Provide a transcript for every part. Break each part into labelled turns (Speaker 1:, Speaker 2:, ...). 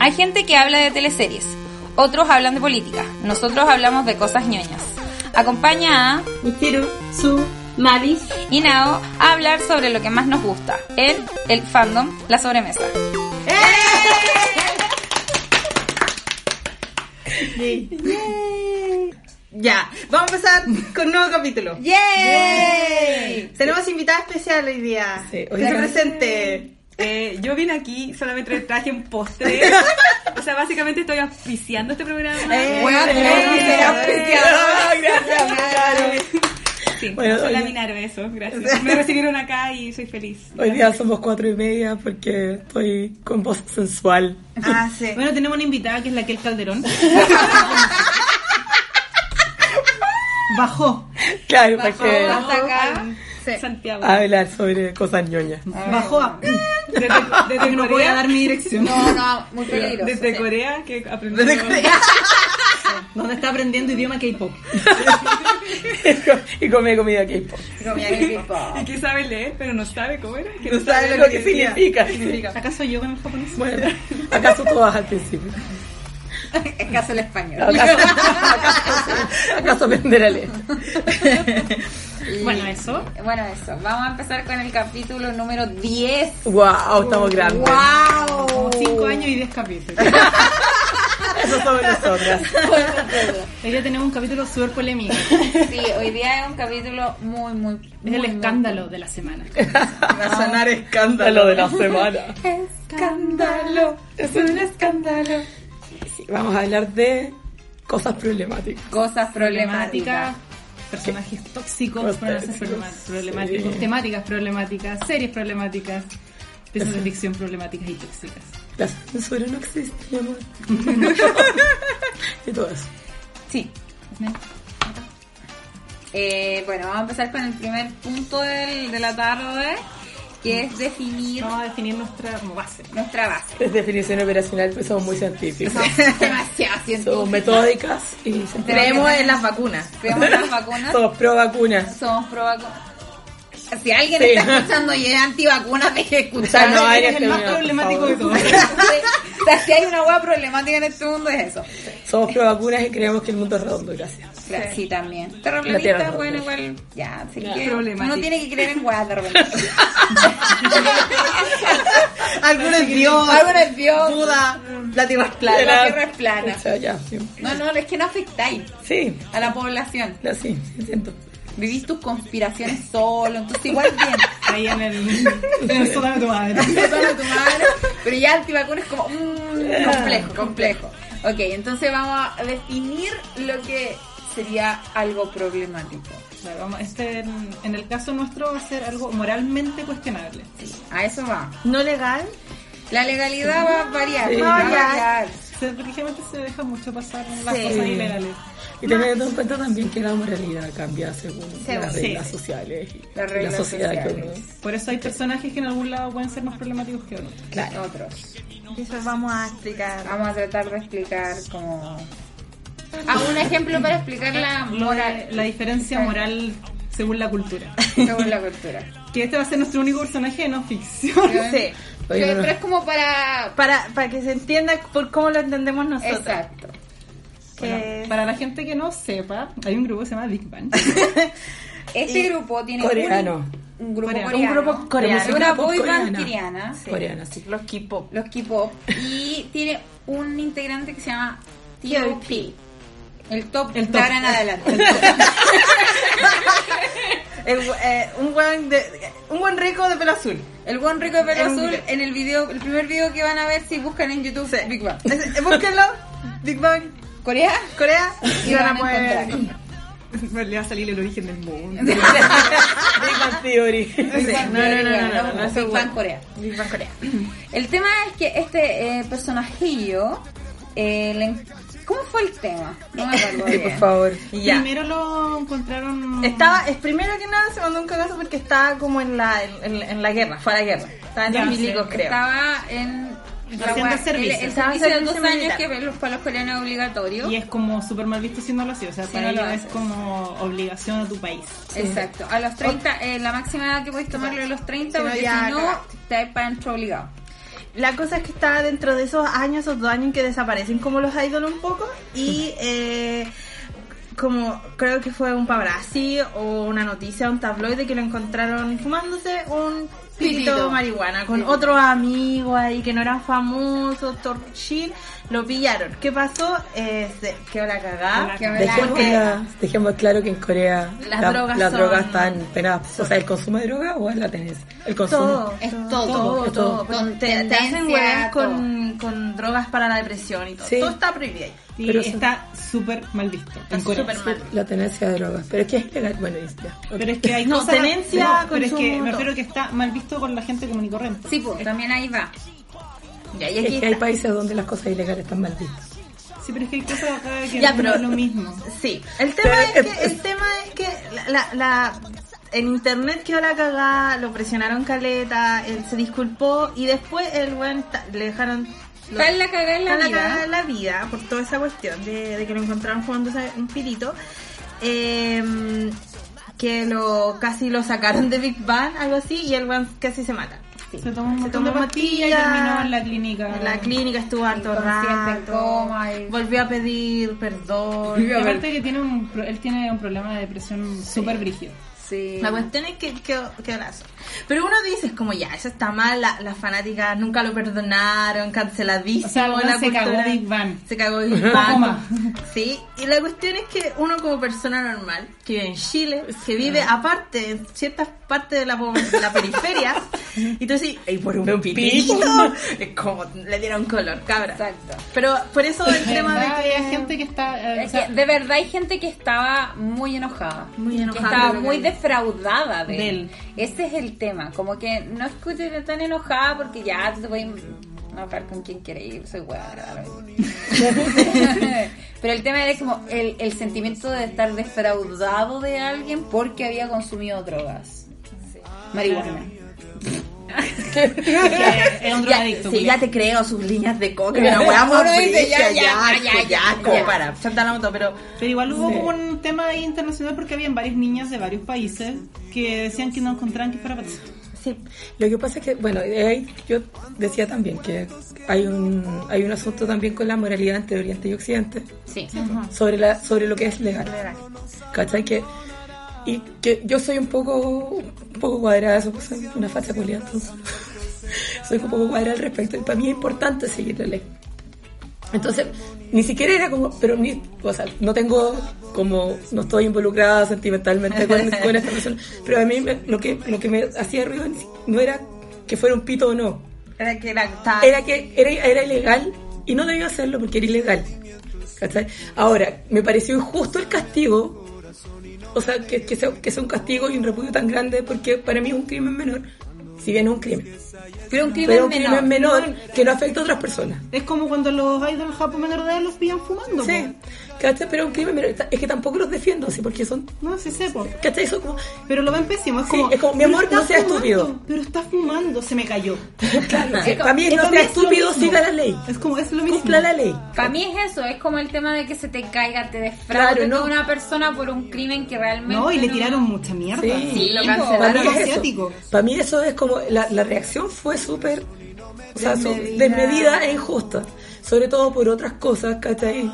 Speaker 1: Hay gente que habla de teleseries, otros hablan de política, nosotros hablamos de cosas ñoñas. Acompaña a
Speaker 2: Michiru, Su, Mavis.
Speaker 1: y Nao a hablar sobre lo que más nos gusta, el, el fandom, la sobremesa.
Speaker 3: ¡Eh! Ya, vamos a empezar con un nuevo capítulo.
Speaker 2: ¡Yay!
Speaker 3: Tenemos invitada especial hoy día.
Speaker 4: Sí, hoy
Speaker 3: que se
Speaker 4: día.
Speaker 3: presente.
Speaker 4: Eh, yo vine aquí, solamente traje un postre. O sea, básicamente estoy auspiciando este programa.
Speaker 3: Eh,
Speaker 1: Bueno, tenemos que ser auspiciadoras.
Speaker 4: sí,
Speaker 5: bueno,
Speaker 4: soy la
Speaker 5: oye.
Speaker 4: Minaro, eso, gracias. Me recibieron acá y soy feliz.
Speaker 5: Hoy día somos cuatro y media porque estoy con voz sensual.
Speaker 3: Ah, sí.
Speaker 4: Bueno, tenemos una invitada que es la Kel Calderón. Bajó.
Speaker 5: Claro, para que
Speaker 1: Hasta acá.
Speaker 3: Sí. Ah.
Speaker 4: Santiago.
Speaker 5: hablar sobre cosas ñoñas.
Speaker 4: Bajó a... Desde, desde
Speaker 2: No voy
Speaker 4: Corea,
Speaker 2: a dar mi dirección.
Speaker 1: No, no, muy peligroso.
Speaker 4: desde
Speaker 1: sí.
Speaker 4: Corea que aprendí.
Speaker 3: Desde Corea.
Speaker 2: Donde está aprendiendo idioma K-pop.
Speaker 5: y come comida K-pop.
Speaker 1: Comida de K-pop.
Speaker 4: Y que sabe leer, pero no sabe cómo era. Que
Speaker 3: No sabe
Speaker 5: Lo que significa.
Speaker 2: ¿Acaso yo con el japonés?
Speaker 5: Bueno, acaso tú vas al principio.
Speaker 1: Es caso el español.
Speaker 5: Acaso, acaso, acaso aprender a leer.
Speaker 2: Bueno, eso.
Speaker 1: Bueno, eso. Vamos a empezar con el capítulo número 10.
Speaker 5: Wow, estamos grandes.
Speaker 1: ¡Wow!
Speaker 2: 5 años y 10 capítulos.
Speaker 5: Eso somos nosotras.
Speaker 2: Hoy día tenemos un capítulo súper polémico.
Speaker 1: Sí, hoy día es un capítulo muy, muy.
Speaker 2: Es el escándalo de la semana.
Speaker 3: Va a sonar
Speaker 5: Lo
Speaker 3: escándalo.
Speaker 5: de la semana.
Speaker 1: Escándalo.
Speaker 5: Es un escándalo. Sí, vamos a hablar de cosas problemáticas.
Speaker 1: Cosas problemáticas.
Speaker 2: Temáticas, personajes tóxicos,
Speaker 5: Cosas
Speaker 2: personajes
Speaker 5: tóxicas,
Speaker 2: problema- problemáticos,
Speaker 5: sí.
Speaker 2: temáticas problemáticas, series problemáticas, piezas de ficción problemáticas y tóxicas.
Speaker 5: La censura no existe, mi amor. y todo eso.
Speaker 1: Sí. Eh, bueno, vamos a empezar con el primer punto del- de la tarde, que es definir
Speaker 2: Vamos a definir nuestra como base.
Speaker 1: nuestra base.
Speaker 5: Es definición operacional, pues somos muy científicos.
Speaker 1: Somos demasiado
Speaker 5: Somos
Speaker 1: científicos.
Speaker 5: metódicas y científicas.
Speaker 3: Creemos en las vacunas.
Speaker 1: Creemos en las vacunas.
Speaker 5: somos pro vacunas.
Speaker 1: Somos pro vacunas. Si alguien
Speaker 5: Sí.
Speaker 1: está escuchando y es antivacunas, deje de
Speaker 5: O sea,
Speaker 1: escuchar.
Speaker 5: no hay
Speaker 3: este
Speaker 2: Eres el más problemático de todos.
Speaker 1: o sea, si hay una hueá problemática en este mundo, es eso.
Speaker 5: Somos pro vacunas y creemos que el mundo es redondo, gracias.
Speaker 1: Claro, Sí, también.
Speaker 5: La tierra
Speaker 1: Terraplanista,
Speaker 5: es
Speaker 1: bueno,
Speaker 5: redonda.
Speaker 1: igual, ya, así
Speaker 2: Ya.
Speaker 1: que
Speaker 2: Problemático.
Speaker 1: uno tiene que creer en hueá de repente.
Speaker 3: Algunos dios.
Speaker 1: Alguna vez vio,
Speaker 3: Buda. La tierra es plana.
Speaker 1: la tierra es plana.
Speaker 5: O sea, ya, sí.
Speaker 1: No, no, es que no afectáis
Speaker 5: Sí,
Speaker 1: a la población.
Speaker 5: la- sí, sí, siento.
Speaker 1: Vivís tus conspiraciones solo, entonces igual bien.
Speaker 2: Ahí en el, en el sótano de tu madre.
Speaker 1: Solo tu madre, pero ya antivacuna es como mm, complejo, complejo. Ok, entonces vamos a definir lo que sería algo problemático.
Speaker 2: Claro, vamos, este, en, en el caso nuestro va a ser algo moralmente cuestionable.
Speaker 1: Sí, a eso va.
Speaker 3: No legal.
Speaker 1: La legalidad va a variar,
Speaker 5: Sí.
Speaker 1: va a
Speaker 3: No, ya.
Speaker 1: variar.
Speaker 2: Se- Porque generalmente se deja mucho pasar las
Speaker 3: Sí.
Speaker 2: cosas ilegales.
Speaker 5: Y teniendo en cuenta también que la moralidad cambia según
Speaker 1: Según-
Speaker 5: las
Speaker 2: sí.
Speaker 5: reglas sociales y
Speaker 1: Las
Speaker 5: y
Speaker 1: reglas
Speaker 5: la sociedad que
Speaker 1: sociales.
Speaker 5: uno.
Speaker 2: Por eso hay personajes que en algún lado pueden ser más problemáticos que otros.
Speaker 5: Claro.
Speaker 1: Otros.
Speaker 3: Eso vamos a explicar.
Speaker 1: Vamos a tratar de explicar como... Ah, un ejemplo para explicar la
Speaker 2: Lo de
Speaker 1: moral
Speaker 2: la diferencia moral según la cultura.
Speaker 1: según la cultura.
Speaker 2: Que este va a ser nuestro único personaje de no ficción.
Speaker 3: Sí.
Speaker 5: Oye,
Speaker 1: pero
Speaker 5: no-
Speaker 1: es como para...
Speaker 3: Para, para que se entienda por cómo lo entendemos nosotros.
Speaker 1: Exacto.
Speaker 2: Bueno,
Speaker 3: Que-
Speaker 2: para la gente que no sepa, hay un grupo que se llama Big Bang.
Speaker 1: Este grupo tiene
Speaker 5: Coreano.
Speaker 1: Un, un grupo
Speaker 2: Coreano.
Speaker 1: coreano.
Speaker 3: Un grupo coreano.
Speaker 1: Es una
Speaker 5: Música pop
Speaker 1: boy band
Speaker 5: coreana.
Speaker 1: coreana. sí,
Speaker 5: Coreana, sí.
Speaker 3: Los K-pop.
Speaker 1: Los K-pop. Y tiene un integrante que se llama T.O.P. El top,
Speaker 2: El
Speaker 1: de
Speaker 2: top.
Speaker 1: ahora en adelante.
Speaker 3: El- eh, un buen de- un buen rico de pelo azul.
Speaker 1: El buen rico de pelo
Speaker 3: En un
Speaker 1: azul
Speaker 3: video.
Speaker 1: en el video, el primer video que van a ver si buscan en YouTube
Speaker 3: Sí.
Speaker 1: Big Bang.
Speaker 3: Es- eh, Búsquenlo. Big Bang
Speaker 1: Corea.
Speaker 3: Corea.
Speaker 1: Y
Speaker 3: Y van
Speaker 1: van
Speaker 3: a
Speaker 1: a
Speaker 3: poder.
Speaker 1: encontrar.
Speaker 2: Le va a salir el origen del mundo.
Speaker 5: Big Bang Theory.
Speaker 3: Sí.
Speaker 1: Big Bang
Speaker 3: No, no,
Speaker 1: Corea,
Speaker 3: no, no, no, no, no,
Speaker 1: Big Bang Corea.
Speaker 3: Big Bang Corea.
Speaker 1: El tema es que este eh, personajillo, eh, le en- ¿cómo fue el tema? No me acuerdo
Speaker 5: Sí,
Speaker 1: bien.
Speaker 5: por favor.
Speaker 3: Y ya.
Speaker 2: Primero lo encontraron.
Speaker 3: Estaba, es primero que nada se mandó un cagazo porque estaba como en la, en, en la guerra, fue a la guerra. Estaba en
Speaker 2: Ya,
Speaker 3: los milicos,
Speaker 2: sí.
Speaker 3: creo.
Speaker 1: Estaba en
Speaker 2: Haciendo
Speaker 1: guay-
Speaker 2: servicio.
Speaker 1: El, el
Speaker 3: Estaba
Speaker 1: servicio de
Speaker 3: haciendo
Speaker 1: dos
Speaker 3: servicio
Speaker 1: años
Speaker 3: militar.
Speaker 1: que los- para los coreanos es obligatorio.
Speaker 2: Y es como súper mal visto siendo así. O sea,
Speaker 1: Si
Speaker 2: para
Speaker 1: no lo
Speaker 2: ellos es
Speaker 1: haces.
Speaker 2: como obligación a tu país.
Speaker 1: Exacto. A los 30, eh, la máxima edad que puedes tomarlo es los 30,
Speaker 3: Si no,
Speaker 1: porque
Speaker 3: ya
Speaker 1: si no,
Speaker 3: cagaste.
Speaker 1: te hay para entro obligado.
Speaker 3: la cosa es que está dentro de esos años, esos dos años en que desaparecen como los idols un poco y eh, como creo que fue un paparazzi o una noticia, un tabloide que lo encontraron fumándose un pitito de
Speaker 1: Pitito.
Speaker 3: marihuana con otro amigo ahí que no eran famosos, torchil, lo pillaron. ¿Qué pasó? Eh, se quedó la cagada.
Speaker 1: Que me la-
Speaker 5: Dejemos,
Speaker 1: porque-
Speaker 5: la- dejemos claro que en Corea
Speaker 3: Las
Speaker 5: la-
Speaker 3: drogas
Speaker 5: las
Speaker 3: son-
Speaker 5: drogas están penadas. O sea, el consumo de droga o la tenés. El consumo.
Speaker 3: Todo,
Speaker 1: Es
Speaker 3: todo,
Speaker 1: todo,
Speaker 3: todo,
Speaker 5: es
Speaker 3: todo.
Speaker 5: todo.
Speaker 3: Pues
Speaker 1: Con
Speaker 3: Te, te hacen
Speaker 1: tendencia,
Speaker 3: huevear con, con drogas para la depresión y todo.
Speaker 5: Sí.
Speaker 3: Todo está prohibido ahí.
Speaker 2: Y
Speaker 5: Pero eso-
Speaker 2: está súper mal visto.
Speaker 3: Está
Speaker 2: en Corea.
Speaker 3: súper mal.
Speaker 5: La tenencia de drogas. Pero es que es legal. Bueno, y ya. Ok.
Speaker 2: Pero es que hay
Speaker 3: No,
Speaker 2: cosas-
Speaker 3: tenencia,
Speaker 2: pero es que
Speaker 3: consumo,
Speaker 2: me refiero
Speaker 3: todo.
Speaker 2: que está mal visto con la gente común y corriente.
Speaker 1: Sí, pues, también ahí va.
Speaker 3: Ya, y
Speaker 5: Es
Speaker 3: aquí
Speaker 5: que hay
Speaker 3: está.
Speaker 5: países donde las cosas ilegales están mal vistas.
Speaker 2: Sí, pero es que hay cosas acá que
Speaker 3: Ya,
Speaker 2: no
Speaker 3: pero-
Speaker 2: es lo mismo.
Speaker 3: Sí, el tema es
Speaker 5: Pero-
Speaker 3: que, el tema es que la, la- la- en internet quedó la cagada, lo presionaron caleta, él se disculpó y después el weón ta- le dejaron... lo-
Speaker 1: Está en la cagada en la
Speaker 3: está la
Speaker 1: vida.
Speaker 3: cagada en la vida por toda esa cuestión de, de que lo encontraron fumando esa- un pirito. Eh, que lo casi lo sacaron de Big Bang, algo así, y el weón casi se mata.
Speaker 2: Se tomó un
Speaker 3: Se
Speaker 2: montón
Speaker 3: tomó
Speaker 2: de pastillas y
Speaker 3: pastillas,
Speaker 2: terminó en la clínica.
Speaker 3: En la clínica estuvo harto
Speaker 1: Inconsciente, en
Speaker 3: rato,
Speaker 1: coma y-
Speaker 3: volvió a pedir perdón.
Speaker 2: Y aparte que tiene un, pro- él tiene un problema de depresión súper brígido.
Speaker 1: Sí.
Speaker 3: La cuestión es que quedó quedó la zorra. Pero uno dice, es como ya, eso está mal, la- las fanáticas nunca lo perdonaron, canceladísimo.
Speaker 2: O sea, el weón
Speaker 3: la
Speaker 2: se
Speaker 3: cultura-
Speaker 2: cagó Big Bang.
Speaker 3: Se cagó Big
Speaker 2: Poco
Speaker 3: Bang.
Speaker 2: más.
Speaker 3: Sí, y la cuestión es que uno como persona normal, que vive en Chile, que vive aparte, en ciertas partes de la, po- de la periferia, y tú decís, ¡ay, por un pitito! Es como, le dieron color, cabra.
Speaker 1: Exacto.
Speaker 3: Pero por eso el
Speaker 2: De
Speaker 3: tema de
Speaker 2: verdad,
Speaker 3: que...
Speaker 2: había gente que está... eh, o
Speaker 1: Es
Speaker 2: sea,
Speaker 1: que de verdad hay gente que estaba muy enojada.
Speaker 3: Muy enojada
Speaker 1: Que estaba
Speaker 3: con lo que
Speaker 1: muy
Speaker 3: hizo.
Speaker 1: defraudada de,
Speaker 2: De
Speaker 1: él.
Speaker 2: él.
Speaker 1: Ese es el tema. Como que no escúchate tan enojada porque ya te voy a enojar con quien quiere ir. Soy hueá, da lo mismo. Pero el tema era como el, el sentimiento de estar defraudado de alguien porque había consumido drogas. Marihuana.
Speaker 2: que era
Speaker 3: Ya,
Speaker 2: un drogadicto.
Speaker 3: sí,
Speaker 2: culiao.
Speaker 3: ya te creo sus líneas de coca, una weá más
Speaker 1: Uno dice,
Speaker 3: brígida,
Speaker 1: ya,
Speaker 3: ya,
Speaker 1: ya, ya,
Speaker 3: asco,
Speaker 1: ya,
Speaker 3: ya, como
Speaker 1: ya.
Speaker 3: para saltar la moto, pero
Speaker 2: Pero igual hubo como un tema ahí internacional porque habían varias niñas de varios países que decían que no encontraban que fuera patito.
Speaker 3: sí,
Speaker 5: Lo que pasa es que, bueno, de ahí yo decía también que hay un, hay un asunto también con la moralidad entre Oriente y Occidente
Speaker 1: Sí.
Speaker 5: sobre, la, sobre lo que es legal.
Speaker 3: legal.
Speaker 5: ¿Cachai? Que, y que yo soy un poco, un poco cuadrada, soy soy una facha culiada, entonces. soy un poco cuadrada al respecto. Y para mí es importante seguir la ley. Entonces, ni siquiera era como, pero ni, o sea, no tengo como, no estoy involucrada sentimentalmente con, con esta persona, pero a mí me- lo, que, lo que me hacía ruido ni si- no era que fuera un pito o no,
Speaker 3: Era que la estaba-
Speaker 5: era que era, era ilegal y no debía hacerlo porque era ilegal. ¿cachai? Ahora, me pareció injusto el castigo, o sea, que, que, sea, que sea un castigo y un repudio tan grande porque para mí es un crimen menor, si bien es un crimen,
Speaker 1: Pero un crimen
Speaker 5: pero un
Speaker 1: menor.
Speaker 5: crimen menor que no afecta a otras personas.
Speaker 2: Es como cuando los idols japoneses los pillan fumando.
Speaker 5: Sí, ¿cachai? Pero un crimen menor, es que tampoco los defiendo así porque son,
Speaker 2: po. No, sí sepo.
Speaker 5: ¿cachai? Son como,
Speaker 2: Pero lo ven pésimo. Es
Speaker 5: Sí,
Speaker 2: como,
Speaker 5: es como, mi
Speaker 2: pero
Speaker 5: amor,
Speaker 2: está
Speaker 5: no seas
Speaker 2: fumando,
Speaker 5: estúpido.
Speaker 2: Pero está fumando, se me cayó.
Speaker 5: claro,
Speaker 1: Es como-
Speaker 5: para mí
Speaker 2: Es
Speaker 5: no
Speaker 2: lo
Speaker 5: sea
Speaker 2: mismo,
Speaker 5: estúpido,
Speaker 2: mismo.
Speaker 5: siga la ley,
Speaker 2: Es como, es lo mismo.
Speaker 5: cumpla la ley.
Speaker 1: Para mí es eso, es como el tema de que se te caiga, te defraude
Speaker 5: Claro, no.
Speaker 1: de una persona por un crimen que realmente.
Speaker 2: No, y le tiraron mucha mierda.
Speaker 1: Sí, lo
Speaker 5: Para
Speaker 1: cancelaron.
Speaker 5: mí, es eso.
Speaker 2: Asiático.
Speaker 5: Para mí eso es como la, la reacción fue súper o sea, su-
Speaker 3: Desmedida.
Speaker 5: desmedida. e injusta, sobre todo por otras cosas, ¿cachai?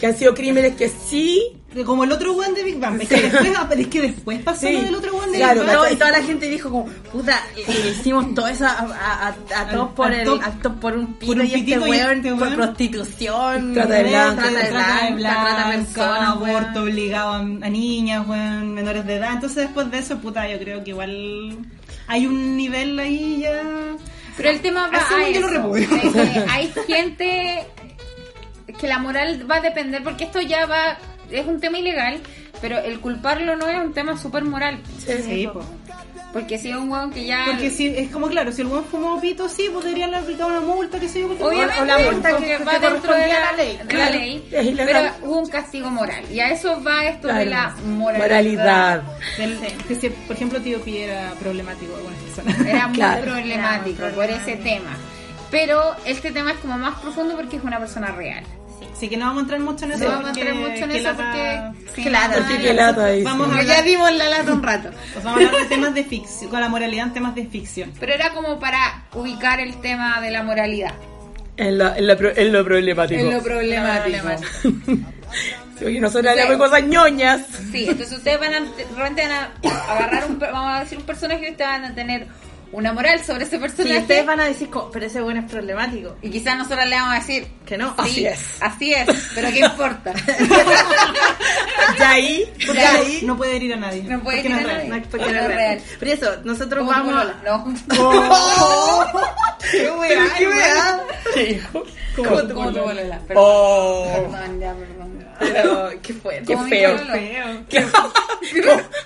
Speaker 5: Que han sido crímenes que sí,
Speaker 2: Como el otro one de Big Bang. Es que después, ah, es que después pasó
Speaker 5: Sí.
Speaker 2: lo del otro one de
Speaker 5: Claro,
Speaker 2: Big Bang.
Speaker 3: No, y toda la gente dijo como, puta, le, le hicimos todo eso a, a, a- a todos
Speaker 2: Al-
Speaker 3: por
Speaker 2: al
Speaker 3: el,
Speaker 2: top.
Speaker 3: al top por un pito,
Speaker 2: Por un
Speaker 3: y este
Speaker 2: pitito y
Speaker 3: weón
Speaker 2: este
Speaker 3: por
Speaker 2: weón.
Speaker 3: prostitución,
Speaker 5: Trata de
Speaker 3: weón,
Speaker 5: blanca,
Speaker 3: trata de
Speaker 2: trata de
Speaker 3: blanca, trata de
Speaker 2: blancas,
Speaker 3: personas, weón.
Speaker 2: aborto obligado a, a niñas, weón, menores de edad. Entonces, después de eso, puta, yo creo que igual hay un nivel ahí ya.
Speaker 1: Pero el tema va
Speaker 2: Así
Speaker 1: a
Speaker 2: yo
Speaker 1: eso,
Speaker 2: lo repudio.
Speaker 1: de que hay gente que la moral va a depender, porque esto ya va, es un tema ilegal, pero el culparlo no es un tema súper moral.
Speaker 2: Sí, po.
Speaker 1: Porque si es un hueón que ya...
Speaker 2: Porque si, es como claro, si el weón fumó pito, sí, pues, podrían aplicar una multa, qué sé yo. porque-
Speaker 1: Obviamente,
Speaker 3: O la multa
Speaker 1: porque
Speaker 3: que- que
Speaker 1: va dentro de
Speaker 3: correspondía
Speaker 1: la,
Speaker 3: a la ley.
Speaker 1: de la
Speaker 5: Claro,
Speaker 1: ley,
Speaker 5: es ilegal.
Speaker 1: pero hubo un castigo moral. Y a eso va esto de
Speaker 5: claro,
Speaker 1: la
Speaker 5: moralidad.
Speaker 2: Del- que si, por ejemplo, tío Pi era problemático con algunas personas.
Speaker 1: era muy
Speaker 5: Claro.
Speaker 1: problemático
Speaker 3: Era muy
Speaker 1: por ese tema. Pero este tema es como más profundo porque es una persona real.
Speaker 2: Sí, que no vamos a entrar mucho en eso.
Speaker 1: No vamos a
Speaker 2: porque-
Speaker 1: entrar mucho en
Speaker 2: qué
Speaker 1: eso
Speaker 2: lata-
Speaker 1: porque-
Speaker 2: sí,
Speaker 1: Claro.
Speaker 5: Porque
Speaker 1: Ay,
Speaker 5: qué lata ahí.
Speaker 2: vamos
Speaker 5: sí.
Speaker 2: a
Speaker 1: Pero ya dimos la lata un rato.
Speaker 2: pues vamos a hablar de temas de ficción, con la moralidad en temas de ficción.
Speaker 1: Pero era como para ubicar el tema de la moralidad.
Speaker 5: En, la- en la pro- en lo problemático.
Speaker 1: Es lo problemático.
Speaker 5: Sí, porque nosotros hablamos de cosas ñoñas.
Speaker 1: Sí, entonces ustedes van a, de repente van a agarrar un, per- vamos a decir un personaje y ustedes van a tener una moral sobre ese
Speaker 3: Y
Speaker 1: personaje.
Speaker 3: ustedes van a decir, como, pero ese bueno es problemático.
Speaker 1: Y quizás nosotros le vamos a decir,
Speaker 3: Que no.
Speaker 1: sí,
Speaker 5: Así es.
Speaker 1: así es, pero qué importa.
Speaker 5: Y ahí,
Speaker 2: Porque
Speaker 1: Ya.
Speaker 2: no- no puede herir a nadie.
Speaker 1: No puede
Speaker 2: porque
Speaker 1: herir a
Speaker 2: es real.
Speaker 1: nadie.
Speaker 3: No, porque no
Speaker 1: No
Speaker 3: es
Speaker 1: es
Speaker 3: real.
Speaker 1: real.
Speaker 3: Por eso, nosotros
Speaker 1: Como
Speaker 3: vamos. Oh.
Speaker 1: polola, no.
Speaker 3: ¡Qué weá,
Speaker 5: qué weá.
Speaker 3: weá.
Speaker 1: Como tu polola, perdón.
Speaker 5: Oh,
Speaker 1: Perdón, ya, perdón.
Speaker 3: Pero qué fuerte.
Speaker 5: qué
Speaker 1: Como mi
Speaker 5: feo.
Speaker 1: pololo.
Speaker 5: Qué- como,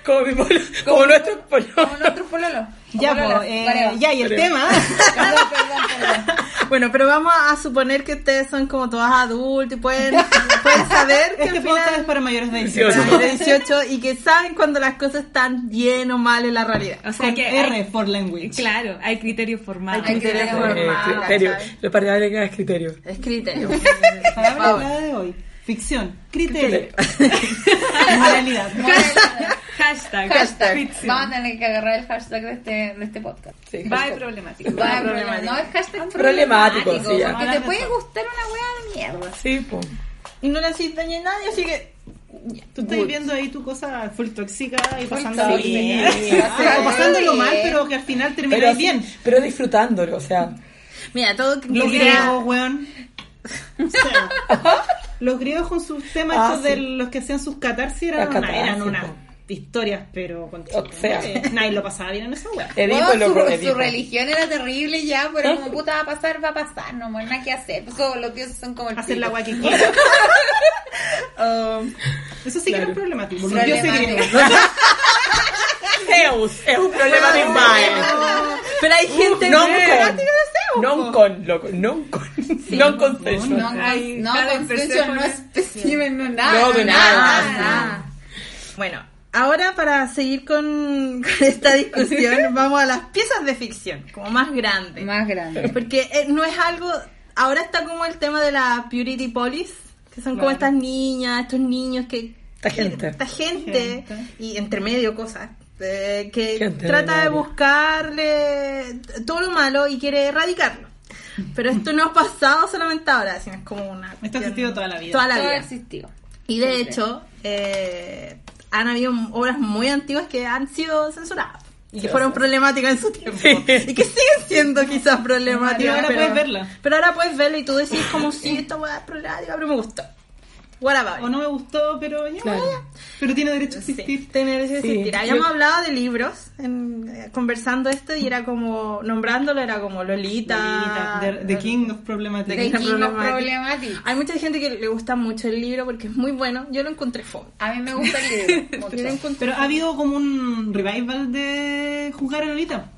Speaker 5: como mi polo- como nuestro polo.
Speaker 1: Como nuestro pololo.
Speaker 2: Ya,
Speaker 1: Pololo,
Speaker 2: po, eh,
Speaker 1: whatever.
Speaker 2: ya, y el
Speaker 5: Vale.
Speaker 2: tema.
Speaker 1: Perdón, perdón, perdón.
Speaker 3: Bueno, pero vamos a suponer que ustedes son como todas adultos y pueden, pueden saber que
Speaker 2: Este
Speaker 3: al
Speaker 2: podcast es
Speaker 3: final
Speaker 2: para mayores de
Speaker 5: Sí, o
Speaker 2: 18.
Speaker 5: sea,
Speaker 3: para 18 y que saben cuando las cosas están bien o mal en la realidad.
Speaker 4: O sea
Speaker 2: Con
Speaker 4: que.
Speaker 2: R
Speaker 4: hay-
Speaker 2: for language.
Speaker 4: claro, hay criterio formal.
Speaker 1: Hay criterio
Speaker 3: criterio
Speaker 1: formal,
Speaker 5: Eh,
Speaker 3: formal,
Speaker 5: criterio.
Speaker 3: ¿cachai?
Speaker 5: Lo partidario que es criterio.
Speaker 3: Es criterio.
Speaker 2: Palabra
Speaker 3: Ahora.
Speaker 2: hablada de hoy. Ficción. Criterio.
Speaker 5: Criterio.
Speaker 2: Moralidad.
Speaker 1: Hashtag.
Speaker 4: Hashtag.
Speaker 1: Hashtag.
Speaker 4: Ficción.
Speaker 1: Vamos a tener que agarrar el hashtag de este, de este podcast.
Speaker 5: Sí.
Speaker 4: Bye, problemático.
Speaker 1: Va, problema- No, es hashtag
Speaker 5: Problemático, sí, ya.
Speaker 1: Porque te puede gustar una wea de mierda.
Speaker 5: Sí, po.
Speaker 3: Y no le hacéis daño a nadie, así que.
Speaker 2: Tú estás viendo ahí tu cosa full tóxica y pasando
Speaker 1: tóxica.
Speaker 2: bien.
Speaker 5: Sí,
Speaker 2: Ah,
Speaker 1: sí.
Speaker 2: pasándolo mal, pero que al final
Speaker 5: Pero,
Speaker 2: termináis
Speaker 5: así-
Speaker 2: bien.
Speaker 5: pero disfrutándolo, o sea.
Speaker 3: Mira, todo que
Speaker 2: Los
Speaker 3: que
Speaker 2: griegos, weón. O sea, los griegos con sus temas
Speaker 5: Ah,
Speaker 2: estos
Speaker 5: sí.
Speaker 2: de los que hacían sus catarsis eran,
Speaker 5: Las
Speaker 2: una- eran
Speaker 5: catarsis,
Speaker 2: unas
Speaker 5: po.
Speaker 2: historias, pero con
Speaker 5: O sea.
Speaker 2: Eh, nadie lo pasaba bien en esa weá.
Speaker 5: Edipo,
Speaker 1: Weón,
Speaker 5: loco,
Speaker 1: su, su
Speaker 5: Edipo.
Speaker 1: religión era terrible ya, pero como puta va a pasar, va a pasar, no hay nada que hacer. Pues, como los dioses son como el
Speaker 2: Hacer la
Speaker 1: pico.
Speaker 2: weá que quiera. Um, eso sí que
Speaker 5: Claro.
Speaker 2: era problemático. Los dioses griegos.
Speaker 1: Problemático.
Speaker 5: Zeus, es un problema de Ismael.
Speaker 3: Pero hay gente
Speaker 5: No
Speaker 3: griega.
Speaker 5: con. No con, loco. No con. No con Zeus.
Speaker 1: No,
Speaker 4: Ay,
Speaker 1: no,
Speaker 4: cada
Speaker 1: Constitution no es espécimen, no nada.
Speaker 3: Ah,
Speaker 5: No, de nada,
Speaker 1: nada.
Speaker 3: Bueno, ahora para seguir con, con esta discusión, vamos a las piezas de ficción, como más grandes.
Speaker 1: Más grande.
Speaker 3: Porque eh, no es algo. Ahora está como el tema de la Purity Police, que son como estas niñas, estos niños que.
Speaker 5: Esta gente.
Speaker 3: Esta gente, y entre medio cosas. eh, que
Speaker 5: Gente
Speaker 3: trata de
Speaker 5: ordinaria.
Speaker 3: buscarle todo lo malo y quiere erradicarlo. Pero esto no ha pasado solamente ahora, sino es como una.
Speaker 2: Esto ha
Speaker 3: cuestión-
Speaker 2: existido toda la vida.
Speaker 3: Toda la
Speaker 1: Todo
Speaker 3: vida.
Speaker 1: existió.
Speaker 3: Y de
Speaker 1: Siempre.
Speaker 3: hecho, eh, han habido obras muy antiguas que han sido censuradas. Y que fueron problemáticas en su tiempo. Y que siguen siendo quizás problemáticas.
Speaker 2: Y ahora
Speaker 3: pero,
Speaker 2: puedes verla.
Speaker 3: Pero ahora puedes verla y tú decís como si esta weá es problemática, pero me gustó. What about it?
Speaker 2: O no me gustó, pero ya.
Speaker 5: Claro.
Speaker 2: ya. Pero tiene derecho a existir.
Speaker 3: Sí, tener ese
Speaker 5: Sí.
Speaker 3: sentir. Habíamos hablado de libros en- eh, conversando esto y era como, nombrándolo era como Lolita.
Speaker 2: The, the King of Problematic.
Speaker 1: De
Speaker 3: King of
Speaker 1: King of
Speaker 3: Problematic.
Speaker 1: Problematic.
Speaker 3: Hay mucha gente que le gusta mucho el libro porque es muy bueno. Yo lo encontré fome.
Speaker 1: A mí me gusta el libro. mucho.
Speaker 3: Yo lo encontré
Speaker 2: Pero ha habido como un revival de jugar a Lolita.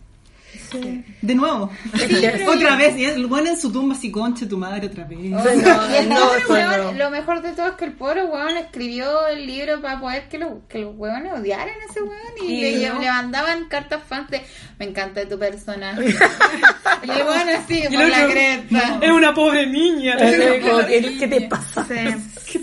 Speaker 3: sí.
Speaker 2: De nuevo.
Speaker 5: pero-
Speaker 2: otra vez. Y el bueno en su tumba así, conche tu madre otra vez.
Speaker 1: Oh, no, y este
Speaker 5: No,
Speaker 1: otro
Speaker 5: esto
Speaker 1: weón,
Speaker 5: no.
Speaker 1: Lo mejor de todo es que el pobre weón escribió el libro para poder que los, que los weones odiaran a ese weón y,
Speaker 4: Y
Speaker 1: le,
Speaker 4: no.
Speaker 1: le mandaban cartas fans de me encanta tu personaje. y el weón así,
Speaker 2: Y
Speaker 1: por
Speaker 2: el
Speaker 1: la
Speaker 2: otro,
Speaker 1: creta.
Speaker 2: Es una pobre niña.
Speaker 5: Eh, como que, ¿Qué te pasa?
Speaker 1: Sí.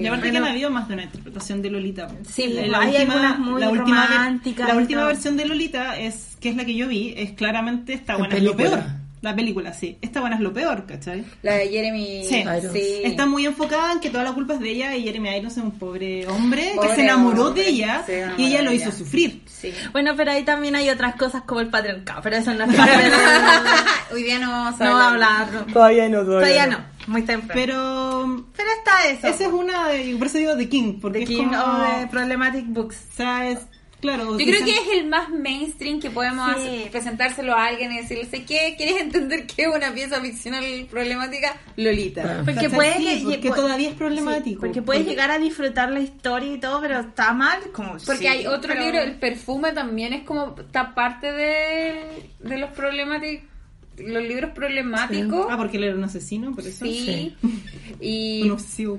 Speaker 2: Y aparte que han habido más de una interpretación de Lolita.
Speaker 3: Sí, pues,
Speaker 2: la,
Speaker 3: hay
Speaker 2: última-
Speaker 3: algunas muy
Speaker 2: la última, ver-
Speaker 3: románticas
Speaker 2: La
Speaker 3: y
Speaker 2: última
Speaker 3: todo.
Speaker 2: versión de Lolita, es que es la que yo vi, es claramente esta
Speaker 5: La
Speaker 2: buena es lo
Speaker 5: película.
Speaker 2: peor. La película, sí. Esta buena es lo peor, ¿cachai?
Speaker 1: La de Jeremy.
Speaker 2: Sí.
Speaker 1: sí.
Speaker 2: Está muy enfocada en que toda la culpa es de ella y Jeremy Irons es un pobre hombre que
Speaker 1: Pobre
Speaker 2: se enamoró
Speaker 1: hombre,
Speaker 2: de ella
Speaker 1: se enamoró
Speaker 2: y ella lo
Speaker 1: de
Speaker 2: hizo
Speaker 1: ella.
Speaker 2: sufrir.
Speaker 1: Sí.
Speaker 3: Bueno, pero ahí también hay otras cosas como el patriarcado, pero eso no es parte de- no
Speaker 1: Ah, Hoy día no vamos a
Speaker 3: va a
Speaker 1: hablar.
Speaker 3: hablar.
Speaker 5: Todavía no,
Speaker 3: Todavía no, muy temprano. Pero,
Speaker 2: Pero
Speaker 3: está eso.
Speaker 2: esa es una de, por eso digo The King, porque
Speaker 3: The
Speaker 2: es
Speaker 3: King
Speaker 2: como,
Speaker 3: of the Problematic Books.
Speaker 2: o sea, es- claro.
Speaker 1: Yo creo que es el más mainstream que podemos
Speaker 3: Sí.
Speaker 1: hacer- presentárselo a alguien y decirle, "Sé ¿qué? ¿Quieres entender qué es una pieza ficcional problemática? Lolita.
Speaker 3: Porque
Speaker 2: ¿Cachai?
Speaker 3: puede
Speaker 2: Sí,
Speaker 3: que
Speaker 2: porque
Speaker 3: pu-
Speaker 2: todavía es problemático.
Speaker 3: sí, porque puedes llegar a disfrutar la historia y todo, pero está mal como
Speaker 1: Porque
Speaker 3: sí,
Speaker 1: hay otro
Speaker 3: pero-
Speaker 1: libro, el perfume también es como está parte de, de los problemáticos, los libros problemáticos.
Speaker 2: Ah, porque él era un asesino, por eso.
Speaker 1: Sí.
Speaker 5: Sí.
Speaker 1: Y
Speaker 2: Un obsesivo.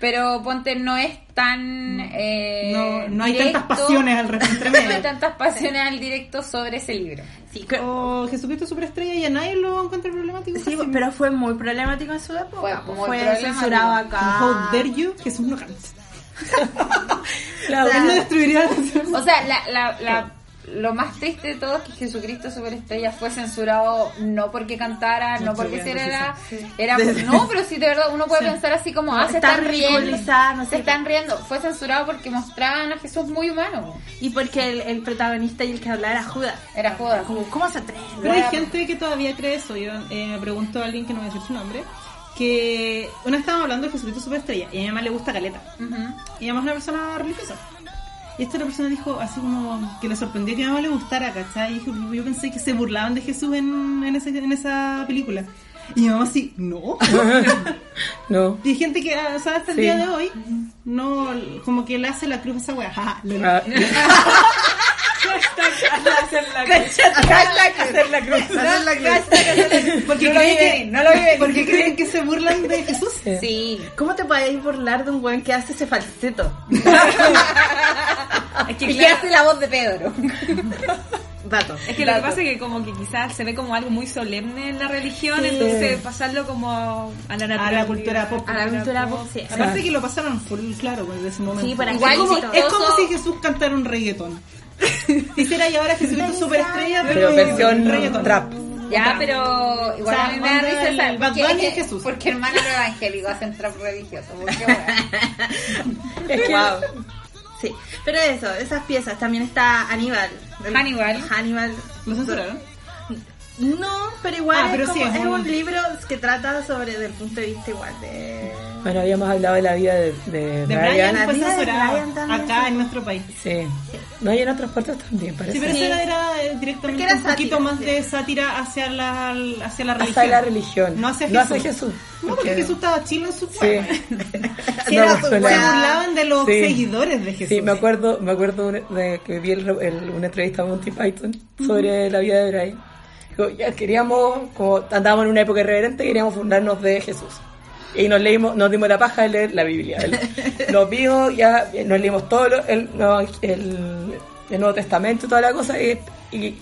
Speaker 1: Pero ponte no es tan. eh,
Speaker 2: No- no hay tantas
Speaker 1: directo,
Speaker 2: pasiones al respecto, tremendo.
Speaker 1: No hay tantas pasiones al directo sobre ese libro.
Speaker 3: Sí,
Speaker 2: O Jesucristo Superestrella y a nadie lo encuentra problemático.
Speaker 3: Sí, pero fue muy problemático en su época. pues
Speaker 1: Fue
Speaker 3: Fue,
Speaker 1: muy problemático.
Speaker 3: censurado acá.
Speaker 2: How dare you, Jesús no canta.
Speaker 5: Claro,
Speaker 2: Él no destruiría la canción.
Speaker 1: O sea, la, la- la- lo más triste de todo es que Jesucristo Superestrella fue censurado no porque cantara, no porque
Speaker 2: sí,
Speaker 1: hiciera. Era, no, pero sí, de verdad, uno puede pensar así como, ah, se
Speaker 3: Está
Speaker 1: están riendo.
Speaker 3: ridiculizada, no
Speaker 1: Se
Speaker 3: sé.
Speaker 1: están riendo. Fue censurado porque mostraban a Jesús muy humano.
Speaker 3: Y porque el, el protagonista y el que hablaba era Judas.
Speaker 1: Era Judas.
Speaker 3: Como, ¿cómo se atreve?
Speaker 2: Pero hay gente que todavía cree eso. Yo eh, me pregunto a alguien que no voy a decir su nombre. Que una vez estábamos hablando de Jesucristo Superestrella y a mi mamá le gusta Caleta.
Speaker 1: Ujú.
Speaker 2: Y además una persona religiosa. Y esta otra persona dijo así como que le sorprendió que a mi mamá le gustara, ¿cachai? Y dijo, yo pensé que se burlaban de Jesús en, en, ese- en esa película. Y mi mamá así, no.
Speaker 5: No.
Speaker 2: Y hay gente que ah, o sea, hasta el
Speaker 5: Sí.
Speaker 2: día de hoy, no, como que le hace la cruz a esa wea. jaja, le-
Speaker 5: Ah,
Speaker 2: Porque creen que, no lo viven. Porque creen que se burlan de Jesús.
Speaker 1: Sí.
Speaker 3: ¿Cómo te podéis burlar de un weón que hace ese falseto?
Speaker 4: Es que,
Speaker 1: Y que
Speaker 4: claro,
Speaker 1: hace la voz de Pedro.
Speaker 3: Dato.
Speaker 4: es que lo que pasa es que como que quizás se ve como algo muy solemne en la religión, entonces pasarlo como a la
Speaker 2: A la cultura pop.
Speaker 3: A la cultura pop, sí.
Speaker 2: Aparte que lo pasaron por claro pues, de ese momento.
Speaker 3: Sí, para
Speaker 1: Igual
Speaker 2: es, como,
Speaker 1: exitoso.
Speaker 2: es como si Jesús cantara un reggaetón. Hiciera y ahora Jesucristo superestrella,
Speaker 5: Pero versión
Speaker 2: reggaetón.
Speaker 5: trap.
Speaker 1: Ya, pero igual
Speaker 2: O sea,
Speaker 1: a mí me da
Speaker 2: onda
Speaker 1: risa
Speaker 2: el
Speaker 1: esa-
Speaker 2: Bad
Speaker 1: que-
Speaker 2: Bunny
Speaker 1: que-
Speaker 2: es Jesús.
Speaker 1: Porque hermano lo evangélico hacen trap religioso. Porque, bueno.
Speaker 5: Es que-
Speaker 3: Sí. Pero eso, esas piezas. También está Aníbal. El-
Speaker 1: Hannibal.
Speaker 3: Hannibal.
Speaker 2: ¿Lo censuraron?
Speaker 3: No, pero igual
Speaker 2: Ah,
Speaker 3: es,
Speaker 2: pero sí,
Speaker 3: como-
Speaker 2: es
Speaker 3: es
Speaker 2: un-
Speaker 3: un... libro que trata sobre, del punto de vista igual de...
Speaker 5: Bueno, habíamos hablado de la vida de,
Speaker 2: De
Speaker 5: de Brian.
Speaker 2: Brian
Speaker 3: la
Speaker 2: fue
Speaker 3: vida de
Speaker 2: censurado
Speaker 3: Brian también
Speaker 2: acá
Speaker 3: se-
Speaker 2: en nuestro país.
Speaker 5: Sí. No, y en otras partes también, parece.
Speaker 2: Sí, pero eso era, era, eh, directamente
Speaker 3: Porque era
Speaker 2: un poquito
Speaker 3: sátira,
Speaker 2: más
Speaker 3: sí.
Speaker 2: de sátira hacia la, hacia la religión.
Speaker 5: Hasta la religión.
Speaker 2: No hacia Jesús.
Speaker 5: No hacia Jesús.
Speaker 2: No, porque Jesús estaba chilo en su
Speaker 5: Sí.
Speaker 2: cuerpo.
Speaker 5: Sí,
Speaker 2: era
Speaker 5: no,
Speaker 2: su- se
Speaker 5: suena-
Speaker 2: burlaban de los
Speaker 5: Sí.
Speaker 2: seguidores de Jesús.
Speaker 5: Sí, me acuerdo, me acuerdo un- de que vi el, el- una entrevista a Monty Python sobre la vida de Brian. Dijo, ya queríamos, como andábamos en una época irreverente, queríamos fundarnos de Jesús. Y nos leímos, nos dimos la paja de leer la Biblia. El- Nos vimos, ya eh, nos leímos todo lo- el, no, el- el Nuevo Testamento y toda la cosa. Y, y,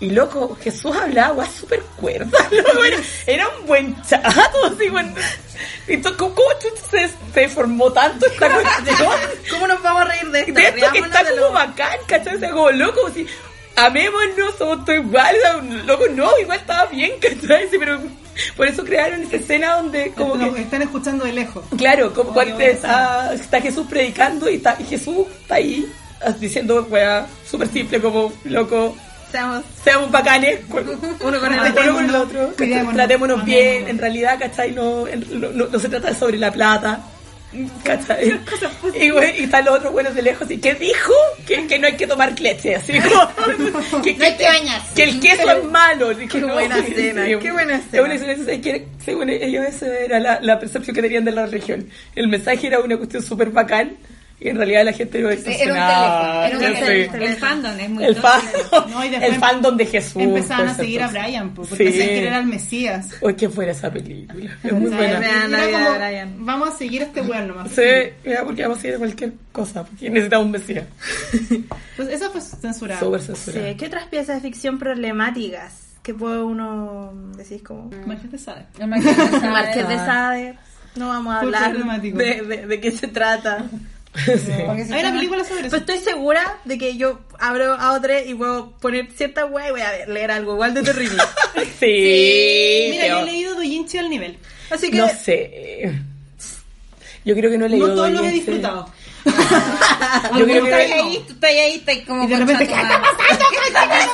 Speaker 5: y, loco, Jesús hablaba weas súper cuerda. loco, era, era un buen chato, así, bueno. Y to- ¿Cómo, cómo chucha se, se deformó tanto esta cuestión?
Speaker 3: ¿Cómo nos vamos a reír de esto?
Speaker 5: de esto que
Speaker 3: Riámonos
Speaker 5: está
Speaker 3: de
Speaker 5: como
Speaker 3: lo-
Speaker 5: bacán, ¿cachai? O sea, como loco, si amémonos, somos todos iguales, o sea, loco, no, igual estaba bien, ¿cachai? Sí, pero por eso crearon esa escena donde como
Speaker 2: Nos
Speaker 5: que...
Speaker 2: están escuchando de lejos.
Speaker 5: Claro, como
Speaker 2: Oh,
Speaker 5: cuando
Speaker 2: qué
Speaker 5: está, está Jesús predicando y, está, y Jesús está ahí ah, diciendo, weá, súper simple, como, loco,
Speaker 3: Seamos
Speaker 5: seamos bacanes, cu- uno con el, otro, con el otro, ¿cachai?
Speaker 2: cuidémonos,
Speaker 5: tratémonos
Speaker 2: amémonos.
Speaker 5: bien, en realidad, ¿cachai? No, en- no, no- no se trata sobre la plata, ¿cachai? Y, güey, y está el otro bueno de lejos, y ¿qué dijo? Que, que no hay que tomar leche, así como, que,
Speaker 1: No hay
Speaker 5: que,
Speaker 1: que bañarse.
Speaker 5: que el queso es malo. Dije,
Speaker 3: Qué
Speaker 5: no,
Speaker 3: buena
Speaker 5: sí,
Speaker 3: escena,
Speaker 5: sí,
Speaker 3: qué buena
Speaker 5: es
Speaker 3: escena.
Speaker 5: una escena que, según ellos, esa era la, la percepción que tenían de la religión. El mensaje era una cuestión súper bacán, y en realidad la gente lo
Speaker 1: era un teléfono, era un
Speaker 5: decepcionaba,
Speaker 1: teléfono.
Speaker 5: sí.
Speaker 4: El fandom
Speaker 2: eh.
Speaker 4: es muy
Speaker 5: El
Speaker 4: tóxico.
Speaker 5: fandom,
Speaker 2: No, y después
Speaker 5: el fandom de Jesús. pues.
Speaker 2: Empezaban a
Speaker 5: por
Speaker 2: seguir a
Speaker 5: supuesto.
Speaker 2: Brian, po,
Speaker 5: Sí.
Speaker 2: porque pensaban que era el Mesías.
Speaker 5: Uy, qué fuera esa película. Es muy
Speaker 2: O sea,
Speaker 5: buena.
Speaker 3: Brian.
Speaker 2: era
Speaker 3: la vida
Speaker 2: como,
Speaker 3: de Brian.
Speaker 2: Vamos a seguir a este weón nomás.
Speaker 5: Sí, mira, porque vamos a ir a cualquier cosa, porque necesitamos un mesías.
Speaker 2: Pues eso fue censurado.
Speaker 5: Súper
Speaker 3: Sí,
Speaker 5: censurado.
Speaker 3: ¿qué otras piezas de ficción problemáticas que puede uno decir como
Speaker 2: Marqués de Sade.
Speaker 1: El Marqués de Sade.
Speaker 3: Marqués de Sade? No vamos a
Speaker 2: Fue
Speaker 3: hablar
Speaker 2: problemático.
Speaker 3: de, de- de qué se trata.
Speaker 5: Sí.
Speaker 1: Porque se
Speaker 2: Hay una
Speaker 1: llama-
Speaker 2: película sobre
Speaker 3: Pues
Speaker 2: eso.
Speaker 3: estoy segura de que yo abro a otra y puedo poner cierta wea y voy a ver- leer algo igual de terrible.
Speaker 5: Sí,
Speaker 2: Mira, yo
Speaker 5: pero-
Speaker 2: he leído Doyinchi al nivel.
Speaker 3: Así que
Speaker 5: No sé. Yo creo que no he leído
Speaker 2: No todos los he
Speaker 5: Doña Estela.
Speaker 2: disfrutado.
Speaker 5: Yo creo
Speaker 1: Tú
Speaker 5: que
Speaker 1: estás
Speaker 5: no.
Speaker 1: ahí, tú estás ahí, estás como...
Speaker 2: Y de repente,
Speaker 1: concha
Speaker 2: ¿qué
Speaker 1: tu
Speaker 2: está
Speaker 1: madre.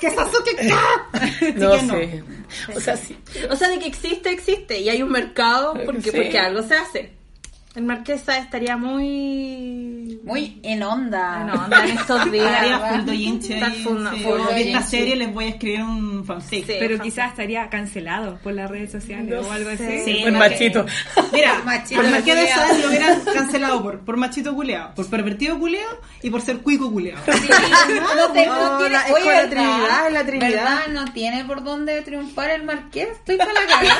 Speaker 2: ¿Qué es eso que Así que
Speaker 5: No sé. O sea, sí.
Speaker 3: O sea, de que existe, existe. Y hay un mercado porque,
Speaker 5: Sí.
Speaker 3: porque algo se hace. El marquesa estaría muy... Ah,
Speaker 1: Muy en onda.
Speaker 4: Ah.
Speaker 3: No, anda en estos
Speaker 2: Estaría
Speaker 3: días.
Speaker 2: full Doyinchi.
Speaker 3: Está
Speaker 2: ahí,
Speaker 3: full, no,
Speaker 2: sí.
Speaker 3: full
Speaker 2: Como que Esta
Speaker 1: Doyinchi.
Speaker 2: serie les voy a escribir un fanfic.
Speaker 3: Sí.
Speaker 4: Pero quizás estaría cancelado por las redes sociales
Speaker 5: No
Speaker 4: o algo
Speaker 3: sé.
Speaker 4: así.
Speaker 3: Sí,
Speaker 5: Buen
Speaker 3: no
Speaker 5: machito.
Speaker 2: Mira,
Speaker 1: Por machito
Speaker 2: por Marqués de
Speaker 1: culeado.
Speaker 2: Sade lo hubieran cancelado por, por machito culeado, por pervertido culeado y por ser cuico culeado.
Speaker 1: Sí, no, no te- no tiene-
Speaker 3: Ah, No, Oh, la- es
Speaker 1: oye,
Speaker 3: con la
Speaker 1: ¿verdad?
Speaker 3: Trinidad, es la Trinidad.
Speaker 1: ¿Verdad? No tiene por dónde triunfar el marqués. Estoy con la cara.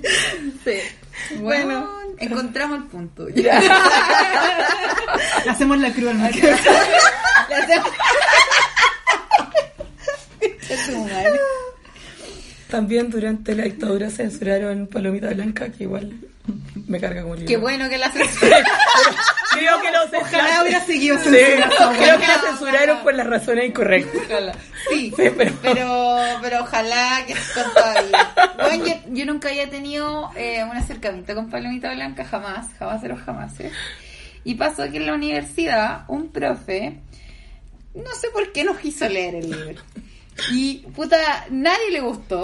Speaker 3: Sí.
Speaker 4: Bueno, encontramos el punto.
Speaker 2: Hacemos la cruel. ¿no?
Speaker 5: También durante la dictadura censuraron Palomita Blanca, que igual me carga como libro.
Speaker 4: Qué bueno que la censura.
Speaker 5: Creo que lo
Speaker 2: Ojalá
Speaker 5: censuraron.
Speaker 2: hubiera seguido
Speaker 5: Sí,
Speaker 2: censurando.
Speaker 5: creo que la censuraron por las razones incorrectas.
Speaker 4: Sí,
Speaker 5: Sí, pero-
Speaker 4: pero, pero ojalá que con todavía. Bueno, yo, yo nunca había tenido eh, un acercamiento con Palomita Blanca, jamás, jamás de los jamás. ¿eh? Y pasó que en la universidad un profe, no sé por qué nos hizo leer el libro. Y puta, nadie le gustó.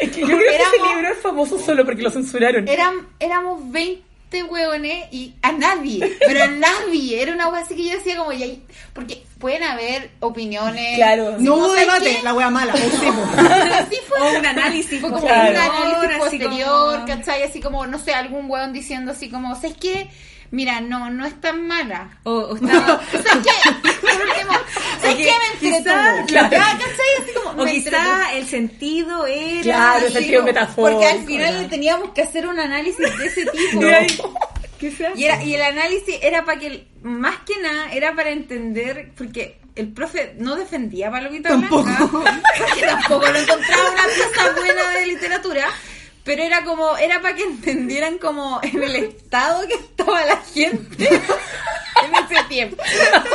Speaker 5: Es que yo creo que
Speaker 4: Éramos-
Speaker 5: ese libro es famoso solo porque lo censuraron.
Speaker 4: Eran, éramos 20 hueones y a nadie, pero a nadie. Era una wea así que yo decía como, "Ya, y-". porque pueden haber opiniones.
Speaker 5: Claro.
Speaker 2: No hubo
Speaker 4: ¿sabes
Speaker 2: debate,
Speaker 4: qué?
Speaker 2: la wea mala. pusimos.
Speaker 4: Sí fue
Speaker 1: O un análisis
Speaker 4: Fue como
Speaker 5: Claro.
Speaker 4: un análisis
Speaker 1: así
Speaker 4: posterior,
Speaker 1: como-
Speaker 4: ¿cachai? Así como, no sé, algún hueón diciendo así como, ¿sabes qué? Mira, no, no es tan mala.
Speaker 1: O, o estaba-
Speaker 4: ¿Sabes qué? Por último, ¿sabes
Speaker 1: que
Speaker 4: qué? Me
Speaker 1: quizá-
Speaker 4: entretuvo.
Speaker 5: claro.
Speaker 4: Ya, ¿cachai? Así como,
Speaker 1: o
Speaker 4: me entretuvo.
Speaker 1: quizá el sentido era.
Speaker 5: Claro, el sentido metafórico.
Speaker 4: Porque al final le teníamos que hacer un análisis de ese tipo.
Speaker 1: Quizá.
Speaker 4: Y, era, y el análisis era para que, más que nada, era para entender, porque el profe no defendía a Palomita Blanca, porque tampoco lo encontraba una pieza buena de literatura, pero era como, era para que entendieran como en el estado que estaba la gente en ese tiempo.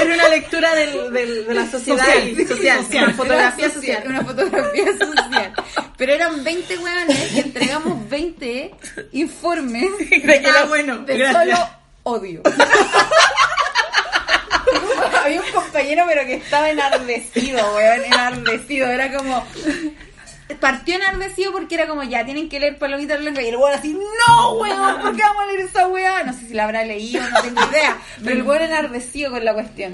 Speaker 3: Era una lectura del, del- de la sociedad
Speaker 2: Social,
Speaker 3: y- social,
Speaker 2: social.
Speaker 3: una fotografía
Speaker 4: Era
Speaker 3: social.
Speaker 4: Una fotografía social. Pero eran 20 hueones y entregamos 20 informes
Speaker 5: que era
Speaker 4: bueno, de
Speaker 5: gracias.
Speaker 4: solo odio. Había un compañero pero que estaba enardecido, weón, enardecido. Era como... Partió enardecido porque era como, ya, tienen que leer Palomita Blanca. Y el weón así, no, weón, ¿por qué vamos a leer esa weá? No sé si la habrá leído, no tengo idea. Pero el weón enardecido con la cuestión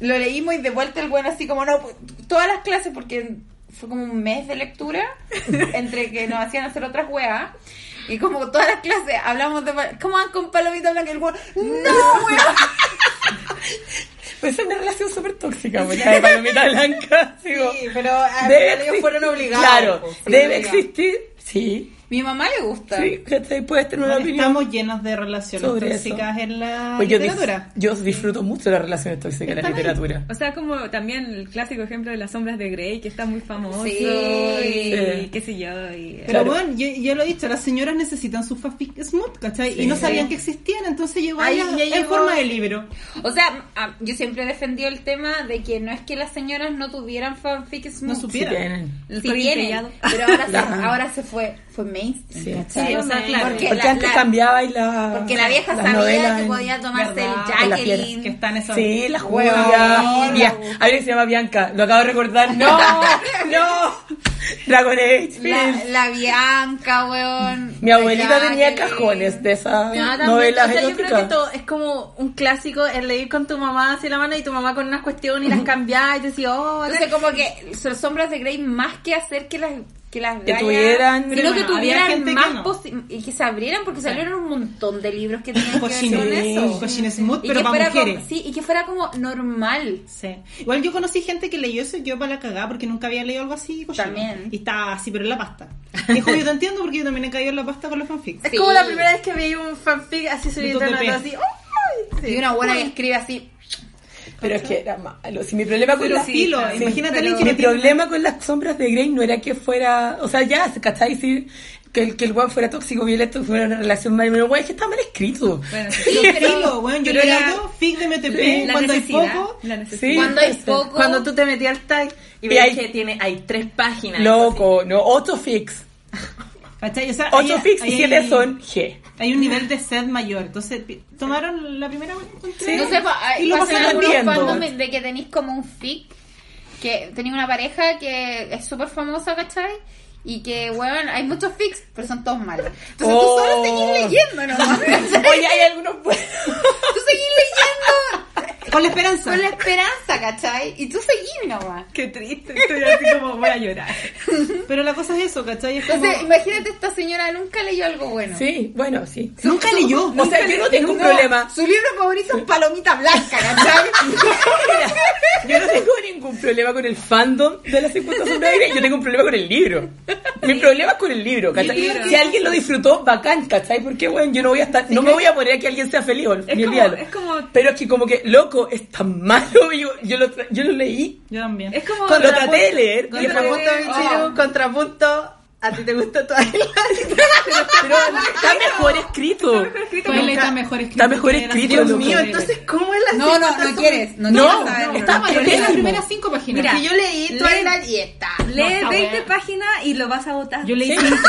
Speaker 4: lo leímos y de vuelta el bueno así como no pues, todas las clases porque fue como un mes de lectura entre que nos hacían hacer otras weas y como todas las clases hablamos de pa- cómo van con palomita blanca y el weón no weón
Speaker 5: Pues es una relación súper tóxica, güey, la de palomita blanca. digo,
Speaker 3: Sí, pero ah,
Speaker 5: debe
Speaker 3: ellos fueron
Speaker 5: existir-
Speaker 3: obligados.
Speaker 5: Claro,
Speaker 3: pues, sí,
Speaker 5: debe
Speaker 3: obligados.
Speaker 5: existir. Sí,
Speaker 4: mi mamá le gusta
Speaker 5: sí, ¿cachai? Puedes tener una opinión.
Speaker 2: Estamos llenos de relaciones
Speaker 5: Sobre eso.
Speaker 2: tóxicas en la
Speaker 5: Pues yo, dis-
Speaker 2: literatura.
Speaker 5: yo disfruto mucho las relaciones tóxicas en la
Speaker 2: Están ahí.
Speaker 5: literatura.
Speaker 1: O sea, como también el clásico ejemplo de las sombras de Grey, que está muy famoso
Speaker 4: Sí.
Speaker 1: y
Speaker 5: Eh, Sí.
Speaker 1: qué sé yo. Y,
Speaker 2: Pero
Speaker 5: Claro.
Speaker 2: bueno, yo, yo lo he dicho, las señoras necesitan su fanfic smut, ¿cachai? y no sabían que existían, entonces llegó
Speaker 3: Ahí
Speaker 2: ahí en
Speaker 3: ya llegó-
Speaker 2: forma de libro.
Speaker 4: o sea a- yo siempre he defendido el tema de que no es que las señoras no tuvieran fanfic
Speaker 2: No
Speaker 4: smooth
Speaker 5: Si
Speaker 2: supieran.
Speaker 5: tienen.
Speaker 1: El
Speaker 4: Sí
Speaker 1: Corín
Speaker 4: tienen,
Speaker 1: Tellado.
Speaker 4: pero ahora se,
Speaker 5: Claro.
Speaker 4: ahora se fue fue mainstream
Speaker 5: Sí.
Speaker 4: ¿cachai?
Speaker 1: Sí, o sea, claro.
Speaker 4: Porque
Speaker 5: Porque,
Speaker 4: la-
Speaker 5: antes
Speaker 4: la-
Speaker 5: cambiaba y la.
Speaker 4: porque la vieja
Speaker 5: las
Speaker 4: sabía
Speaker 5: novelas
Speaker 4: que
Speaker 5: en-
Speaker 4: podía tomarse el
Speaker 2: ¿Verdad?
Speaker 5: En la
Speaker 4: Jacqueline
Speaker 2: Que están esas.
Speaker 5: Sí, la
Speaker 2: Huevas.
Speaker 5: Julia. Bia- Hay una que se llama Bianca. Lo acabo de recordar. ¡No! ¡No! Dragon Age.
Speaker 4: La, la Bianca, weón.
Speaker 5: Mi abuelita
Speaker 4: La
Speaker 5: tenía
Speaker 4: Jacqueline.
Speaker 5: cajones de esas
Speaker 3: Ah, también,
Speaker 5: novelas
Speaker 3: o sea, yo creo que
Speaker 5: eróticas.
Speaker 3: todo es como un clásico el leer con tu mamá así la mano y tu mamá con unas cuestiones y las cambiaba y te decía, oh,
Speaker 4: Entonces, como que son sombras de Grey, más que hacer que las. Que, las
Speaker 5: Que
Speaker 4: gallas-
Speaker 5: tuvieran-
Speaker 4: Sino
Speaker 5: Pero
Speaker 2: bueno,
Speaker 4: que
Speaker 2: había
Speaker 4: tuvieran
Speaker 2: gente que
Speaker 4: más
Speaker 2: no.
Speaker 4: posi- Y que se abrieran, porque salieron un montón de libros que tenían que
Speaker 5: Pues
Speaker 4: ver
Speaker 2: Cochino.
Speaker 4: con
Speaker 2: Sí,
Speaker 4: eso.
Speaker 2: cochino smooth,
Speaker 4: Y
Speaker 2: pero
Speaker 4: que
Speaker 2: para
Speaker 4: fuera como-
Speaker 2: mujeres.
Speaker 4: sí, y que fuera como normal.
Speaker 2: Sí. Igual yo conocí gente que leyó eso y quedó para la cagada porque nunca había leído algo así. cochino.
Speaker 4: También.
Speaker 2: Y estaba así, pero en la pasta. Dijo, yo te entiendo porque yo también he caído en la pasta con los fanfics.
Speaker 3: es
Speaker 4: sí.
Speaker 3: como la primera vez que veía un fanfic así subido
Speaker 2: Tú te
Speaker 3: internet,
Speaker 2: ves.
Speaker 3: así, oh,
Speaker 4: Y una buena que escribe así.
Speaker 5: Pero es que era malo. Si mi problema con
Speaker 2: Pero
Speaker 5: las
Speaker 2: sí, lo- imagínate a alguien que
Speaker 5: mi
Speaker 2: no tiene-
Speaker 5: problema con las sombras de Grey no era que fuera, o sea, ya, ¿cachai? Sí, que el que el weón fuera tóxico, violento, fuera una relación mal, pero weón, es que está mal escrito.
Speaker 1: bueno, sí.
Speaker 4: Sí, pero.
Speaker 2: Filo, weón, yo
Speaker 1: pero
Speaker 2: leí
Speaker 1: era-
Speaker 2: algo, fic de MTP,
Speaker 1: la
Speaker 2: cuando hay
Speaker 1: necesidad,
Speaker 2: poco.
Speaker 1: la
Speaker 5: Sí,
Speaker 1: necesidad.
Speaker 4: cuando hay poco.
Speaker 3: Cuando tú te metías al tag y,
Speaker 5: Y
Speaker 3: veías
Speaker 5: hay-
Speaker 3: que tiene, hay tres páginas.
Speaker 5: Loco, no, ocho fix.
Speaker 2: ¿Cachai? O sea,
Speaker 5: Ocho
Speaker 2: hay-
Speaker 5: fix
Speaker 2: hay-
Speaker 5: y siete son G.
Speaker 2: Hay un nivel de sed mayor. Entonces, pi- tomaron la primera vuelta.
Speaker 5: Sí.
Speaker 4: No sé, pa-
Speaker 5: Y lo
Speaker 4: pasan
Speaker 5: pasan
Speaker 4: algunos
Speaker 5: viendo.
Speaker 4: fandoms de que tenéis como un fic, que tenéis una pareja que es súper famosa, ¿cachai? Y que, weón, hay muchos fics, pero son todos malos. Entonces tú solo
Speaker 5: Oh.
Speaker 4: seguís leyendo, nomás. ¿cachai?
Speaker 5: Oye, hay algunos buenos.
Speaker 4: tú seguís leyendo
Speaker 2: Con la esperanza.
Speaker 4: con la esperanza, ¿cachai? Y tú seguís nomás.
Speaker 1: Qué triste, estoy así como voy a llorar.
Speaker 2: Pero la cosa es eso, ¿cachai? Es como-
Speaker 4: Entonces, imagínate, esta señora nunca leyó algo bueno.
Speaker 5: Sí, bueno, sí.
Speaker 2: Nunca leyó.
Speaker 5: O sea, yo no tengo un
Speaker 4: No,
Speaker 5: problema.
Speaker 4: Su libro favorito es Palomita Blanca, ¿cachai?
Speaker 5: Yo no tengo ningún problema con el fandom de las 50 sombras de Grey, yo tengo un problema con el libro. Mi problema es con el libro, ¿cachai?
Speaker 4: libro.
Speaker 5: Si alguien lo disfrutó, bacán, ¿cachai? Porque, bueno, yo no voy a estar, no me voy a poner a que alguien sea feliz, ol-
Speaker 4: Es
Speaker 5: ni
Speaker 4: como-
Speaker 5: olvidarlo.
Speaker 4: es como-
Speaker 5: Pero es que como que, loco, es tan malo, yo, yo, lo, tra- yo lo leí,
Speaker 2: Yo también.
Speaker 4: Es como.
Speaker 5: lo traté de leer, y
Speaker 3: Contrapunto,
Speaker 5: fue-
Speaker 1: oh.
Speaker 3: Michiru, contrapunto. ¿A ti te gusta tu isla?
Speaker 5: pero está mejor escrito.
Speaker 2: Twilight está mejor escrito.
Speaker 5: Está mejor
Speaker 2: que las
Speaker 5: escrito,
Speaker 2: otras
Speaker 3: Dios
Speaker 5: loco.
Speaker 3: mío,
Speaker 2: novelas.
Speaker 3: entonces, ¿cómo es la
Speaker 1: No, no, no quieres. No,
Speaker 5: No,
Speaker 1: quieres saber.
Speaker 5: está
Speaker 2: Pero leí las
Speaker 5: malísimo.
Speaker 2: primeras cinco páginas.
Speaker 4: Mira,
Speaker 2: Mira,
Speaker 3: Que yo leí
Speaker 4: Lee-
Speaker 3: Twilight y está.
Speaker 4: Lee
Speaker 2: No,
Speaker 4: 20
Speaker 2: bueno.
Speaker 4: páginas y lo vas a votar.
Speaker 2: yo leí cinco.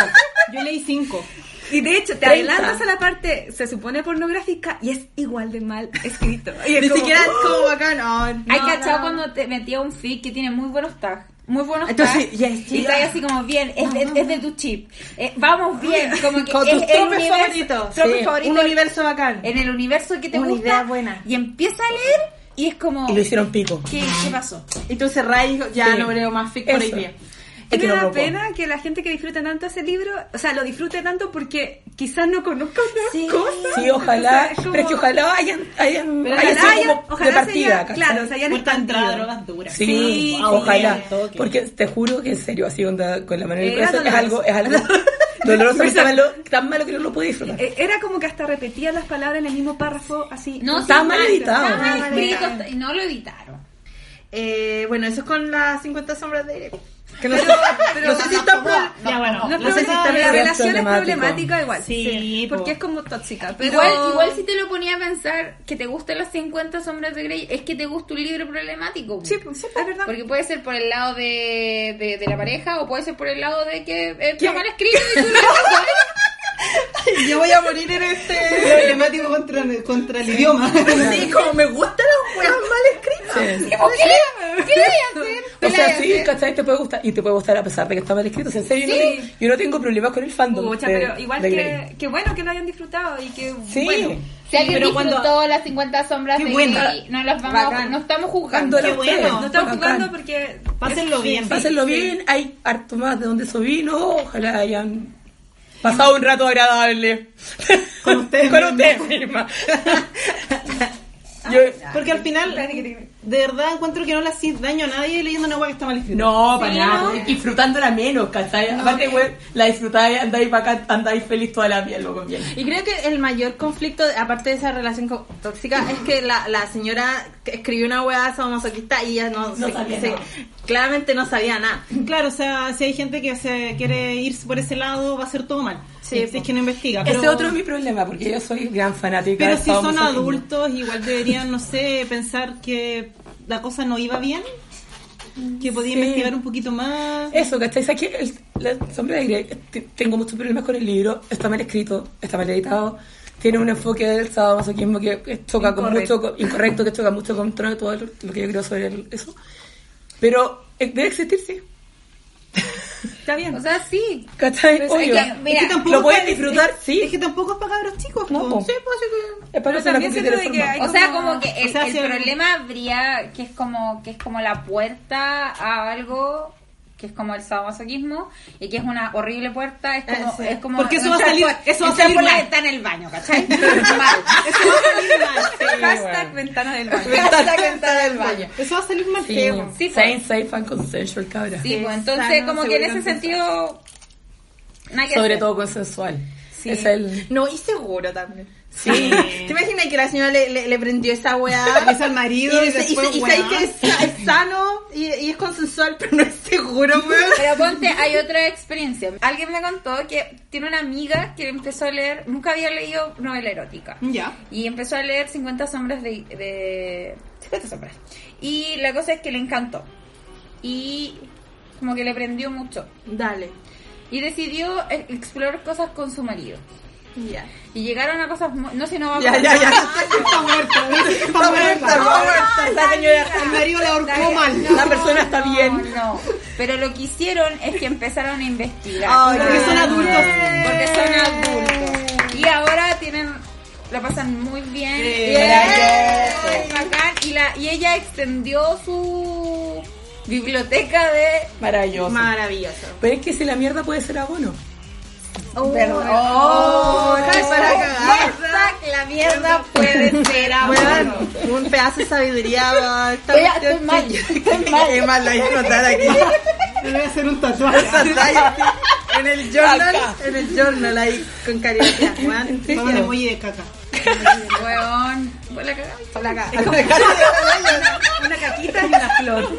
Speaker 2: Yo leí cinco.
Speaker 4: Y de hecho, te
Speaker 5: 30.
Speaker 4: adelantas a la parte, se supone pornográfica, y es igual de mal escrito. Y es
Speaker 3: Ni
Speaker 4: como, ¡oh!
Speaker 3: siquiera es como bacán. no.
Speaker 1: Hay cachado cuando te metía un feed que tiene muy buenos tags. Muy buenos
Speaker 3: Entonces,
Speaker 1: tags.
Speaker 3: ya es
Speaker 1: y
Speaker 3: chica.
Speaker 1: está así como bien, es, es- es de tu chip. Eh, vamos bien, como que
Speaker 3: Con
Speaker 1: es
Speaker 3: tus
Speaker 1: el
Speaker 3: tropes
Speaker 1: universo-
Speaker 3: favoritos.
Speaker 1: tropes
Speaker 5: Sí.
Speaker 1: favoritos
Speaker 3: Un universo bacán.
Speaker 1: en el universo que te
Speaker 3: Una
Speaker 1: gusta.
Speaker 3: idea buena.
Speaker 1: Y empieza a leer y es como
Speaker 5: Y lo hicieron pico.
Speaker 1: ¿qué, qué pasó?
Speaker 3: Y tú cerrás y dijo, ya
Speaker 5: Sí.
Speaker 3: no leo más fic por
Speaker 5: Eso.
Speaker 3: hoy día.
Speaker 4: Y
Speaker 5: Es que
Speaker 4: me
Speaker 5: no
Speaker 4: da
Speaker 5: lo puedo.
Speaker 4: pena que la gente que disfruta tanto ese libro, o sea, lo disfrute tanto porque quizás no conozca otras cosas.
Speaker 5: Sí, ojalá,
Speaker 4: O sea, es como-
Speaker 5: pero es que ojalá hayan, hayan,
Speaker 4: Pero
Speaker 5: hayan
Speaker 4: ojalá
Speaker 5: sido
Speaker 4: haya-
Speaker 5: como
Speaker 4: ojalá
Speaker 5: de
Speaker 4: se
Speaker 5: partida,
Speaker 4: haya-
Speaker 5: ¿cachai?
Speaker 4: claro, o sea, ya no
Speaker 2: Puerta de entrada,
Speaker 4: expandido.
Speaker 2: drogas duras.
Speaker 5: Sí,
Speaker 4: Sí,
Speaker 5: ah, ojalá.
Speaker 2: sí, toque.
Speaker 5: Porque te juro que en serio, así onda con la mano en el
Speaker 4: Eh, Era
Speaker 5: corazón, es algo,
Speaker 4: doloroso.
Speaker 5: es algo doloroso, pero está malo, tan malo que no lo pude disfrutar.
Speaker 4: Eh, Era como que hasta repetía las palabras en el mismo párrafo, así.
Speaker 1: No,
Speaker 5: Está
Speaker 1: sí,
Speaker 5: mal editado.
Speaker 1: Está mal
Speaker 3: Está mal
Speaker 1: escrito,
Speaker 3: editado.
Speaker 1: está- no lo editaron.
Speaker 3: Eh, bueno, eso es con las 50 sombras de Grey. Que no,
Speaker 4: pero-
Speaker 3: no sé si está mal.
Speaker 2: Ya, bueno.
Speaker 4: No, es
Speaker 3: No sé si
Speaker 4: problema-
Speaker 3: está
Speaker 4: la
Speaker 5: bien.
Speaker 4: relación es
Speaker 5: Problemático.
Speaker 4: problemática igual.
Speaker 2: Sí, po.
Speaker 4: porque es como tóxica. Pero
Speaker 1: Igual, igual si te lo ponía a pensar que te gustan las 50 sombras de Grey, es que te gusta un libro problemático.
Speaker 4: Sí, pues, es verdad.
Speaker 1: Porque puede ser por el lado de, de, de la pareja o puede ser por el lado de que eh, está mal escrito y tú no lo sabes.
Speaker 3: Yo voy a morir en este.
Speaker 2: Problemático contra, contra el idioma.
Speaker 3: Sí, como me gustan las weas mal escritas.
Speaker 1: ¿Qué voy a- qué voy a hacer? ¿Qué
Speaker 5: O
Speaker 1: le
Speaker 5: sea,
Speaker 1: voy a
Speaker 5: sí,
Speaker 1: hacer?
Speaker 5: ¿cachai? Te puede gustar, y te puede gustar a pesar de que está mal escrito. O sea, en serio, yo no tengo- yo no tengo problemas con el fandom.
Speaker 4: Pucha,
Speaker 5: de-
Speaker 4: pero igual
Speaker 5: de
Speaker 4: que,
Speaker 5: Grey.
Speaker 4: que bueno que lo hayan disfrutado y que
Speaker 5: Sí.
Speaker 4: bueno.
Speaker 1: Si alguien
Speaker 2: Pero cuando-
Speaker 1: disfrutó las 50 sombras
Speaker 2: Qué
Speaker 1: de
Speaker 2: bueno.
Speaker 1: Grey, no las vamos,
Speaker 3: Bacán.
Speaker 1: no estamos jugando.
Speaker 5: Cuando
Speaker 2: Qué
Speaker 5: la-
Speaker 2: bueno.
Speaker 4: No estamos
Speaker 5: Bacán.
Speaker 4: jugando porque.
Speaker 2: Pásenlo bien.
Speaker 5: Pásenlo bien, hay harto más de donde eso vino. Ojalá hayan pasado un rato agradable.
Speaker 2: Con ustedes
Speaker 5: Con
Speaker 2: mismas.
Speaker 5: ustedes mismas. Yo-
Speaker 2: Porque al final, de verdad, encuentro que no le hacís daño a nadie leyendo una wea que está mal escrita.
Speaker 5: No, para nada. Y Disfrutándola menos, ¿cachai? Aparte, güey, la disfrutáis, andáis bacán, andáis feliz toda la vida, loco, bien.
Speaker 3: Y creo que el mayor conflicto, aparte de esa relación co- tóxica, es que la, la señora que escribió una weá sadomasoquista y ella no,
Speaker 5: No sabía nada.
Speaker 3: claramente no sabía nada.
Speaker 2: Claro, o sea, si hay gente que se quiere irse por ese lado, va a ser todo mal.
Speaker 3: Sí,
Speaker 2: Eh, si
Speaker 3: po.
Speaker 2: es que no investiga.
Speaker 5: Ese
Speaker 2: pero-
Speaker 5: otro es mi problema, porque yo soy gran fanática.
Speaker 2: Pero
Speaker 5: del
Speaker 2: si
Speaker 5: sábado
Speaker 2: son
Speaker 5: masoquismo.
Speaker 2: adultos, igual deberían, no sé, pensar que la cosa no iba bien, que podía
Speaker 5: Sí.
Speaker 2: investigar un poquito más.
Speaker 5: Eso, ¿cachai? Aquí el, la sombra de Grey, t- tengo muchos problemas con el libro, está mal escrito, está mal editado, tiene un enfoque del sadomasoquismo que que choca con mucho, con- incorrecto, que choca mucho con todo todo lo, lo que yo creo sobre el- eso. Pero eh, debe existir, sí.
Speaker 4: Está bien.
Speaker 1: O sea, sí.
Speaker 5: ¿Cachai?
Speaker 1: Pues,
Speaker 5: Obvio.
Speaker 1: es que, mira,
Speaker 2: Es que tampoco
Speaker 5: ¿Lo pueden
Speaker 2: es-
Speaker 5: disfrutar?
Speaker 2: es-
Speaker 5: Sí.
Speaker 2: Es que tampoco es para cabros chicos,
Speaker 5: No,
Speaker 2: po.
Speaker 5: po.
Speaker 2: Sí, pues, así que-
Speaker 5: Es para
Speaker 4: Pero
Speaker 5: hacer la
Speaker 4: también
Speaker 5: computadora
Speaker 4: siento de que
Speaker 5: forma.
Speaker 4: hay-
Speaker 1: O sea, como que
Speaker 2: O
Speaker 1: el,
Speaker 2: sea,
Speaker 1: el
Speaker 2: si-
Speaker 1: problema habría que es como que es como la puerta a algo que es como el sadomasoquismo y que es una horrible puerta, es como,
Speaker 3: Eh, sí.
Speaker 1: es como
Speaker 2: Porque eso va a
Speaker 1: entrar
Speaker 2: salir-
Speaker 1: por-
Speaker 2: eso va a
Speaker 1: entrar
Speaker 2: salir
Speaker 1: por la
Speaker 2: mal.
Speaker 1: ventana del baño, ¿cachai? Mal. Eso va a salir mal.
Speaker 4: Hashtag ventana del baño.
Speaker 1: Hashtag ventana del baño.
Speaker 2: Eso va a salir mal.
Speaker 5: Sí,
Speaker 2: po.
Speaker 1: Sí,
Speaker 5: Saint, safe and consensual, cabra.
Speaker 1: Sí, pues entonces
Speaker 3: Sano,
Speaker 1: como que en
Speaker 3: seguro,
Speaker 1: ese
Speaker 3: entonces.
Speaker 1: sentido nada que
Speaker 5: Sobre
Speaker 1: hacer.
Speaker 5: todo consensual.
Speaker 1: Sí.
Speaker 5: Es el...
Speaker 3: No, y seguro también.
Speaker 5: Sí.
Speaker 3: ¿Te imaginas que la señora le, le, le prendió esa weá?
Speaker 2: Es al marido y,
Speaker 3: y,
Speaker 2: después,
Speaker 3: y- y
Speaker 2: weá.
Speaker 3: sabéis que es, sa- es sano y, y es consensual, pero no es seguro, weón.
Speaker 1: Pero ponte, hay otra experiencia. Alguien me contó que tiene una amiga que empezó a leer, nunca había leído novela erótica.
Speaker 2: Ya.
Speaker 1: Y empezó a leer 50 sombras de, de- 50 sombras. Y la cosa es que le encantó. Y como que le prendió mucho.
Speaker 3: Dale.
Speaker 1: Y decidió eh, explorar cosas con su marido.
Speaker 3: Ya.
Speaker 1: Y llegaron a cosas... mu- No sé, no va a
Speaker 3: Ya,
Speaker 1: contar.
Speaker 3: ya, ya.
Speaker 2: Está muerta, ¿viste? Está
Speaker 3: Está
Speaker 2: muerta.
Speaker 3: muerta, la señora.
Speaker 2: El marido la ahorcó mal.
Speaker 5: La persona está bien.
Speaker 1: No, pero lo que hicieron es que empezaron a investigar.
Speaker 3: Ay,
Speaker 2: Porque son adultos.
Speaker 1: Porque son adultos. Y ahora tienen. Lo pasan muy bien. Es bacán. Y, la, y ella extendió su biblioteca de.
Speaker 5: Maravilloso.
Speaker 3: Maravilloso.
Speaker 5: Pero es que si la mierda puede ser abono.
Speaker 1: Perdón.
Speaker 3: Oh, para cagar.
Speaker 1: Hashtag la mierda puede ser
Speaker 3: Weón,
Speaker 1: amor.
Speaker 3: un pedazo de sabiduría, weón. Esta
Speaker 1: Ah, Oye,
Speaker 3: cuestión-
Speaker 1: estoy mal, estoy mal.
Speaker 3: Qué mal la voy a notar aquí.
Speaker 2: Le voy a hacer un tatuaje.
Speaker 3: Esta talla. en el journal,
Speaker 5: Acá.
Speaker 3: en el journal ahí con caricia. weón.
Speaker 2: Vamos de muelle de caca.
Speaker 1: Weón. Pues la cagamos.
Speaker 3: La caga.
Speaker 4: Una caquita y una flor.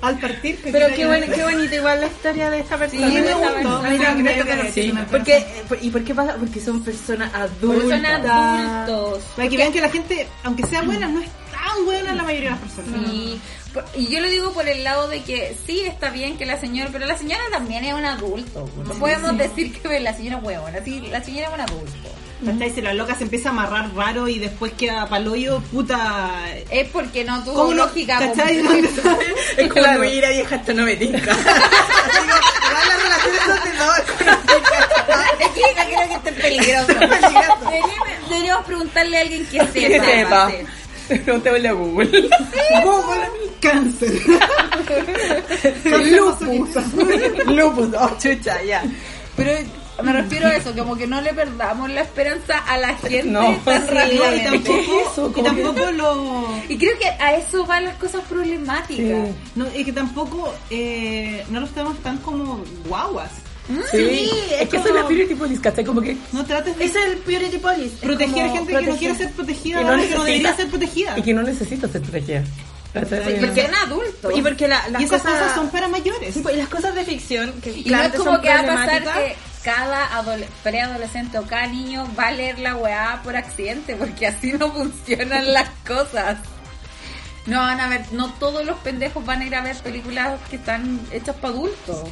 Speaker 2: Al partir, que
Speaker 3: Pero qué,
Speaker 2: queda lleno
Speaker 3: bueno,
Speaker 2: de-
Speaker 3: qué bonita igual la historia de esta persona.
Speaker 2: Sí, me
Speaker 3: Esta
Speaker 2: gustó.
Speaker 3: persona.
Speaker 2: A mí también me
Speaker 4: Sí,
Speaker 2: toca la
Speaker 5: sí.
Speaker 2: persona.
Speaker 3: Porque, eh, por- ¿Y por qué pasa? Porque son personas adultas.
Speaker 1: Porque son adultos.
Speaker 2: Para que vean que la gente, aunque sea buena, no es tan buena la mayoría de las personas.
Speaker 1: Y, por- y yo lo digo por el lado de que sí está bien que la señora, pero la señora también es un adulto. No podemos decir que la señora es huevona, sí, la señora es un adulto.
Speaker 2: ¿Cachai? Si la loca se empieza a amarrar raro y después queda paloyo, puta.
Speaker 1: Es porque no tuvo
Speaker 2: ¿Cómo no?
Speaker 1: lógica.
Speaker 2: ¿Cachai?
Speaker 1: po.
Speaker 2: ¿Dónde está?
Speaker 5: Es como la mira vieja, esto no me tinca.
Speaker 1: Este Es que no creo que esté peligroso. Deberíamos, deberíamos preguntarle a alguien que sepa.
Speaker 5: Que sepa.
Speaker 1: sí.
Speaker 5: Preguntémosle a Google.
Speaker 2: Google, cáncer.
Speaker 5: Lupus. Lupus, oh chucha, ya.
Speaker 1: Pero me refiero a eso, como que no le perdamos la esperanza a la gente
Speaker 5: No,
Speaker 1: tan
Speaker 5: sí,
Speaker 2: No, y
Speaker 1: rápidamente.
Speaker 2: tampoco,
Speaker 5: ¿Qué es eso?
Speaker 2: y
Speaker 5: ¿Cómo que-
Speaker 2: tampoco lo.
Speaker 1: Y creo que a eso van las cosas problemáticas.
Speaker 5: Sí.
Speaker 2: No, es que tampoco eh, no los tenemos tan como guaguas.
Speaker 5: Sí,
Speaker 3: es
Speaker 5: es que
Speaker 3: como-
Speaker 5: eso es la purity police, ¿cachai? Como que
Speaker 2: No trates de
Speaker 3: Ese es el Purity Police. es
Speaker 2: proteger
Speaker 3: como
Speaker 2: gente que no
Speaker 3: proteger.
Speaker 2: quiere ser protegida,
Speaker 5: Que
Speaker 2: que
Speaker 5: no
Speaker 2: no, debería
Speaker 5: necesita.
Speaker 2: ser protegida.
Speaker 5: Y que no necesita ser protegida.
Speaker 1: Sí, Porque eran adultos.
Speaker 3: Y porque la- las
Speaker 2: Y esas
Speaker 3: cosas, pues,
Speaker 2: cosas, son para mayores.
Speaker 3: Y las cosas de ficción, que
Speaker 1: Y no es
Speaker 3: claramente
Speaker 1: como
Speaker 3: son
Speaker 1: que va a pasar eh,
Speaker 3: problemáticas,
Speaker 1: que cada adole- preadolescente o cada niño va a leer la weá por accidente, porque así no funcionan las cosas. No van a ver, no todos los pendejos van a ir a ver películas que están hechas para adultos.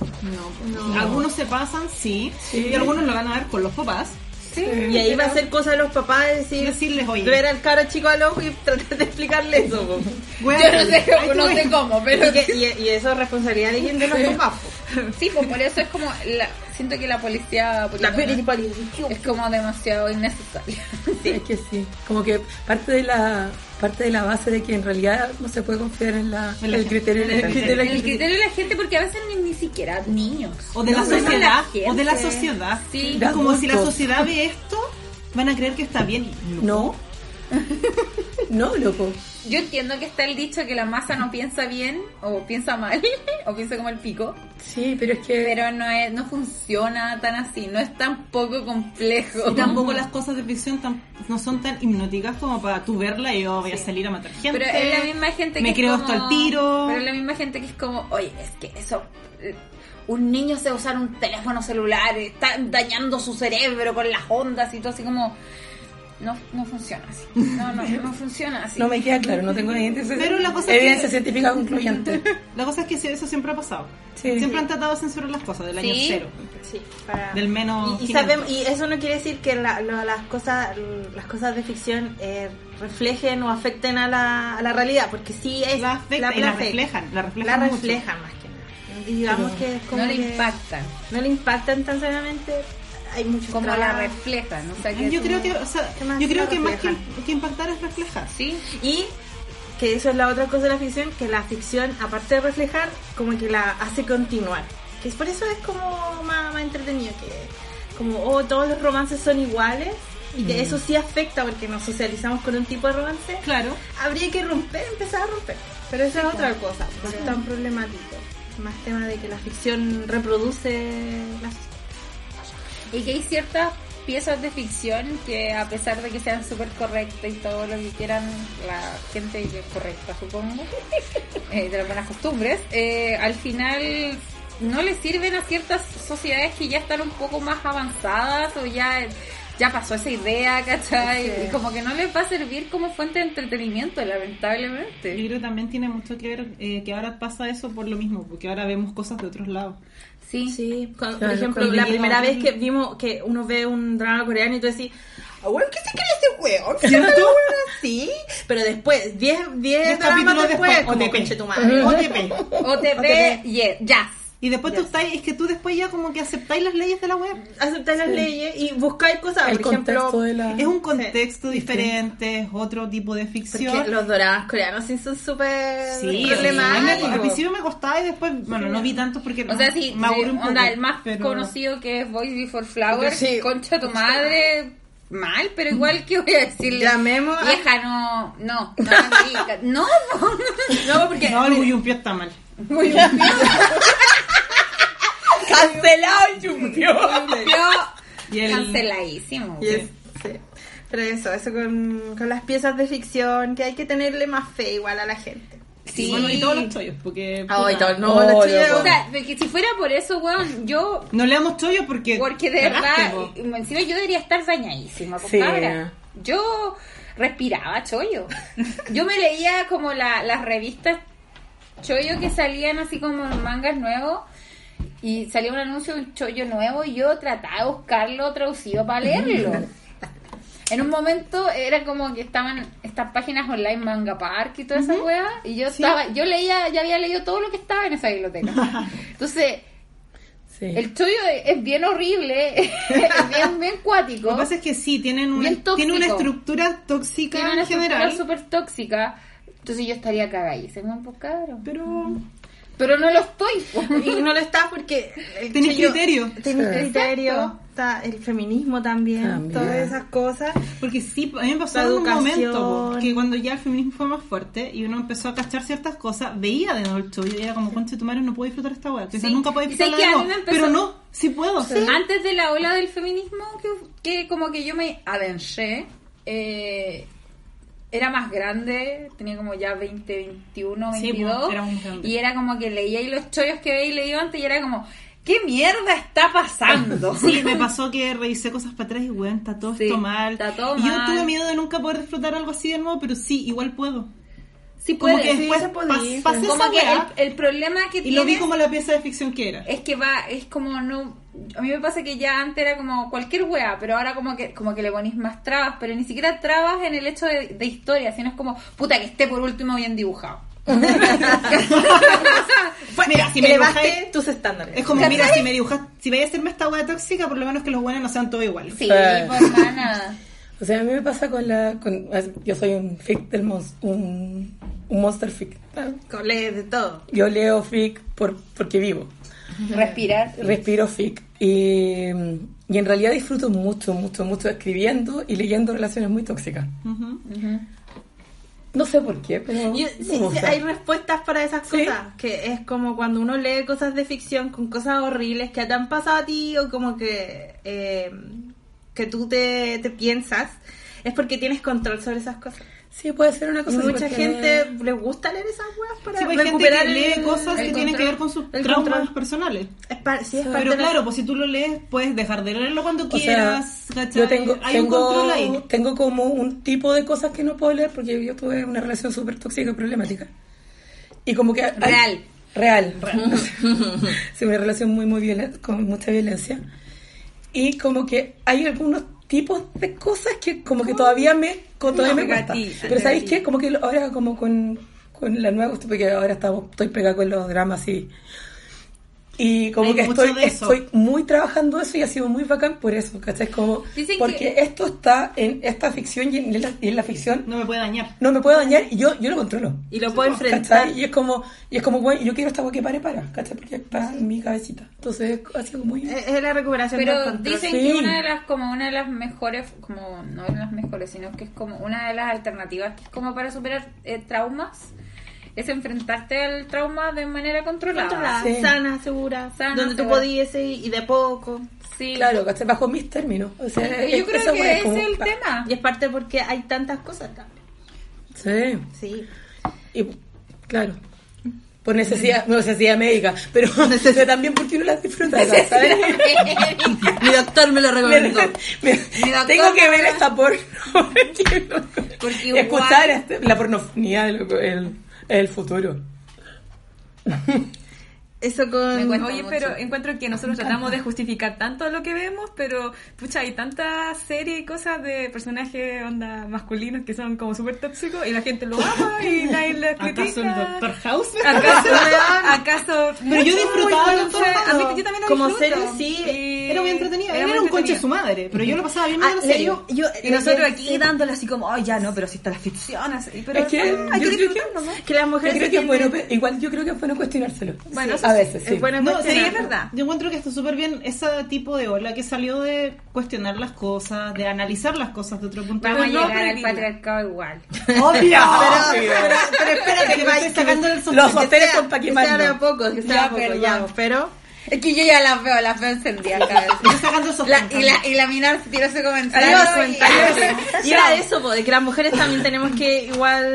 Speaker 2: No. Algunos se pasan, sí, y algunos lo van a ver con los papás.
Speaker 1: Sí.
Speaker 3: Y ahí va a ser cosa de los papás decir,
Speaker 2: Decirles, oye.
Speaker 3: ver al caro chico al ojo y tratar de explicarle eso. po.
Speaker 2: Bueno,
Speaker 1: Yo no sé,
Speaker 2: ahí te
Speaker 1: no
Speaker 2: ves.
Speaker 1: sé cómo, pero
Speaker 3: Y, que- y- y eso es responsabilidad de quien de los papás. po.
Speaker 1: sí, pues por eso es como, la- siento que la policía
Speaker 3: La
Speaker 1: puritana
Speaker 3: Purity Police.
Speaker 1: es como demasiado innecesaria.
Speaker 5: Es que sí, como que parte de la parte de la base de que en realidad no se puede confiar en la
Speaker 2: En la
Speaker 5: el
Speaker 2: gente.
Speaker 5: criterio de la
Speaker 2: El
Speaker 5: gente.
Speaker 2: criterio de
Speaker 1: El criterio de la gente, porque a veces ni, ni siquiera niños.
Speaker 2: O de la
Speaker 1: No, no,
Speaker 2: sociedad,
Speaker 1: gente.
Speaker 2: o de la sociedad.
Speaker 1: Sí.
Speaker 2: Es como si la
Speaker 5: Adultos.
Speaker 2: sociedad ve esto, van a creer que está bien.
Speaker 5: No. No, loco.
Speaker 1: Yo entiendo que está el dicho que la masa no piensa bien o piensa mal o piensa como el pico,
Speaker 5: Sí, pero es que
Speaker 1: pero no es, no funciona tan así, no es tan poco complejo.
Speaker 2: Y tampoco las cosas de ficción tan- no son tan hipnóticas como para tú verla y yo voy a salir a matar gente.
Speaker 1: Pero es la misma gente que
Speaker 2: Me
Speaker 1: es
Speaker 2: creo
Speaker 1: como-
Speaker 2: hasta el tiro.
Speaker 1: Pero es la misma gente que es como, oye, es que eso eh, un niño se usar un teléfono celular, está dañando su cerebro con las ondas y todo así como no, no funciona así. No, no, no funciona así.
Speaker 5: no me queda claro, no tengo evidencia,
Speaker 2: Pero la cosa es
Speaker 5: evidencia
Speaker 2: que-
Speaker 5: científica concluyente.
Speaker 2: La cosa es que sí, eso siempre ha pasado.
Speaker 5: Sí.
Speaker 2: Siempre han tratado de censurar las cosas del año
Speaker 1: Sí.
Speaker 2: cero.
Speaker 3: Sí, para-
Speaker 2: Del menos.
Speaker 3: Y, y
Speaker 2: 500.
Speaker 3: sabemos- y eso no quiere decir que la- lo- las cosas las cosas de ficción eh, reflejen o afecten a la, a la realidad, porque sí es
Speaker 2: La afecta y la reflejan, la reflejan
Speaker 3: la
Speaker 2: mucho.
Speaker 3: reflejan más que nada. Digamos que es como
Speaker 1: no le
Speaker 3: que
Speaker 1: impactan,
Speaker 3: no le impactan tan seriamente. Hay mucho
Speaker 1: como la
Speaker 3: trabajo.
Speaker 1: reflejan, o sea que
Speaker 2: Yo
Speaker 1: es
Speaker 2: creo
Speaker 1: como-
Speaker 2: que, o sea,
Speaker 3: ¿Qué más
Speaker 2: yo creo
Speaker 3: lo
Speaker 2: que más que,
Speaker 3: reflejan?
Speaker 2: que impactar es reflejar.
Speaker 1: sí.
Speaker 3: y que eso es la otra cosa de la ficción, que la ficción aparte de reflejar, como que la hace continuar. Que es por eso es como más, más entretenido que como oh todos los romances son iguales y que eso sí afecta porque nos socializamos con un tipo de romance.
Speaker 2: Claro.
Speaker 3: habría que romper, empezar a romper. pues, Pero esa es otra cosa, no es tan problemático. Más tema de que la ficción reproduce las...
Speaker 1: Y que hay ciertas piezas de ficción que a pesar de que sean súper correctas y todo lo que quieran la gente que es correcta, supongo, eh, de las buenas costumbres, eh, al final no le sirven a ciertas sociedades que ya están un poco más avanzadas o ya, ya pasó esa idea, ¿cachai?
Speaker 3: Sí.
Speaker 1: Y como que no les va a servir como fuente de entretenimiento,
Speaker 2: Yo
Speaker 1: lamentablemente.
Speaker 2: creo que también tiene mucho que ver eh, que ahora pasa eso por lo mismo, porque ahora vemos cosas de otros lados.
Speaker 1: Sí.
Speaker 3: Sí, cuando-
Speaker 5: Claro,
Speaker 3: por ejemplo,
Speaker 5: cuando
Speaker 3: la
Speaker 2: llega
Speaker 3: primera
Speaker 2: otro-
Speaker 3: vez que vimos que uno ve un drama coreano y tú decís, "Ah, bueno, ¿qué se cree este weón?
Speaker 2: ¿Cierto?
Speaker 3: Sí, pero después, 10
Speaker 2: Diez
Speaker 3: capítulos
Speaker 2: capítulos
Speaker 3: después,
Speaker 2: después,
Speaker 3: como
Speaker 2: OTP.
Speaker 3: conche tu madre.
Speaker 2: OTP.
Speaker 1: OTP, yes, jazz.
Speaker 2: Y después tú estás, es que tú después ya como que aceptáis las leyes de la web.
Speaker 3: Aceptáis las leyes y buscáis cosas,
Speaker 5: El
Speaker 3: por ejemplo...
Speaker 5: contexto de la
Speaker 2: Es un contexto diferente, es otro tipo de
Speaker 3: Porque
Speaker 2: ficción.
Speaker 3: los dramas coreanos sí son súper
Speaker 2: Sí, a mí me- al
Speaker 3: problemáticos.
Speaker 2: principio me costaba y después, bueno, no vi tantos porque
Speaker 1: O sea, sí,
Speaker 2: me aburrí
Speaker 1: sí,
Speaker 2: un poco,
Speaker 1: onda, el más
Speaker 2: pero-
Speaker 1: conocido que es Boys Before Flowers,
Speaker 3: Sí.
Speaker 1: concha tu madre, mal, pero igual que voy a decirle.
Speaker 3: Llamemos a-
Speaker 1: Vieja, no, no, no, amiga, no, no, no, porque.
Speaker 2: No, el Guyumpio está mal.
Speaker 1: Muy bien.
Speaker 5: pelado y chumpió.
Speaker 1: Yo,
Speaker 2: Y el-
Speaker 1: canceladísimo.
Speaker 3: Y es- sí. Pero eso, eso con, con las piezas de ficción, que hay que tenerle más fe igual a la gente.
Speaker 1: Sí.
Speaker 2: Bueno, y todos los chollos, porque.
Speaker 3: Ah, hoy todo- no,
Speaker 5: Oh,
Speaker 3: los
Speaker 5: lo
Speaker 3: chillos-
Speaker 5: bueno.
Speaker 1: O sea, porque si fuera por eso, weón, yo...
Speaker 2: No le damos chollos porque.
Speaker 1: Porque de
Speaker 2: cagaste,
Speaker 1: verdad,
Speaker 2: po.
Speaker 1: encima yo debería estar dañadísima, pues,
Speaker 5: Sí.
Speaker 1: cabra. Yo respiraba chollo. Yo me leía como la- las revistas chollo que salían así como en mangas nuevos y salía un anuncio de un chollo nuevo y yo trataba de buscarlo traducido para leerlo. En un momento era como que estaban estas páginas online, Manga Park y toda esa weá, y yo estaba, yo leía, ya había leído todo lo que estaba en esa biblioteca. Entonces,
Speaker 5: Sí.
Speaker 1: el chollo es- es bien horrible, es bien, bien cuático.
Speaker 2: Lo que pasa es que sí, tienen una,
Speaker 1: Bien tóxico.
Speaker 2: tiene una estructura tóxica
Speaker 1: Tiene una
Speaker 2: en general.
Speaker 1: estructura súper tóxica. Entonces yo estaría cagadísima un poco, pues, cabrón.
Speaker 2: Pero.
Speaker 1: Pero no lo estoy. po.
Speaker 3: Y no lo estás porque... eh, el
Speaker 2: Tenés
Speaker 3: chillo-
Speaker 2: criterio.
Speaker 3: Tenés
Speaker 5: Sí.
Speaker 3: criterio.
Speaker 1: Exacto.
Speaker 3: Está el feminismo también,
Speaker 5: También.
Speaker 3: todas esas cosas.
Speaker 2: Porque sí, a mí me pasó
Speaker 3: La
Speaker 2: en un
Speaker 3: educación.
Speaker 2: momento po, que cuando ya el feminismo fue más fuerte y uno empezó a cachar ciertas cosas, veía de nuevo el chollo y era como, concha de tu madre, no puedo disfrutar esta weá. Quizás
Speaker 1: Sí.
Speaker 2: nunca puedo
Speaker 1: Y sé que
Speaker 2: disfrutarla de
Speaker 1: a
Speaker 2: nuevo.
Speaker 1: mí me empezó-
Speaker 2: Pero no, sí puedo.
Speaker 1: Antes de la ola del feminismo, que, que como que yo me avencé, eh, era más grande, tenía como ya 20, 21,
Speaker 2: Sí,
Speaker 1: 22.
Speaker 2: pues, era muy grande.
Speaker 1: y era como que leía y los chollos que veía y leía antes y era como, ¿qué mierda está pasando?
Speaker 2: Sí, me pasó que revisé cosas para atrás y weón, está todo
Speaker 1: Sí,
Speaker 2: esto mal.
Speaker 1: está todo
Speaker 2: y yo
Speaker 1: mal.
Speaker 2: tuve miedo de nunca poder disfrutar algo así de nuevo, pero sí, igual puedo.
Speaker 1: Sí,
Speaker 2: Como
Speaker 1: puede.
Speaker 2: que después
Speaker 3: se puede,
Speaker 2: pas-
Speaker 3: sí.
Speaker 2: pasé
Speaker 1: como
Speaker 2: esa
Speaker 1: que el,
Speaker 2: weá
Speaker 1: el problema que
Speaker 2: y lo vi
Speaker 1: tienes Eh,
Speaker 2: como la pieza de ficción que era.
Speaker 1: es que va es como no a mí me pasa que ya antes era como cualquier wea pero ahora como que como que le ponís más trabas pero ni siquiera trabas en el hecho de, de historia sino es como puta que esté por último bien dibujado
Speaker 2: Mira, si me
Speaker 3: Elevaste
Speaker 2: dibujáis-
Speaker 3: tus estándares.
Speaker 2: Es como,
Speaker 1: ¿Cachai?
Speaker 2: mira, si me dibujas, si vais a hacerme esta hueá tóxica, por lo menos que los buenos no sean todos iguales.
Speaker 1: sí
Speaker 5: Eh.
Speaker 1: por mana
Speaker 5: O sea, a mí me pasa con la... con- ah, yo soy un fic del mons- un, un monster fic.
Speaker 3: Cole de todo.
Speaker 5: Yo leo fic por, porque vivo.
Speaker 1: respirar
Speaker 5: Respiro fic. Y, y en realidad disfruto mucho, mucho, mucho escribiendo y leyendo relaciones muy tóxicas.
Speaker 2: Ujú.
Speaker 5: No sé por qué, pero...
Speaker 3: Yo-
Speaker 5: me
Speaker 3: sí, sí,
Speaker 5: gusta.
Speaker 3: hay respuestas para esas
Speaker 5: Sí.
Speaker 3: cosas, que es como cuando uno lee cosas de ficción con cosas horribles que te han pasado a ti o como que, eh, que tú te, te piensas, es porque tienes control sobre esas cosas.
Speaker 5: Sí, puede ser una
Speaker 3: Y
Speaker 5: cosa...
Speaker 3: mucha
Speaker 5: súper-
Speaker 3: gente le gusta leer esas weas para
Speaker 2: Sí, pues hay gente
Speaker 3: recuperar
Speaker 2: que lee
Speaker 3: el-
Speaker 2: cosas que
Speaker 1: el
Speaker 2: tienen que
Speaker 1: control.
Speaker 2: ver con sus
Speaker 3: El
Speaker 2: traumas
Speaker 3: control.
Speaker 2: personales.
Speaker 3: Es par- sí, es parte
Speaker 2: Pero
Speaker 3: de la-
Speaker 2: claro, pues si tú lo lees, puedes dejar de leerlo cuando
Speaker 5: O sea,
Speaker 2: quieras. ¿cachai?
Speaker 5: yo tengo,
Speaker 2: hay un control
Speaker 5: tengo,
Speaker 2: ahí.
Speaker 5: tengo como un tipo de cosas que no puedo leer porque yo tuve una relación súper tóxica y problemática. Y como que...
Speaker 1: Real.
Speaker 5: Real. sí, una relación muy, muy violenta, con mucha violencia. Y como que hay algunos tipos de cosas que como
Speaker 2: Oh,
Speaker 5: que todavía me, como todavía
Speaker 4: No,
Speaker 5: me cuesta.
Speaker 4: gatita,
Speaker 5: Pero ¿sabéis qué? Como que ahora como con, con la nueva, porque ahora estamos, estoy pegada con los dramas y... Y como
Speaker 2: Hay
Speaker 5: que
Speaker 2: mucho
Speaker 5: estoy,
Speaker 2: de eso.
Speaker 5: estoy muy trabajando eso y ha sido muy bacán por eso, ¿cachai? Como,
Speaker 1: Dicen
Speaker 5: porque
Speaker 1: que-
Speaker 5: esto está en esta ficción y en la, y en la ficción
Speaker 2: No me puede dañar.
Speaker 5: no me puede dañar y yo, yo lo controlo.
Speaker 3: Y lo puedo enfrentar.
Speaker 5: ¿Cachai? Y es como, y es como bueno, yo quiero esta agua que pare para, ¿cachai? Porque está en mi cabecita. Entonces ha sido muy...
Speaker 1: Eh,
Speaker 3: Es es la recuperación del
Speaker 1: pero
Speaker 3: control.
Speaker 1: dicen
Speaker 5: sí.
Speaker 1: que una de las como una de las mejores como no de las mejores sino que es como una de las alternativas que es como para superar eh, traumas es enfrentarte al trauma de manera controlada,
Speaker 3: Controlada,
Speaker 5: Sí.
Speaker 3: sana, segura,
Speaker 1: Sana,
Speaker 3: donde tú
Speaker 1: segura.
Speaker 3: podías ir y de poco.
Speaker 1: sí Eh,
Speaker 5: Claro, ¿cachai? Bajo mis términos. O sea,
Speaker 1: yo
Speaker 5: es-
Speaker 1: creo
Speaker 5: esa
Speaker 1: que
Speaker 5: wea es
Speaker 1: ese
Speaker 5: como-
Speaker 1: es el
Speaker 5: pa-
Speaker 1: tema
Speaker 3: Y es parte porque hay tantas cosas también.
Speaker 5: Sí.
Speaker 3: Sí.
Speaker 5: Y, claro. Por necesidad, no necesidad médica, pero, pero también porque uno las disfruta, ¿sabes?
Speaker 3: Mi doctor me lo
Speaker 5: Me-
Speaker 1: Mi doctor
Speaker 5: tengo que
Speaker 1: me
Speaker 5: ver
Speaker 1: lo-
Speaker 5: esta porno.
Speaker 1: Porque
Speaker 5: Y
Speaker 1: igual-
Speaker 5: escuchar este- la pornofonía del el, el futuro.
Speaker 3: Eso con...
Speaker 1: Me cuesta
Speaker 4: Mm, Oye,
Speaker 1: mucho.
Speaker 4: pero encuentro que nosotros tratamos de justificar tanto lo que vemos, pero pucha, hay tanta serie y cosas de personajes onda masculinos que son como súper tóxicos y la gente lo ama y nadie lo
Speaker 2: ¿Acaso el
Speaker 4: critica.
Speaker 2: Doctor House?
Speaker 4: ¿Acaso? ¿Acaso?
Speaker 2: Pero yo disfrutaba del Doctor
Speaker 4: A mí
Speaker 2: House.
Speaker 4: yo también lo
Speaker 3: Como
Speaker 4: disfruto.
Speaker 3: serie, sí,
Speaker 2: Era muy entretenido. Era, un conche
Speaker 4: entretenido.
Speaker 2: su madre, pero yo lo pasaba bien
Speaker 3: Ah,
Speaker 2: viendo la
Speaker 3: le
Speaker 2: serie.
Speaker 3: digo- yo- eh,
Speaker 4: Y
Speaker 3: le-
Speaker 4: nosotros
Speaker 3: le-
Speaker 4: aquí dándole así como, ay, ya no, pero si está la ficción, así. Pero
Speaker 5: Es que
Speaker 4: ah, hay
Speaker 5: yo
Speaker 4: que
Speaker 5: creo
Speaker 4: disfrutar
Speaker 5: que-
Speaker 4: nomás.
Speaker 3: Que las
Speaker 5: Yo
Speaker 3: mujeres
Speaker 5: creo que es
Speaker 3: tienen-
Speaker 5: bueno, pe- igual yo creo que es bueno cuestionárselo.
Speaker 4: Bueno, eso
Speaker 5: a
Speaker 4: sí,
Speaker 5: veces, sí.
Speaker 3: es bueno
Speaker 2: No,
Speaker 4: Sí,
Speaker 3: cuestionar.
Speaker 4: es verdad.
Speaker 2: Yo encuentro que está súper bien ese tipo de ola que salió de cuestionar las cosas, de analizar las cosas de otro punto de
Speaker 1: Vamos a
Speaker 2: vista.
Speaker 4: Pero no
Speaker 1: llegar al
Speaker 4: prohibirla.
Speaker 1: patriarcado igual.
Speaker 2: ¡Obvio!
Speaker 3: Pero, pero, pero espérate, que
Speaker 2: me
Speaker 3: va
Speaker 2: estoy sacando el sombrero.
Speaker 5: Los sostenes
Speaker 3: sea-
Speaker 5: son pa' quemando.
Speaker 3: Que sea de a poco, que sea
Speaker 2: Ya,
Speaker 3: de a poco,
Speaker 2: perdón.
Speaker 3: ya, pero...
Speaker 1: Es que yo ya las veo, las veo encendidas cada vez.
Speaker 2: Yo sacando esos
Speaker 1: La- y,
Speaker 2: fantasmas.
Speaker 1: la, y la mina tiró ese comentario.
Speaker 3: Adiós,
Speaker 1: y-
Speaker 3: comentario. Y era eso, po, de que las mujeres también tenemos que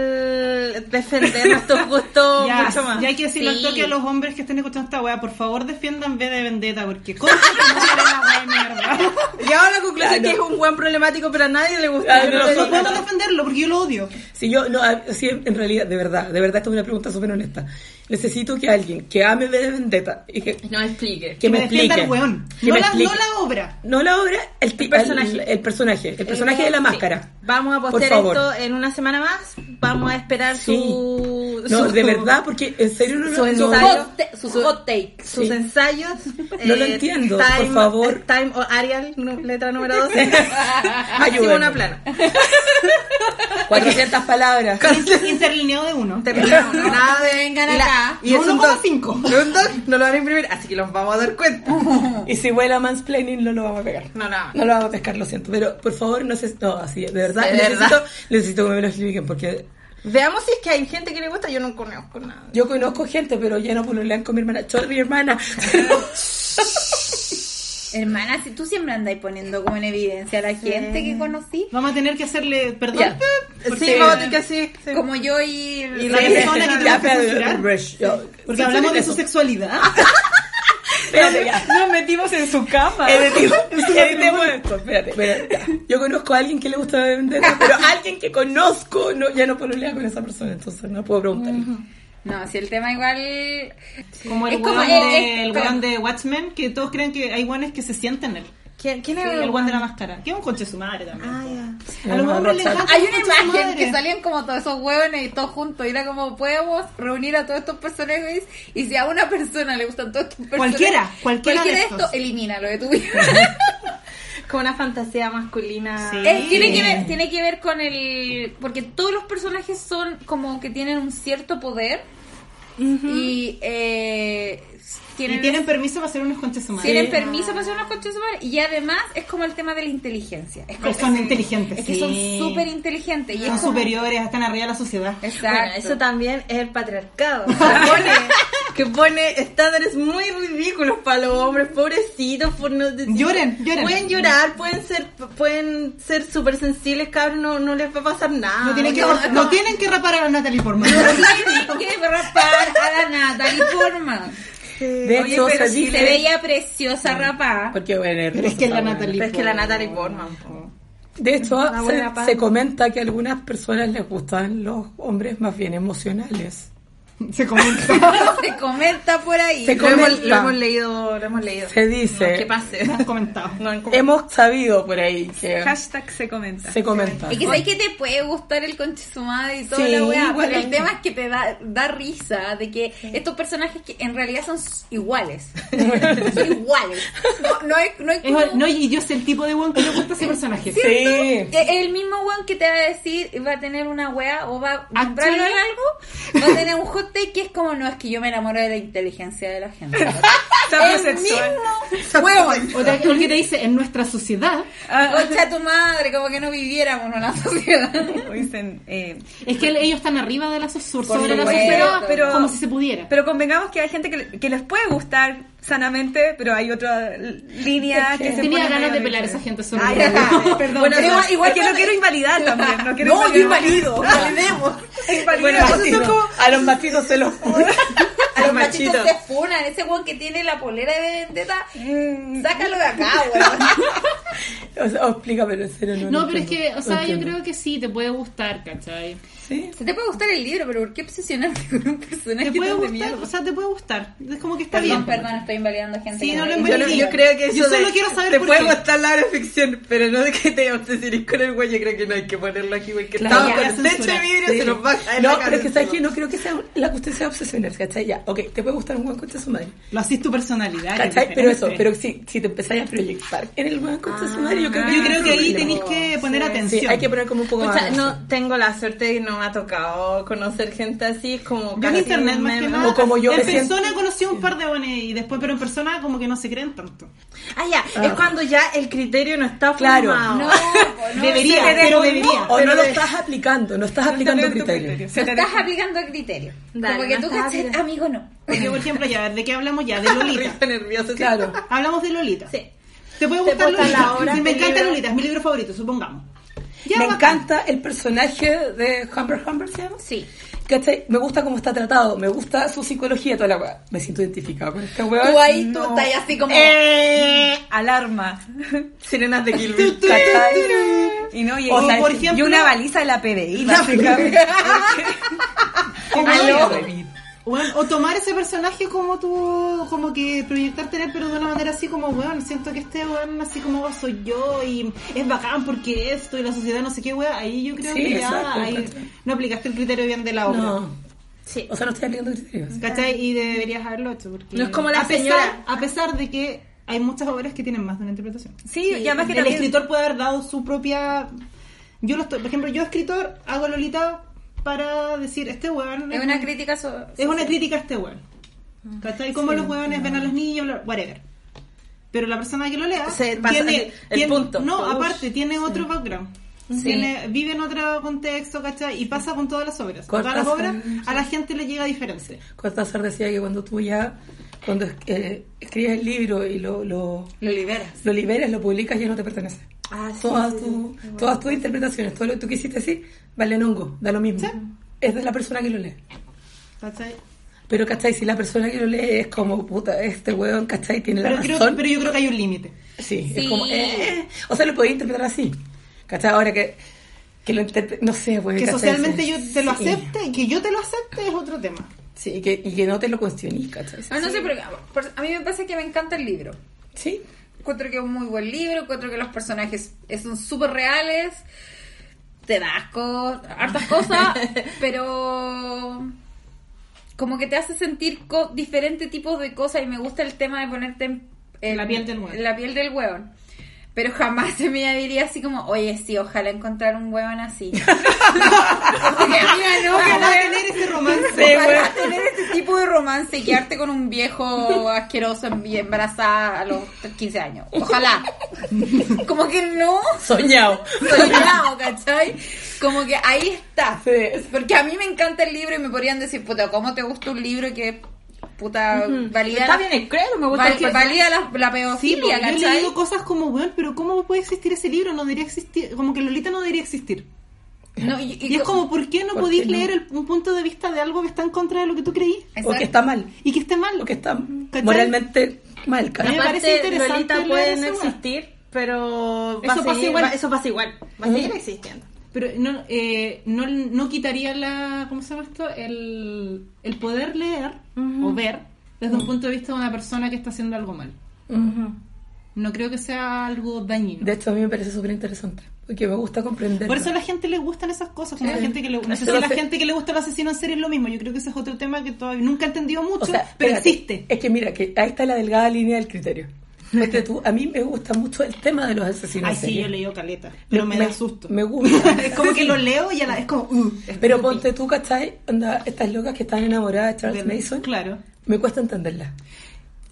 Speaker 3: igual defender nuestros gustos
Speaker 2: Ya,
Speaker 3: mucho más.
Speaker 2: ya hay que decirle al
Speaker 1: Sí.
Speaker 2: toque a los hombres que estén escuchando esta weá, por favor defiendan B de Vendetta, porque concha que no era la weá de mierda.
Speaker 3: Llegamos a la conclusión
Speaker 5: Claro.
Speaker 3: que es un buen problemático, pero a nadie le gusta.
Speaker 5: Claro,
Speaker 2: Pero
Speaker 5: no,
Speaker 2: no puedo defenderlo porque yo lo odio.
Speaker 5: Si yo, no, a- sí, en realidad, de verdad, de verdad, esto es una pregunta súper honesta. Necesito que alguien que ame B de Vendetta y que, que
Speaker 3: No explique.
Speaker 5: me
Speaker 2: defienda
Speaker 5: explique.
Speaker 2: el weón.
Speaker 5: Que
Speaker 2: No
Speaker 5: me
Speaker 2: la,
Speaker 5: explique.
Speaker 2: no la obra.
Speaker 5: No la obra, el, ti-
Speaker 3: El personaje.
Speaker 5: El, el personaje, el personaje de la máscara.
Speaker 3: Vamos a
Speaker 5: Por
Speaker 3: postear
Speaker 5: favor.
Speaker 3: esto en una semana más. Vamos a esperar
Speaker 5: Sí.
Speaker 3: su,
Speaker 5: No,
Speaker 3: su-
Speaker 5: de verdad, porque en serio no,
Speaker 3: su
Speaker 5: lo
Speaker 1: Su
Speaker 5: no,
Speaker 3: ensayo.
Speaker 1: hot ta- Su hot take.
Speaker 3: sus
Speaker 5: Sí.
Speaker 3: ensayos. Eh,
Speaker 5: No lo entiendo, por
Speaker 3: Time-
Speaker 5: favor.
Speaker 3: Time o Arial, nu- letra número 12. Máximo
Speaker 5: Ayúdenme.
Speaker 3: una plana.
Speaker 5: 400 palabras.
Speaker 2: Inter- Interlineado de uno.
Speaker 3: Terminamos, ¿no? Nada de vengan
Speaker 1: acá.
Speaker 3: Y es un doc.
Speaker 2: 1,5.
Speaker 3: Un doc no lo van a imprimir, así que los vamos a dar cuenta.
Speaker 5: Y si huele a mansplaining, no lo vamos a pegar.
Speaker 3: No, no.
Speaker 5: No lo vamos a pescar, lo siento. Pero por favor, no se. No, así, de verdad,
Speaker 3: De
Speaker 5: necesito,
Speaker 3: verdad.
Speaker 5: necesito que me lo expliquen. Porque
Speaker 3: Veamos si es que hay gente que le gusta, yo no conozco nada.
Speaker 5: yo conozco gente, pero ya no pololean con mi hermana. Chor, mi hermana.
Speaker 1: Hermana, si tú siempre andáis poniendo como en evidencia a la gente que conocí.
Speaker 2: Vamos a tener que hacerle, perdón,
Speaker 1: Ya.
Speaker 2: porque-
Speaker 3: Sí, vamos a tener que sí. sí.
Speaker 1: Como yo y...
Speaker 2: Y la persona que
Speaker 5: Ya,
Speaker 2: tenemos que
Speaker 5: pero-
Speaker 2: censurar,
Speaker 5: yo-
Speaker 2: Porque hablamos de su
Speaker 5: eso.
Speaker 2: sexualidad.
Speaker 5: Espérate, ya. Este
Speaker 4: Nos metimos en su cama.
Speaker 5: Editemos editemos esto, espérate. espérate, ya. Yo conozco a alguien que le gusta vender, pero alguien que conozco no, ya no pololea con esa persona, entonces no puedo preguntarle.
Speaker 1: No, si el tema igual...
Speaker 2: Como el
Speaker 1: Es como-
Speaker 2: weón
Speaker 1: es-
Speaker 2: de,
Speaker 1: es-
Speaker 2: el weón de Watchmen, que todos creen que hay weones que se sienten él.
Speaker 3: ¿Quién, quién es
Speaker 2: El weón de la máscara. Que es un conche su madre también.
Speaker 3: Ah,
Speaker 2: po.
Speaker 3: ya.
Speaker 2: A los
Speaker 5: Vamos a
Speaker 2: hombres les
Speaker 5: rochar.
Speaker 2: encanta
Speaker 1: Hay
Speaker 2: el
Speaker 1: una
Speaker 2: conche su
Speaker 1: imagen
Speaker 2: madre.
Speaker 1: que salían como todos esos huevones y todos juntos. Y era como, podemos reunir a todos estos personajes. Y si a una persona le gustan todos estos personajes.
Speaker 2: Cualquiera, cualquiera de
Speaker 1: de
Speaker 2: estos.
Speaker 1: esto, elimínalo de tu vida.
Speaker 3: Como una fantasía masculina.
Speaker 2: Sí.
Speaker 1: Eh, tiene, que ver, tiene que ver con el. Porque todos los personajes son como que tienen un cierto poder. Y eh, tienen,
Speaker 2: Y tienen permiso para ser unos conches su madre.
Speaker 1: tienen permiso para hacer unos coches de madre. Y además es como el tema de la inteligencia. Es como-
Speaker 2: Pues son
Speaker 1: es-
Speaker 2: inteligentes.
Speaker 1: Es que
Speaker 2: sí.
Speaker 1: son súper inteligentes. Y
Speaker 2: Son
Speaker 1: es como-
Speaker 2: superiores, están arriba de la sociedad.
Speaker 1: Exacto.
Speaker 3: Bueno, eso también es el patriarcado. Que pone, que pone estándares muy ridículos para los hombres, pobrecitos. Por no,
Speaker 2: Lloren, lloren.
Speaker 3: Pueden llorar, pueden ser pueden ser súper sensibles, cabros, no, no les va a pasar nada.
Speaker 2: No
Speaker 1: Ah,
Speaker 2: tienen que,
Speaker 3: No,
Speaker 2: no, tienen que reparar a Natalie Portman.
Speaker 1: Tiene que rapar a la Natalie Portman.
Speaker 5: De
Speaker 4: Oye,
Speaker 5: hecho,
Speaker 4: pero
Speaker 5: se
Speaker 4: si
Speaker 1: Se
Speaker 5: dice.
Speaker 1: veía preciosa rapada.
Speaker 5: Porque bueno, es
Speaker 2: Pero es que la
Speaker 5: hermosa,
Speaker 2: Natalie
Speaker 3: Pero es que la
Speaker 2: Portman.
Speaker 3: Natalie Portman. po.
Speaker 5: De hecho,
Speaker 3: Una
Speaker 5: se,
Speaker 3: buena pan.
Speaker 5: se comenta que a algunas personas les gustan los hombres más bien emocionales.
Speaker 2: Se comenta.
Speaker 1: Se comenta por ahí.
Speaker 5: Se
Speaker 3: Lo hemos,
Speaker 5: comenta.
Speaker 3: lo hemos leído, lo hemos leído.
Speaker 5: Se dice.
Speaker 3: No, que pase.
Speaker 2: Me han comentado.
Speaker 3: No han com-
Speaker 5: Hemos sabido por ahí que
Speaker 4: Hashtag se comenta.
Speaker 5: se comenta.
Speaker 1: Es que sabes que te puede gustar el conche su madre y toda
Speaker 5: Sí,
Speaker 1: la weá,
Speaker 5: igual.
Speaker 1: pero el tema es que te da, da risa de que estos personajes que en realidad son s- iguales. son iguales. No, no hay, no hay
Speaker 2: Es-
Speaker 1: como-
Speaker 2: no, y yo sé el tipo de weón que le gusta ese personaje.
Speaker 5: Sí.
Speaker 1: Eh, El mismo weón que te va a decir, va a tener una weá o va a nombrarlo en algo, va a tener un hot take que es como, no, es que yo me enamoro de la inteligencia de la gente.
Speaker 4: Tabla
Speaker 1: el
Speaker 4: sexual.
Speaker 1: mismo huevón.
Speaker 2: Otra que te dice, en nuestra sociedad,
Speaker 4: Ah,
Speaker 1: Concha tu madre, como que no viviéramos en una sociedad.
Speaker 4: dicen, eh,
Speaker 2: es que ellos están arriba de la so- sobre la
Speaker 1: supuesto,
Speaker 2: sociedad,
Speaker 4: pero-
Speaker 2: como si se pudiera.
Speaker 4: Pero convengamos que hay gente que, le- que les puede gustar sanamente, pero hay otra l- línea que se
Speaker 2: Tenía
Speaker 4: pone
Speaker 2: ganas de
Speaker 4: medio
Speaker 2: pelar a
Speaker 4: bicha.
Speaker 2: esa gente solo.
Speaker 4: Ay, ajá, perdón.
Speaker 3: Bueno,
Speaker 4: pero
Speaker 3: igual-
Speaker 4: es
Speaker 3: igual
Speaker 4: que no
Speaker 3: cuando-
Speaker 4: quiero invalidar también. No, quiero
Speaker 3: No, yo
Speaker 4: invalidar.
Speaker 3: invalido. Validemos.
Speaker 4: Invalido.
Speaker 5: Bueno,
Speaker 4: Eso
Speaker 5: matitos,
Speaker 4: son como-
Speaker 5: a los matitos se los
Speaker 1: A los machitos
Speaker 3: machitos.
Speaker 1: se funan, ese weón que tiene la polera de vendetta,
Speaker 2: Mm.
Speaker 1: sácalo de acá, weón.
Speaker 5: o sea, o explica, pero en serio no.
Speaker 2: No, pero es que, o sea, yo
Speaker 5: entiendo.
Speaker 2: creo que sí, te puede gustar, ¿cachai?
Speaker 5: Sí.
Speaker 1: Se te puede gustar el libro, pero ¿por qué obsesionarte con un personaje
Speaker 2: Te puede
Speaker 1: tan de
Speaker 2: gustar,
Speaker 1: mierda?
Speaker 2: o sea, te puede gustar. Es como que está
Speaker 1: Perdón,
Speaker 2: bien.
Speaker 1: perdón, estoy invalidando gente.
Speaker 2: Sí,
Speaker 1: que
Speaker 2: no lo
Speaker 1: me-
Speaker 2: invalido.
Speaker 3: Yo, no- yo creo que eso
Speaker 2: Yo solo
Speaker 3: de-
Speaker 2: quiero saber
Speaker 3: Te
Speaker 2: por
Speaker 3: puede
Speaker 2: qué.
Speaker 3: gustar la obra de ficción, pero no de que te obsesiones con el güey. Yo creo que no hay que ponerlo aquí porque
Speaker 2: Claro,
Speaker 3: estamos
Speaker 2: ya,
Speaker 3: con
Speaker 2: la
Speaker 3: el techo de
Speaker 2: censura.
Speaker 3: vidrio se nos va a caer
Speaker 5: No,
Speaker 3: la
Speaker 5: pero es que
Speaker 3: cabeza.
Speaker 5: sabes que no creo que sea la que usted sea obsesionarse, ¿cachai? Ya, ok, te puede gustar un buen coche a su madre.
Speaker 2: Lo haces tu personalidad. que
Speaker 5: ¿Cachai?
Speaker 2: es
Speaker 5: Pero eso,
Speaker 2: diferente.
Speaker 5: pero si, si te empezáis a proyectar en el buen coche a su madre, yo
Speaker 3: Ah,
Speaker 5: creo que,
Speaker 2: Yo creo que ahí
Speaker 5: problema.
Speaker 2: tenéis que poner atención.
Speaker 5: Sí, hay que poner como un poco
Speaker 3: O sea,
Speaker 5: más.
Speaker 3: no tengo la suerte y no me ha tocado conocer gente así como
Speaker 2: Yo en
Speaker 3: casi
Speaker 2: internet más que
Speaker 3: me-
Speaker 2: nada.
Speaker 5: O como yo
Speaker 2: en
Speaker 5: me siento-
Speaker 2: persona conocí a un par de buenos y después, pero en persona como que no se creen tanto.
Speaker 3: Ah, ya, es cuando ya el criterio no está
Speaker 5: Claro.
Speaker 3: formado.
Speaker 1: No, po, no.
Speaker 2: debería,
Speaker 4: se te
Speaker 2: pero
Speaker 4: deformó.
Speaker 2: debería.
Speaker 5: O
Speaker 3: pero
Speaker 5: no lo
Speaker 3: de-
Speaker 5: estás aplicando, no estás aplicando
Speaker 4: Tener tu
Speaker 5: criterio.
Speaker 4: criterio.
Speaker 1: No
Speaker 4: Se te
Speaker 1: estás
Speaker 4: deja.
Speaker 1: aplicando el criterio.
Speaker 3: Dale,
Speaker 1: Como que
Speaker 3: no
Speaker 1: tú
Speaker 3: estás
Speaker 1: cachai,
Speaker 3: aplicando.
Speaker 1: amigo, no.
Speaker 2: Porque, por ejemplo, ya, ¿de qué hablamos ya? De Lolita.
Speaker 5: Está nerviosa, claro.
Speaker 2: Hablamos de Lolita.
Speaker 3: Sí.
Speaker 2: ¿Te puede gustar
Speaker 3: puede estar
Speaker 2: Lolita?
Speaker 3: la hora,
Speaker 2: Sí, me
Speaker 3: este
Speaker 2: encanta
Speaker 3: libro.
Speaker 2: Lolita, es mi libro favorito, supongamos. Ya,
Speaker 5: Me
Speaker 2: bacán.
Speaker 5: encanta el personaje de Humber Humber, ¿se llama?
Speaker 1: Sí.
Speaker 5: ¿Cachai? Me gusta cómo está tratado, me gusta su psicología, toda la weá. Me siento identificada con esta weá.
Speaker 1: Tú ahí, tú estás ahí así como...
Speaker 4: Alarma.
Speaker 5: Sirenas de Kill
Speaker 2: Eh, Tu,
Speaker 5: Bill,
Speaker 2: tu,
Speaker 5: ¿cachai?
Speaker 4: Y no, y,
Speaker 5: O sea,
Speaker 4: y-
Speaker 5: por
Speaker 4: y
Speaker 2: ejemplo-
Speaker 4: una baliza de la PDI.
Speaker 2: Como
Speaker 5: Aló.
Speaker 2: Lolita. Bueno, o tomar ese personaje como tú, como que proyectarte en él, pero de una manera así como, weón, siento que este weón así como oh, soy yo y es bacán porque esto y la sociedad no sé qué, weón, ahí yo creo
Speaker 5: Sí,
Speaker 2: que ya
Speaker 5: exacto,
Speaker 2: ahí
Speaker 5: exacto.
Speaker 2: no aplicaste el criterio bien de la obra.
Speaker 5: No.
Speaker 3: Sí.
Speaker 5: O sea, no estoy aplicando criterios.
Speaker 2: ¿Cachai? Y deberías haberlo hecho porque...
Speaker 3: No es como la
Speaker 2: a pesar-
Speaker 3: señora.
Speaker 2: a pesar de que hay muchas obras que tienen más de una interpretación.
Speaker 4: Sí, y además que
Speaker 2: el
Speaker 4: también...
Speaker 2: escritor puede haber dado su propia... Yo lo estoy, por ejemplo, yo escritor hago Lolita para decir, este weón...
Speaker 1: Es una crítica so-
Speaker 2: Es una crítica a este weón.
Speaker 3: Mm.
Speaker 2: ¿Cachai? Como los weones ven a los niños, bla- whatever. Pero la persona que lo lea
Speaker 3: Se pasa el- el
Speaker 2: tiene-
Speaker 3: punto.
Speaker 2: No,
Speaker 3: Ush.
Speaker 2: aparte, tiene otro background. Tiene- vive en otro contexto, ¿cachai? Y pasa con todas las obras. Con todas las obras
Speaker 5: Cortázar.
Speaker 2: a la gente le llega diferente.
Speaker 5: Cortázar decía que cuando tú ya, cuando eh, escribes el libro y lo, lo,
Speaker 1: Lo liberas.
Speaker 5: lo liberas, lo publicas, ya no te pertenece.
Speaker 3: Ah, sí,
Speaker 5: todas,
Speaker 3: sí, sí.
Speaker 5: tu- todas tus interpretaciones, todo lo que tú quisiste decir, vale en hongo, da lo mismo. Es de la persona que lo lee.
Speaker 2: ¿Cachai?
Speaker 5: Pero, ¿cachai? Si la persona que lo lee es como, puta, este weón, ¿cachai? Tiene la
Speaker 2: Pero, creo,
Speaker 5: razón.
Speaker 2: pero yo creo que hay un límite.
Speaker 5: Sí,
Speaker 1: Sí.
Speaker 5: es como, eh, eh. O sea, lo podía interpretar así. ¿Cachai? Ahora que, que lo interpre- no sé, weón.
Speaker 2: Que
Speaker 5: ¿cachai?
Speaker 2: socialmente
Speaker 5: Sí.
Speaker 2: yo te lo
Speaker 5: Sí.
Speaker 2: acepte, que yo te lo acepte es otro tema.
Speaker 5: Sí, y que, y que no te lo cuestionís, ¿cachai?
Speaker 1: Ah, no sé, pero por- a mí me pasa que me encanta el libro.
Speaker 5: Sí.
Speaker 1: Encuentro que es un muy buen libro, encuentro que los personajes son súper reales, te da asco, hartas cosas, pero como que te hace sentir co- diferentes tipos de cosas y me gusta el tema de ponerte en, en-
Speaker 2: La piel del hueón.
Speaker 1: la piel del hueón. Pero jamás se me diría así como, oye, sí, ojalá encontrar un hueón así. Como que, mira, no,
Speaker 2: Ojalá
Speaker 1: weón.
Speaker 2: tener ese romance.
Speaker 1: Ojalá tener este tipo de romance y quedarte con un viejo asqueroso en- y embarazada a los 15 años. Ojalá. Como que no.
Speaker 5: Soñado.
Speaker 1: Soñado, ¿cachai? Como que ahí está.
Speaker 5: Sí, es-
Speaker 1: Porque a mí me encanta el libro y me podrían decir, puta, ¿cómo te gusta un libro que, puta, valida,
Speaker 4: Está bien escrito, me gusta
Speaker 1: val-
Speaker 4: el que-
Speaker 1: valida la, la
Speaker 2: Sí,
Speaker 1: pedofilia,
Speaker 2: porque yo he
Speaker 1: ¿cachai?
Speaker 2: leído cosas como, weón, pero ¿cómo puede existir ese libro? No debería existir, como que Lolita no debería existir.
Speaker 1: No, y- y
Speaker 2: Y es
Speaker 1: co-
Speaker 2: como, ¿por qué no
Speaker 5: ¿Por
Speaker 2: podéis
Speaker 5: qué no?
Speaker 2: leer el- un punto de vista de algo que está en contra de lo que tú creí?
Speaker 5: O
Speaker 1: Exacto.
Speaker 5: que está mal.
Speaker 2: Y que esté mal.
Speaker 5: Lo que está
Speaker 2: ¿Cachai?
Speaker 5: moralmente mal,
Speaker 2: A mí
Speaker 5: ¿cachai?
Speaker 2: me parece interesante
Speaker 3: Lolita
Speaker 2: leer
Speaker 3: puede
Speaker 2: eso,
Speaker 3: no
Speaker 2: bueno.
Speaker 3: existir, pero
Speaker 2: Eso pasa igual.
Speaker 3: va- eso pasa igual. Va a seguir existiendo.
Speaker 2: Pero no, eh, no, no quitaría la, ¿cómo se llama esto? El, el poder leer o ver desde un punto de vista de una persona que está haciendo algo mal. No creo que sea algo dañino.
Speaker 5: De hecho, a mí me parece súper interesante. Porque me gusta comprender.
Speaker 2: Por eso a la gente le gustan esas cosas. Como la gente que le, no sé si
Speaker 5: Pero
Speaker 2: la
Speaker 5: se-
Speaker 2: gente que le gusta el asesino en serie es lo mismo. Yo creo que ese es otro tema que todavía nunca he entendido mucho,
Speaker 5: O sea,
Speaker 2: pero
Speaker 5: espérate,
Speaker 2: existe.
Speaker 5: Es que mira, que ahí está la delgada línea del criterio. Porque tú, a mí me gusta mucho el tema de los asesinos.
Speaker 2: Ay,
Speaker 5: en
Speaker 2: sí,
Speaker 5: serie.
Speaker 2: yo leo caleta, pero me, da susto.
Speaker 5: Me gusta.
Speaker 2: es como que lo leo y a la es como... uh, es
Speaker 5: Mm. Pero
Speaker 2: creepy.
Speaker 5: ponte tú, ¿cachai? Onda, estas locas que están enamoradas de Charles
Speaker 2: Del-
Speaker 5: Mason.
Speaker 2: Claro.
Speaker 5: Me cuesta entenderlas.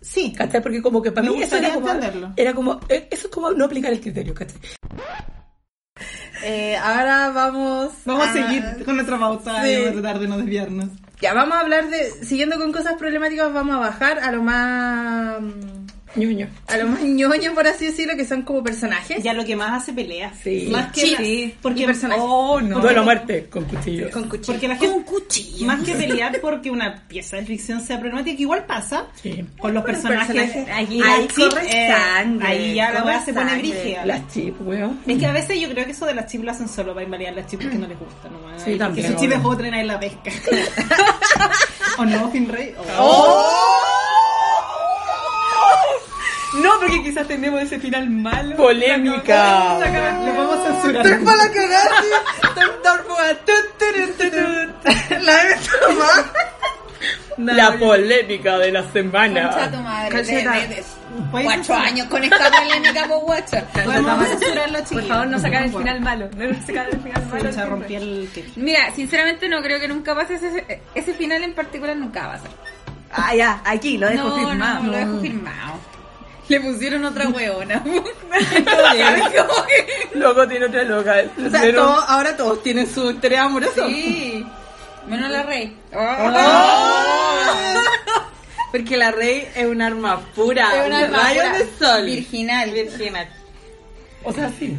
Speaker 2: Sí.
Speaker 5: ¿Cachai? Porque como que para
Speaker 2: Me
Speaker 5: mí eso era
Speaker 2: gustaría
Speaker 5: como,
Speaker 2: entenderlo.
Speaker 5: era como... eh, Eso es como no aplicar el criterio, ¿cachai?
Speaker 3: Eh, ahora vamos.
Speaker 2: Vamos a seguir con nuestra pauta
Speaker 3: sí.
Speaker 2: de tratar de no desviarnos.
Speaker 3: Ya, vamos a hablar de. Siguiendo con cosas problemáticas, vamos a bajar a lo más. mm,
Speaker 5: Ñoño.
Speaker 3: A lo más ñoño, por así decirlo, que son como personajes.
Speaker 2: Ya lo que más hace peleas.
Speaker 5: Sí.
Speaker 2: Más que
Speaker 3: Sí.
Speaker 2: la-
Speaker 3: Sí. Y
Speaker 2: porque
Speaker 3: personajes.
Speaker 2: Oh, no.
Speaker 5: Duelo a muerte con cuchillos.
Speaker 3: Con cuchillo.
Speaker 2: Porque la gente, Más que pelear porque una pieza de ficción sea problemática, que igual pasa
Speaker 5: Sí.
Speaker 2: con los personajes.
Speaker 3: personajes, ahí
Speaker 2: la
Speaker 3: ahí
Speaker 2: chip,
Speaker 3: corre
Speaker 2: eh,
Speaker 3: sangre,
Speaker 2: ahí ya la
Speaker 3: corre
Speaker 2: weá se pone
Speaker 3: sangre.
Speaker 2: brígida.
Speaker 5: Las chip, weón.
Speaker 2: Es que a veces yo creo que eso de las chips lo hacen solo para invalidar las chips que no les gusta nomás.
Speaker 5: Sí,
Speaker 2: Que
Speaker 5: también,
Speaker 2: sus chips
Speaker 5: obvio.
Speaker 2: juego en la pesca. o no, Finrey. o-
Speaker 3: Oh.
Speaker 4: No, porque quizás tenemos ese final malo.
Speaker 5: Polémica.
Speaker 4: La cagamos, la
Speaker 2: Lo
Speaker 4: cagamos.
Speaker 2: vamos a censurar.
Speaker 3: para cagar, tío. La he tomado.
Speaker 5: La polémica de la
Speaker 1: Concha tu
Speaker 5: semana.
Speaker 1: madre, de-
Speaker 3: Calceta.
Speaker 1: de- de-
Speaker 2: Puedes
Speaker 1: cuatro
Speaker 2: censurar.
Speaker 1: años con esta polémica, pues, guacha.
Speaker 2: Podemos censurar las
Speaker 4: Por
Speaker 2: chiquillas.
Speaker 4: favor, no sacar el
Speaker 2: Puedo.
Speaker 4: final malo. No sacar el final malo.
Speaker 2: Pucha, rompí el que-
Speaker 1: Mira, sinceramente no creo que nunca pase ese, ese final en particular, nunca va a ser.
Speaker 4: Ah, ya, aquí lo dejo
Speaker 1: no,
Speaker 4: firmado.
Speaker 1: No, no, lo dejo firmado. Le pusieron otra hueona. Como que-
Speaker 5: Loco tiene otra loca.
Speaker 3: O sea,
Speaker 5: Pero-
Speaker 3: todo- ahora todos tienen su interés amoroso.
Speaker 1: sí. Menos la rey.
Speaker 3: Porque la Rey es un arma pura.
Speaker 1: Es una arma
Speaker 3: Rayos
Speaker 1: pura.
Speaker 3: de sol.
Speaker 1: Virginal.
Speaker 3: Virginal.
Speaker 5: O sea, sí.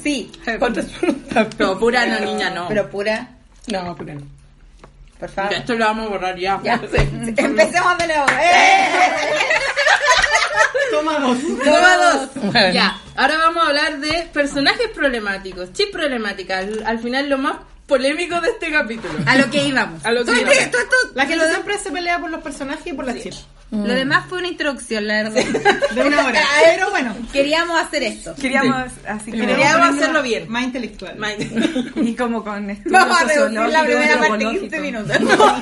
Speaker 1: Sí.
Speaker 5: Contra su voluntad.
Speaker 3: No, pura no, niña, no.
Speaker 1: Pero pura,
Speaker 5: No, pero no.
Speaker 1: por favor.
Speaker 2: Ya, Esto lo vamos a borrar ya.
Speaker 1: Ya.
Speaker 3: Mm,
Speaker 1: Empecemos de nuevo. ¡Eh!
Speaker 2: Toma dos.
Speaker 3: Toma dos.
Speaker 5: Bueno.
Speaker 3: Ya, ahora vamos a hablar de personajes problemáticos, chip problemática, al, al final lo más polémico de este capítulo.
Speaker 1: A lo que íbamos.
Speaker 3: A lo que
Speaker 1: Tú-
Speaker 3: íbamos.
Speaker 1: tú- tú-
Speaker 2: La gente siempre se pelea por los personajes y por las chips.
Speaker 1: Lo demás fue una introducción, la verdad.
Speaker 2: De una hora. Pero bueno.
Speaker 1: Queríamos hacer esto.
Speaker 4: Queríamos, así que
Speaker 3: Queríamos
Speaker 2: Vamos a
Speaker 3: hacerlo
Speaker 2: ponernos
Speaker 3: bien.
Speaker 2: Más intelectual.
Speaker 4: y como con estudios
Speaker 1: Vamos a reducir la
Speaker 4: sociológicos,
Speaker 1: primera parte en
Speaker 4: antropológicos.
Speaker 1: 15 minutos.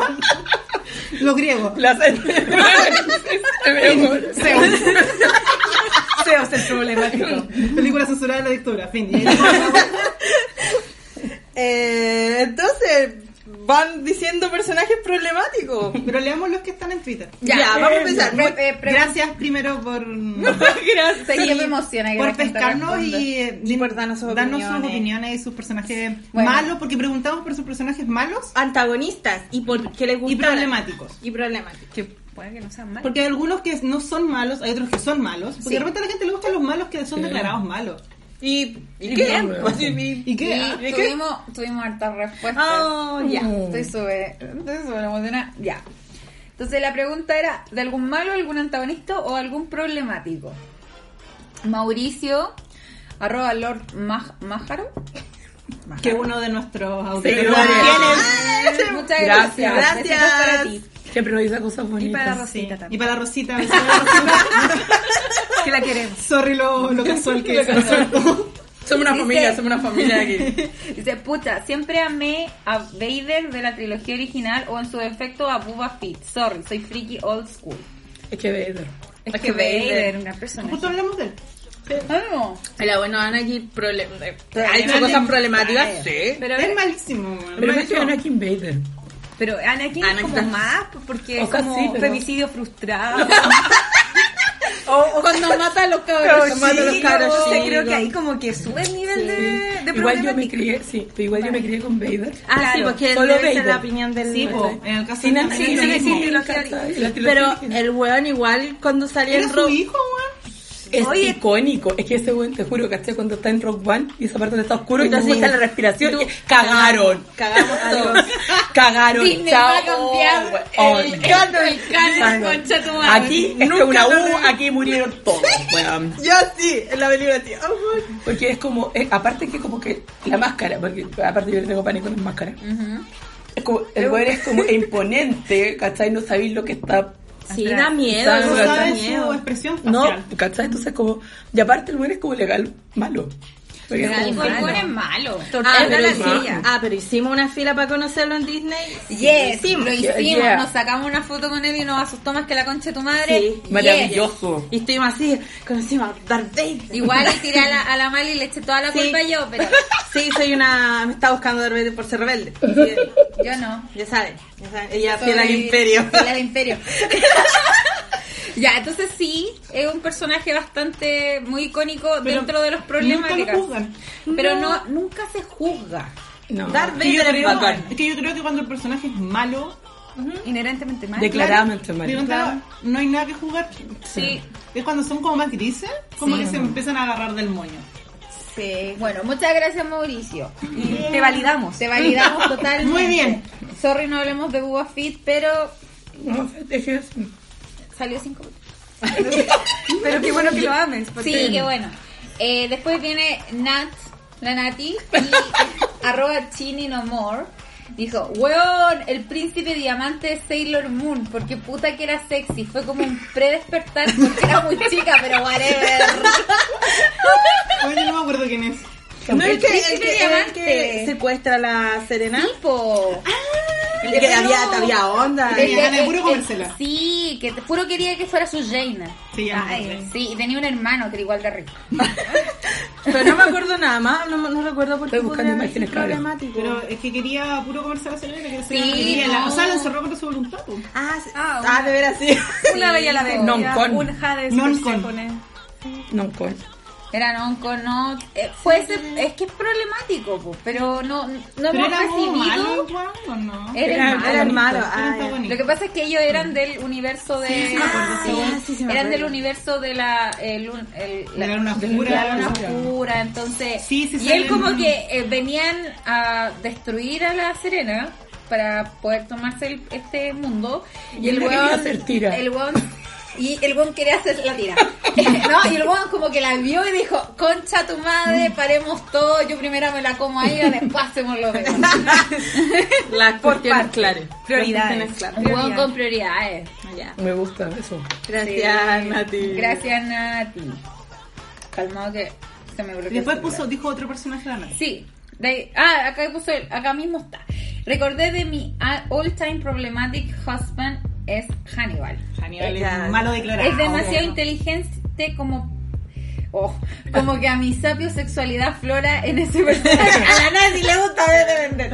Speaker 2: Lo griego.
Speaker 5: Las... Pero-
Speaker 2: Zeus.
Speaker 4: Zeus el problemático.
Speaker 2: Película censurada de la dictadura. Fin.
Speaker 3: Eh, entonces, van diciendo personajes problemáticos.
Speaker 2: Pero leamos los que están en Twitter.
Speaker 3: Ya, vamos a empezar.
Speaker 1: Pre- pre- pre-
Speaker 2: Gracias primero por,
Speaker 3: Gracias.
Speaker 1: sé que me emociona que la
Speaker 2: por
Speaker 1: gente
Speaker 2: pescarnos
Speaker 1: responda.
Speaker 2: y eh,
Speaker 3: Y por darnos sus
Speaker 2: darnos sus
Speaker 3: opiniones.
Speaker 2: opiniones y sus personajes
Speaker 1: Bueno.
Speaker 2: malos, porque preguntamos por sus personajes malos
Speaker 3: Antagonistas y por qué les
Speaker 2: y
Speaker 3: gusta.
Speaker 2: problemáticos.
Speaker 3: Y problemáticos.
Speaker 4: Que puede que no sean mal.
Speaker 2: Porque hay algunos que no son malos, hay otros que son malos. Porque de repente a la gente le gustan los malos que son declarados malos.
Speaker 3: ¿Y, y
Speaker 5: no,
Speaker 3: qué?
Speaker 5: weón.
Speaker 3: Pues, y-
Speaker 2: ¿Y qué?
Speaker 1: Y
Speaker 3: ¿Y qué?
Speaker 1: tuvimos, tuvimos hartas respuestas. Mm.
Speaker 3: Oh, ya.
Speaker 1: Estoy sobre, estoy sobre emocionada. Ya. Entonces la pregunta era, ¿de algún malo, algún antagonista o algún problemático? Mauricio, arroba Lord Maj- Májaro.
Speaker 2: Que uno de nuestros
Speaker 5: Sí,
Speaker 2: autores.
Speaker 5: varios.
Speaker 1: Muchas
Speaker 5: Gracias.
Speaker 1: gracias.
Speaker 3: Ah, Gracias.
Speaker 1: Besitos para ti.
Speaker 5: Siempre nos dice cosas bonitas.
Speaker 4: Y para
Speaker 2: Sí.
Speaker 4: Rosita
Speaker 2: Y
Speaker 4: también.
Speaker 2: para Rosita, me sabe Rosita.
Speaker 4: Que la queremos.
Speaker 2: sorry lo, lo casual que es.
Speaker 5: Somos una familia, somos una familia aquí.
Speaker 1: Dice, puta, siempre amé a Vader de la trilogía original o en su defecto a Bubba Fett. Sorry, soy friki old school.
Speaker 5: Es que Vader.
Speaker 4: Es,
Speaker 1: que
Speaker 4: que
Speaker 1: Vader,
Speaker 4: Vader, una persona.
Speaker 2: Justo hablamos de él.
Speaker 1: Vamos.
Speaker 3: La bueno, Anakin problem- eh, ha
Speaker 1: Problemática.
Speaker 3: hecho cosas problemáticas. Sí.
Speaker 1: Pero,
Speaker 2: Es malísimo, man.
Speaker 5: Pero me
Speaker 2: Malísimo.
Speaker 5: suena Anakin Vader.
Speaker 1: pero Anakin es
Speaker 3: Anakin.
Speaker 1: como más porque
Speaker 5: O
Speaker 1: es
Speaker 5: sea,
Speaker 1: como
Speaker 5: sí, pero-
Speaker 1: femicidio frustrado.
Speaker 5: O cuando mata a los
Speaker 4: Pero
Speaker 5: cabros.
Speaker 4: sí,
Speaker 5: mata a los cabros.
Speaker 4: no sé,
Speaker 5: sí,
Speaker 4: creo que
Speaker 5: no.
Speaker 4: ahí como que sube el nivel de, de
Speaker 5: igual yo me
Speaker 4: problemática.
Speaker 5: crié, sí, pero igual yo me crié con Vader.
Speaker 3: Ah, sí,
Speaker 4: Claro,
Speaker 3: porque
Speaker 5: solo
Speaker 3: debe ser
Speaker 5: Vader.
Speaker 3: la opinión del
Speaker 2: Sí, po, Oh, en el caso
Speaker 5: Sin
Speaker 2: de
Speaker 5: antes
Speaker 2: Anakin,
Speaker 5: sin
Speaker 2: lo mismo.
Speaker 5: decir la
Speaker 1: trilogía
Speaker 5: casa, la trilogía
Speaker 3: Pero
Speaker 5: original.
Speaker 3: el weón igual cuando salía
Speaker 2: ¿Era
Speaker 3: en
Speaker 2: su
Speaker 3: rock
Speaker 2: hijo, weón?
Speaker 5: es
Speaker 1: Oye.
Speaker 5: icónico. Es que ese weón, te juro, ¿cachai? Cuando está en Rock One y esa parte donde está oscuro y te
Speaker 3: Tú.
Speaker 5: escucha la respiración.
Speaker 3: Tú.
Speaker 5: y- Cagaron.
Speaker 3: cagamos todos.
Speaker 5: Cagaron.
Speaker 1: Disney
Speaker 5: Chao.
Speaker 1: va a cambiar
Speaker 5: Oh,
Speaker 1: el
Speaker 5: weón.
Speaker 1: canon, el canon,
Speaker 5: Canon.
Speaker 1: concha tu madre.
Speaker 5: Aquí es que una U, aquí murieron todos, weón.
Speaker 3: Yo sí, en la película sí. Oh, weón.
Speaker 5: Porque es como, eh, aparte que como que la máscara, porque aparte yo le tengo pánico a las máscaras. Es como, el weón es como imponente, ¿cachai? No sabéis lo que está.
Speaker 3: Sí, da miedo.
Speaker 2: No
Speaker 5: Claro,
Speaker 3: eso
Speaker 5: claro.
Speaker 3: da
Speaker 2: sabe su
Speaker 3: miedo.
Speaker 2: expresión
Speaker 5: No,
Speaker 2: facial.
Speaker 5: ¿cachai? Entonces como, y aparte el weón es como legal, malo. Porque es
Speaker 1: El
Speaker 5: como
Speaker 1: alcohol
Speaker 5: malo.
Speaker 1: es malo.
Speaker 3: Ah,
Speaker 5: pero
Speaker 3: pero
Speaker 5: es
Speaker 3: sí.
Speaker 5: malo.
Speaker 3: Ah, pero hicimos una fila para conocerlo en Disney.
Speaker 1: Yes,
Speaker 3: Sí,
Speaker 1: lo
Speaker 5: yeah,
Speaker 1: hicimos,
Speaker 5: yeah.
Speaker 1: nos sacamos una foto con él y nos asustó más que la concha de tu madre.
Speaker 3: Sí,
Speaker 1: Yes.
Speaker 5: Maravilloso.
Speaker 3: Y estuvimos así, conocimos a Darth Vader.
Speaker 1: Igual le tiré a la, a la Mali y le eché toda la
Speaker 3: Sí.
Speaker 1: culpa yo, pero
Speaker 3: Sí, soy una... Me está buscando Darth Vader por ser rebelde. Sí,
Speaker 1: yo no.
Speaker 3: ya saben. Ya saben, Ella
Speaker 1: Soy
Speaker 3: fiel al imperio.
Speaker 1: Fiel al imperio. ya, entonces sí, es un personaje bastante muy icónico
Speaker 2: Pero
Speaker 1: dentro de los
Speaker 2: nunca
Speaker 1: problemáticas.
Speaker 2: lo juzgan.
Speaker 1: Pero no, nunca se juzga.
Speaker 5: No.
Speaker 3: Darth
Speaker 2: Es que yo
Speaker 3: Vader es
Speaker 2: creo-
Speaker 3: bacán.
Speaker 2: Es que yo creo que cuando el personaje es malo,
Speaker 4: Inherentemente mal.
Speaker 5: Declaradamente
Speaker 2: de
Speaker 5: malo.
Speaker 2: verdad, no hay nada que jugar.
Speaker 1: Sí.
Speaker 2: Es cuando son como más grises, como que se empiezan a agarrar del moño.
Speaker 1: Sí. Bueno, muchas gracias Mauricio.
Speaker 4: Te validamos.
Speaker 1: Se validamos totalmente.
Speaker 2: Muy bien.
Speaker 1: Sorry, no hablemos de Bubba Fit, pero
Speaker 5: No, es que es-
Speaker 1: salió cinco votos.
Speaker 4: Pero qué bueno que lo ames. porque-
Speaker 1: Sí, qué bueno. Eh, después viene Nat, la Nati, y arroba Chini No More. Dijo, weón, el príncipe diamante de Sailor Moon, porque puta que era sexy. Fue como un predespertar porque era muy chica, pero whatever.
Speaker 2: Oye, yo no me acuerdo quién es.
Speaker 3: No, el que, el
Speaker 1: Príncipe
Speaker 3: que- el
Speaker 1: diamante.
Speaker 3: que secuestra a la Serena.
Speaker 1: Tipo. Ah,
Speaker 3: El que había, te había onda.
Speaker 2: Tenía
Speaker 1: Desde-
Speaker 2: ganas de puro
Speaker 1: eh,
Speaker 2: comérsela.
Speaker 1: eh, Sí, que te puro quería que fuera su Jaina.
Speaker 2: Sí, ya me
Speaker 1: Ay,
Speaker 2: acordé.
Speaker 1: sí, y tenía un hermano que era igual de rico.
Speaker 3: Pero no me acuerdo nada más, no, no recuerdo por qué
Speaker 5: Estoy
Speaker 3: podría
Speaker 5: buscando
Speaker 3: haber
Speaker 5: imágenes,
Speaker 3: sido
Speaker 5: cabra.
Speaker 3: problemático.
Speaker 2: Pero es que quería puro comerse a la señora, que se
Speaker 1: Sí,
Speaker 2: la quería.
Speaker 1: no.
Speaker 2: la- o sea, la encerró contra su voluntad. po.
Speaker 3: Ah, sí. Ah,
Speaker 4: Ah, una-
Speaker 3: de veras sí.
Speaker 4: Una bella la
Speaker 5: Non-con.
Speaker 4: bestia. Un jade
Speaker 2: Non-con.
Speaker 4: superse con él.
Speaker 5: No, con.
Speaker 1: Eran onco, no. eh, puede ser, es que es problemático, po, pero no, no
Speaker 2: Pero
Speaker 1: hemos
Speaker 2: era como
Speaker 1: recibido.
Speaker 2: malo, weón, ¿o no?
Speaker 1: Eran
Speaker 3: Eran-
Speaker 1: malos.
Speaker 3: eran malos.
Speaker 2: Era
Speaker 3: Ah, ya.
Speaker 1: Lo que
Speaker 2: antagonista.
Speaker 1: pasa es que ellos eran del universo de.
Speaker 2: sí me acuerdo, sí.
Speaker 1: sí,
Speaker 3: Ah, sí, sí me
Speaker 1: eran
Speaker 3: acuerdo.
Speaker 1: del universo de la. El, un- el-
Speaker 2: De la luna
Speaker 1: de
Speaker 2: oscura.
Speaker 1: la luna oscura, entonces.
Speaker 2: Sí, sí,
Speaker 1: y él,
Speaker 2: salen-
Speaker 1: como que eh, venían a destruir a la Serena para poder tomarse el- este mundo. Y,
Speaker 5: Y
Speaker 1: el
Speaker 5: él quería
Speaker 1: weón.
Speaker 5: hacer tira.
Speaker 1: El weón. Y el weón quería hacer la tira. ¿No? Y el weón como que la vio y dijo, concha tu madre, paremos todo, yo primero me la como a ella, después hacemos lo demás.
Speaker 5: Las cuestiones claras.
Speaker 4: Prioridades.
Speaker 1: Un weón con prioridades. Ya.
Speaker 5: Me gusta eso.
Speaker 1: Gracias, Nati. Gracias, Nati. Calmado que se me bloqueó.
Speaker 2: Y Después
Speaker 1: el
Speaker 2: puso,
Speaker 1: celular.
Speaker 2: dijo otro personaje de la nada.
Speaker 1: Sí. de ahí- ah, acá puso el- acá mismo está. Recordé de mi a- all time problematic husband es Hannibal.
Speaker 2: Hannibal
Speaker 3: Ya.
Speaker 2: es malo
Speaker 4: Ah,
Speaker 2: declarado.
Speaker 1: Es demasiado inteligente como oh, como que a mi sapio sexualidad flora en ese personaje. A la Nati le gusta ver de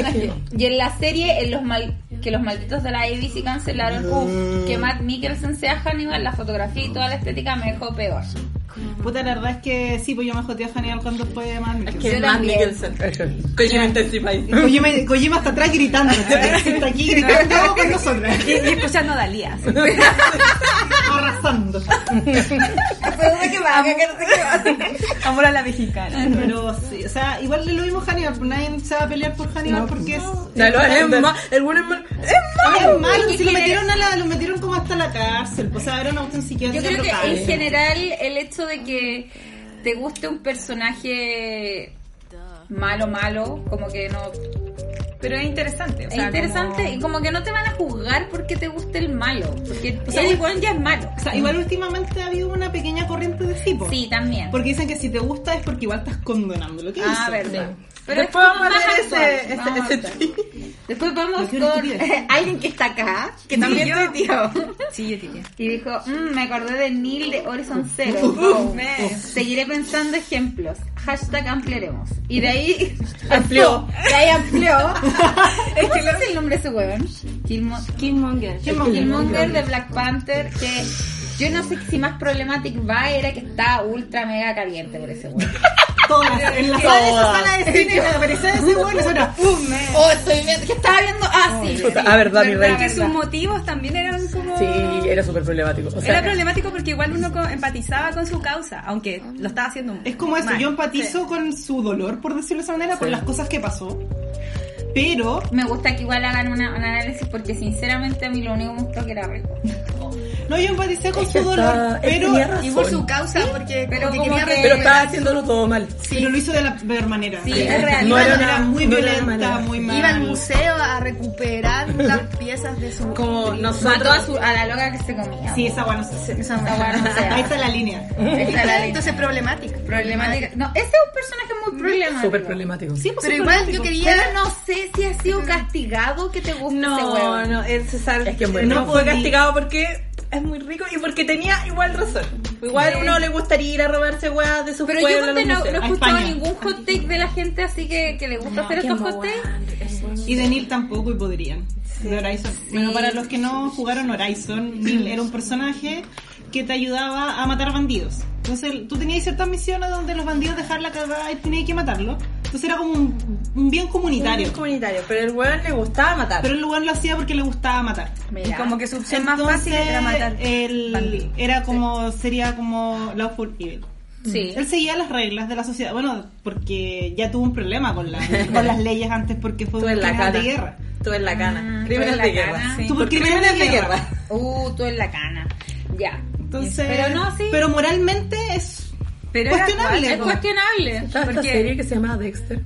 Speaker 1: vender. Y en la serie, en los mal- que los malditos de la ABC cancelaron, uf, que Matt Mikkelsen sea Hannibal, la fotografía y toda la estética me dejó peor.
Speaker 2: Puta, la verdad es que sí, pues yo me joteé a Hannibal cuando fue de Mad Mikkelsen.
Speaker 1: Yo también.
Speaker 5: Kojima Intensified.
Speaker 2: Kojima, Kojima está atrás gritando. Está aquí gritando con nosotros.
Speaker 4: Y, y escuchando a Dalías.
Speaker 2: Arrasando.
Speaker 4: Amor a la mexicana.
Speaker 2: Pero sí, o sea, igual lo vimos Hannibal. pues Nadie se va a pelear por Hannibal porque es.
Speaker 5: Ya lo haré, ma- El bueno es malo.
Speaker 2: Es malo,
Speaker 1: Es que
Speaker 2: si lo
Speaker 1: quiere-
Speaker 2: metieron, a la, lo metieron como hasta la cárcel. pues, O sea, era una cuestión
Speaker 1: Yo
Speaker 2: psiquiátrica.
Speaker 1: creo que
Speaker 2: brutal.
Speaker 1: en general el hecho de que te guste un personaje malo, malo, como que no...
Speaker 4: Pero es interesante. o
Speaker 1: Es
Speaker 4: sea,
Speaker 1: interesante
Speaker 4: como-
Speaker 1: y como que no te van a juzgar porque te guste el malo. Porque
Speaker 2: sea,
Speaker 1: el igual ya es malo.
Speaker 2: O sea, igual últimamente ha habido una pequeña corriente de tipo.
Speaker 1: Sí, también.
Speaker 2: Porque dicen que si te gusta es porque igual estás condonando lo que
Speaker 1: Ah,
Speaker 2: hizo.
Speaker 1: verdad.
Speaker 3: Pero después
Speaker 1: es como
Speaker 3: vamos a
Speaker 1: más
Speaker 3: hacer
Speaker 1: actual.
Speaker 3: ese, ese-
Speaker 1: Vamos a
Speaker 3: ese
Speaker 1: hacer.
Speaker 3: tweet.
Speaker 1: Después vamos
Speaker 2: Lo que
Speaker 1: con
Speaker 2: uno quiere.
Speaker 1: alguien que está acá, que también
Speaker 4: yo.
Speaker 1: tuiteó.
Speaker 4: Sí, yo diría.
Speaker 1: Y dijo, "Mm, me acordé de Neil de Horizon Zero.
Speaker 4: Uf,
Speaker 1: Wow.
Speaker 4: man.
Speaker 1: Seguiré pensando ejemplos. Hashtag ampliaremos. Y de ahí
Speaker 5: Amplió.
Speaker 1: De ahí amplió. es que es el nombre de ese huevón. Killmo-
Speaker 4: Killmonger.
Speaker 1: Killmonger de Black Panther, que yo no sé si más problemático va, era que está ultra mega caliente por ese huevón.
Speaker 2: Todas, en la sala de esa sala de cine, la aparecida de ese bueno, eso era ¡pum! man.
Speaker 1: Oh, estoy viendo, que estaba viendo, ah, sí.
Speaker 5: Chuta, Ah, verdad, mi rey.
Speaker 4: Porque sus motivos también eran como...
Speaker 5: Sí, era súper problemático. O
Speaker 4: Era
Speaker 5: sea,
Speaker 4: problemático porque igual uno co- empatizaba con su causa, aunque lo estaba haciendo
Speaker 2: Es como eso,
Speaker 4: mal.
Speaker 2: yo empatizo con su dolor, por decirlo de esa manera, por las cosas que pasó. Pero,
Speaker 1: Me gusta que igual hagan una- un análisis porque sinceramente a mí lo único que me gustó que era rico.
Speaker 2: no, yo empaticé con
Speaker 5: Es
Speaker 2: su
Speaker 5: que
Speaker 2: dolor,
Speaker 5: está- él
Speaker 2: pero,
Speaker 5: tenía razón.
Speaker 4: Y por su causa, porque
Speaker 1: Pero
Speaker 4: como que
Speaker 1: como que-
Speaker 4: quería re-
Speaker 5: pero estaba haciéndolo todo mal.
Speaker 2: pero lo hizo de la peor manera.
Speaker 1: Sí, es real.
Speaker 5: No
Speaker 2: Iba de
Speaker 5: era
Speaker 2: una manera
Speaker 5: una-
Speaker 2: muy
Speaker 5: no era una
Speaker 2: violenta,
Speaker 5: manera.
Speaker 2: muy
Speaker 4: iba al
Speaker 2: mal.
Speaker 4: museo a recuperar las piezas de su...
Speaker 5: Como
Speaker 1: Mató a, su- a la loca que se comía.
Speaker 2: Sí, esa bueno, esa
Speaker 1: Esa weá no se
Speaker 2: Ahí
Speaker 1: hace.
Speaker 2: está la línea.
Speaker 1: Esa es la ley.
Speaker 4: Entonces problemática.
Speaker 1: problemática. No, ese es un personaje muy problemático.
Speaker 5: Súper problemático.
Speaker 2: Sí, pues,
Speaker 4: Pero
Speaker 2: es
Speaker 4: igual
Speaker 2: problemático.
Speaker 4: yo quería...
Speaker 1: Pero no sé si ha sido castigado que te guste ese
Speaker 5: No,
Speaker 1: huevo.
Speaker 5: no, él César
Speaker 2: que es bueno.
Speaker 5: no fue
Speaker 2: Sí.
Speaker 5: castigado porque es muy rico y porque tenía igual razón. Igual uno le gustaría ir a robarse weas de sus
Speaker 1: Pero yo
Speaker 5: pueblos.
Speaker 1: ponte, no, no he
Speaker 2: A
Speaker 1: escuchado
Speaker 2: España.
Speaker 1: ningún hot take de la gente así que, que le gusta hacer estos hot takes.
Speaker 2: Y de Neil tampoco, y podrían. De Horizon. Bueno, para los que no jugaron Horizon, Neil era un personaje que te ayudaba a matar bandidos. Entonces, tú tenías ciertas misiones donde los bandidos dejaban la cagada y tenías que matarlos. Entonces era como un, un bien comunitario.
Speaker 5: Es comunitario, pero el weón le gustaba matar.
Speaker 2: Pero el lugar lo hacía porque le gustaba matar.
Speaker 4: Y
Speaker 1: Mira,
Speaker 4: como que su opción más
Speaker 2: Entonces,
Speaker 4: fácil era matar.
Speaker 3: eh,
Speaker 2: él
Speaker 4: bandidos.
Speaker 2: era como, sería como Lawful Evil.
Speaker 1: sí.
Speaker 2: Él seguía las reglas de la sociedad, bueno, porque ya tuvo un problema con, la- con las leyes antes porque fue
Speaker 5: Tú
Speaker 2: un
Speaker 5: en la
Speaker 2: criminal
Speaker 5: cana.
Speaker 2: de guerra.
Speaker 5: Tú en la cana.
Speaker 1: Mm,
Speaker 5: Crímenes
Speaker 1: tú en
Speaker 5: de
Speaker 1: la
Speaker 5: guerra.
Speaker 1: cana.
Speaker 5: Sí.
Speaker 2: Tú por
Speaker 5: Por crímenes de guerra.
Speaker 1: Uh, tú en la cana. Ya.
Speaker 2: Entonces,
Speaker 1: Pero no, sí.
Speaker 2: pero moralmente es
Speaker 4: Pero era
Speaker 2: cuestionable.
Speaker 1: Es
Speaker 2: po.
Speaker 1: cuestionable.
Speaker 5: Estaba esta serie que se llama Dexter.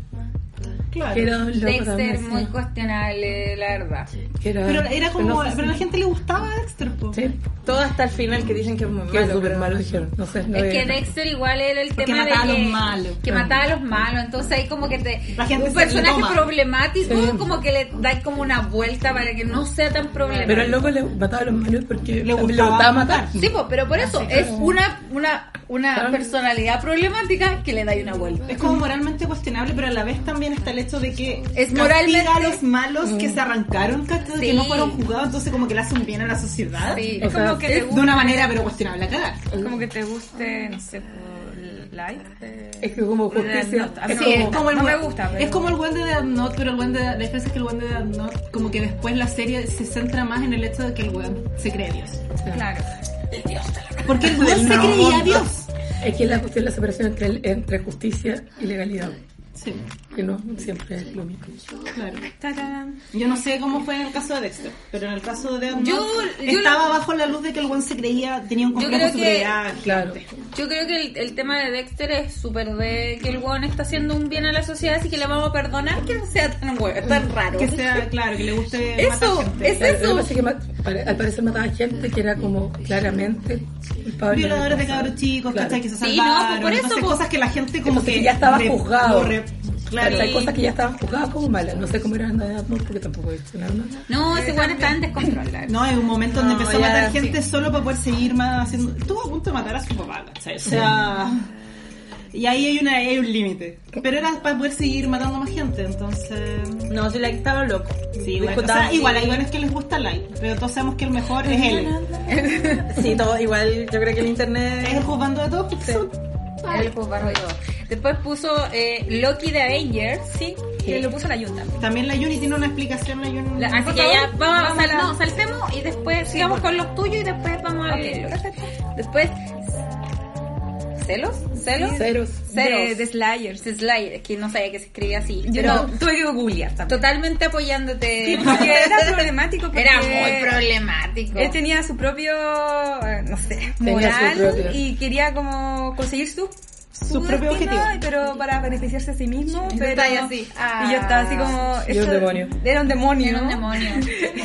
Speaker 2: Claro.
Speaker 5: Que era un loco
Speaker 1: Dexter,
Speaker 5: también,
Speaker 1: muy
Speaker 5: sí.
Speaker 1: cuestionable, la verdad.
Speaker 5: Que era-
Speaker 2: Pero era como,
Speaker 5: no
Speaker 2: pero,
Speaker 5: sé si-
Speaker 2: a la gente le gustaba Dexter, po.
Speaker 5: Sí.
Speaker 3: Todo hasta el final que dicen que es muy
Speaker 5: Que es
Speaker 3: malo.
Speaker 5: súper
Speaker 3: pero-
Speaker 5: malo, dijeron. No sé, no
Speaker 1: es
Speaker 5: voy a-
Speaker 1: que Dexter igual era el
Speaker 2: Porque
Speaker 1: tema
Speaker 2: mataba a
Speaker 1: de
Speaker 2: los
Speaker 1: que,
Speaker 2: malos.
Speaker 1: que mataba a los malos. Entonces ahí como que te
Speaker 2: La gente
Speaker 1: un
Speaker 2: se le
Speaker 1: personaje
Speaker 2: toma.
Speaker 1: problemático
Speaker 5: Sí.
Speaker 1: como que le da como una vuelta para que no sea tan problemático.
Speaker 5: Pero el loco le mataba a los malos porque
Speaker 2: Le gustaba
Speaker 5: matar.
Speaker 1: Sí, po, pero por eso es una una una personalidad problemática que le da una vuelta.
Speaker 2: Es como moralmente cuestionable, pero a la vez también está el hecho de que
Speaker 1: Es
Speaker 2: castiga
Speaker 1: moralmente-
Speaker 2: a Mm. los malos que se arrancaron, ¿cachai? que
Speaker 1: Sí.
Speaker 2: no fueron juzgados, entonces como que le hacen bien a la sociedad. Eh,
Speaker 1: Sí,
Speaker 5: O
Speaker 1: es
Speaker 5: sea,
Speaker 1: como
Speaker 4: que te
Speaker 2: de
Speaker 4: guste.
Speaker 2: una manera pero cuestionable a cagar.
Speaker 4: Es como que te guste, no sé, por like. eh,
Speaker 5: Es que como
Speaker 4: Dead
Speaker 5: justicia.
Speaker 4: Note. A mí
Speaker 2: Sí,
Speaker 4: no me
Speaker 2: es
Speaker 4: gusta.
Speaker 2: como el
Speaker 4: No me
Speaker 2: we-
Speaker 4: gusta, pero-
Speaker 2: Es como el Wendy de Death Note, pero el Wendy de la diferencia es que el Wendy de Death Note, como que después la serie se centra más en el hecho de que el weón se cree Dios.
Speaker 4: Claro.
Speaker 2: Porque el weón se creía Dios.
Speaker 5: Es que es la cuestión de la separación entre, el- entre justicia y legalidad.
Speaker 2: Sí,
Speaker 5: Que no siempre es lo mismo.
Speaker 2: claro.
Speaker 4: Tararán.
Speaker 2: Yo no sé cómo fue en el caso de Dexter, pero en el caso de Death Note
Speaker 1: Yo- yo
Speaker 2: estaba
Speaker 1: lo-
Speaker 2: bajo la luz de que el weón se creía, tenía un
Speaker 1: Yo
Speaker 2: complejo de
Speaker 1: creo que-
Speaker 2: superioridad.
Speaker 5: Claro.
Speaker 1: Yo creo que el, el tema de Dexter es súper de que el weón está haciendo un bien a la sociedad, así que le vamos a perdonar que no sea tan weón, tan raro.
Speaker 2: Mm, Que sea, claro, que le guste
Speaker 1: Eso,
Speaker 2: matar gente.
Speaker 1: es
Speaker 5: Claro, Lo que
Speaker 1: eso.
Speaker 5: pasa es que ma- pare- al parecer mataba gente que era como claramente culpable.
Speaker 2: violadores de
Speaker 5: pasado.
Speaker 2: cabros chicos,
Speaker 5: Claro.
Speaker 2: ¿cachai? Que se
Speaker 1: Sí, no,
Speaker 2: salvaron.
Speaker 1: pues por eso,
Speaker 2: Entonces,
Speaker 1: pues.
Speaker 2: cosas que la gente como
Speaker 5: Entonces,
Speaker 2: que...
Speaker 5: ya estaba
Speaker 2: re-
Speaker 5: juzgado.
Speaker 2: lo re-
Speaker 5: Claro,
Speaker 2: Claro,
Speaker 5: hay cosas que ya estaban juzgadas como malas. No sé cómo eran las de Death Note porque tampoco he visto nada más.
Speaker 1: No, ese weón está en descontrol. la verdad.
Speaker 2: No, en un momento donde
Speaker 3: No,
Speaker 2: empezó a
Speaker 3: ya,
Speaker 2: matar gente solo para poder seguir más haciendo. Estuvo a punto de matar a su papá, ¿cachai? O sea. Y ahí hay, una, ahí hay un límite. Pero era para poder seguir matando más gente, entonces.
Speaker 3: No, si la que estaba loco.
Speaker 2: Sí, igual. O
Speaker 3: Discutamos,
Speaker 2: sea,
Speaker 3: sí. pues
Speaker 2: igual, hay buenos que les gusta Light, pero todos sabemos que el mejor es él.
Speaker 3: Sí, todo igual. Yo creo que el internet.
Speaker 2: Es el juzgando de todos porque son.
Speaker 1: El jugarro de todo. Después puso eh, Loki de Avengers, sí, que lo puso la Junta.
Speaker 2: También la Yuni tiene una explicación, la Yuni.
Speaker 1: La- así
Speaker 2: Por
Speaker 1: que ya
Speaker 2: favor.
Speaker 1: vamos, a no, saltemos y después sigamos con los tuyos y después vamos a leerlos. Después, ¿celos? ¿Celos?
Speaker 5: Ceros.
Speaker 1: Ceros.
Speaker 4: De, de Slayers.
Speaker 1: Es Slayer, es que no sabía que se escribía así.
Speaker 4: Yo
Speaker 1: pero
Speaker 4: no, tuve que googlear también.
Speaker 1: totalmente apoyándote.
Speaker 4: Sí, porque era problemático porque
Speaker 1: Era muy problemático.
Speaker 4: Él tenía su propio, eh, no sé,
Speaker 5: Tenía
Speaker 4: moral
Speaker 5: su propio.
Speaker 4: y quería como conseguir su
Speaker 2: Su propio
Speaker 4: destino,
Speaker 2: objetivo.
Speaker 4: pero para beneficiarse a sí mismo.
Speaker 1: tú
Speaker 4: pero,
Speaker 1: estás ahí así, ah.
Speaker 4: y yo estaba así como...
Speaker 5: Era un
Speaker 4: esto-
Speaker 5: demonio.
Speaker 4: Era un demonio.
Speaker 1: Era un
Speaker 4: ¿no?
Speaker 1: demonio.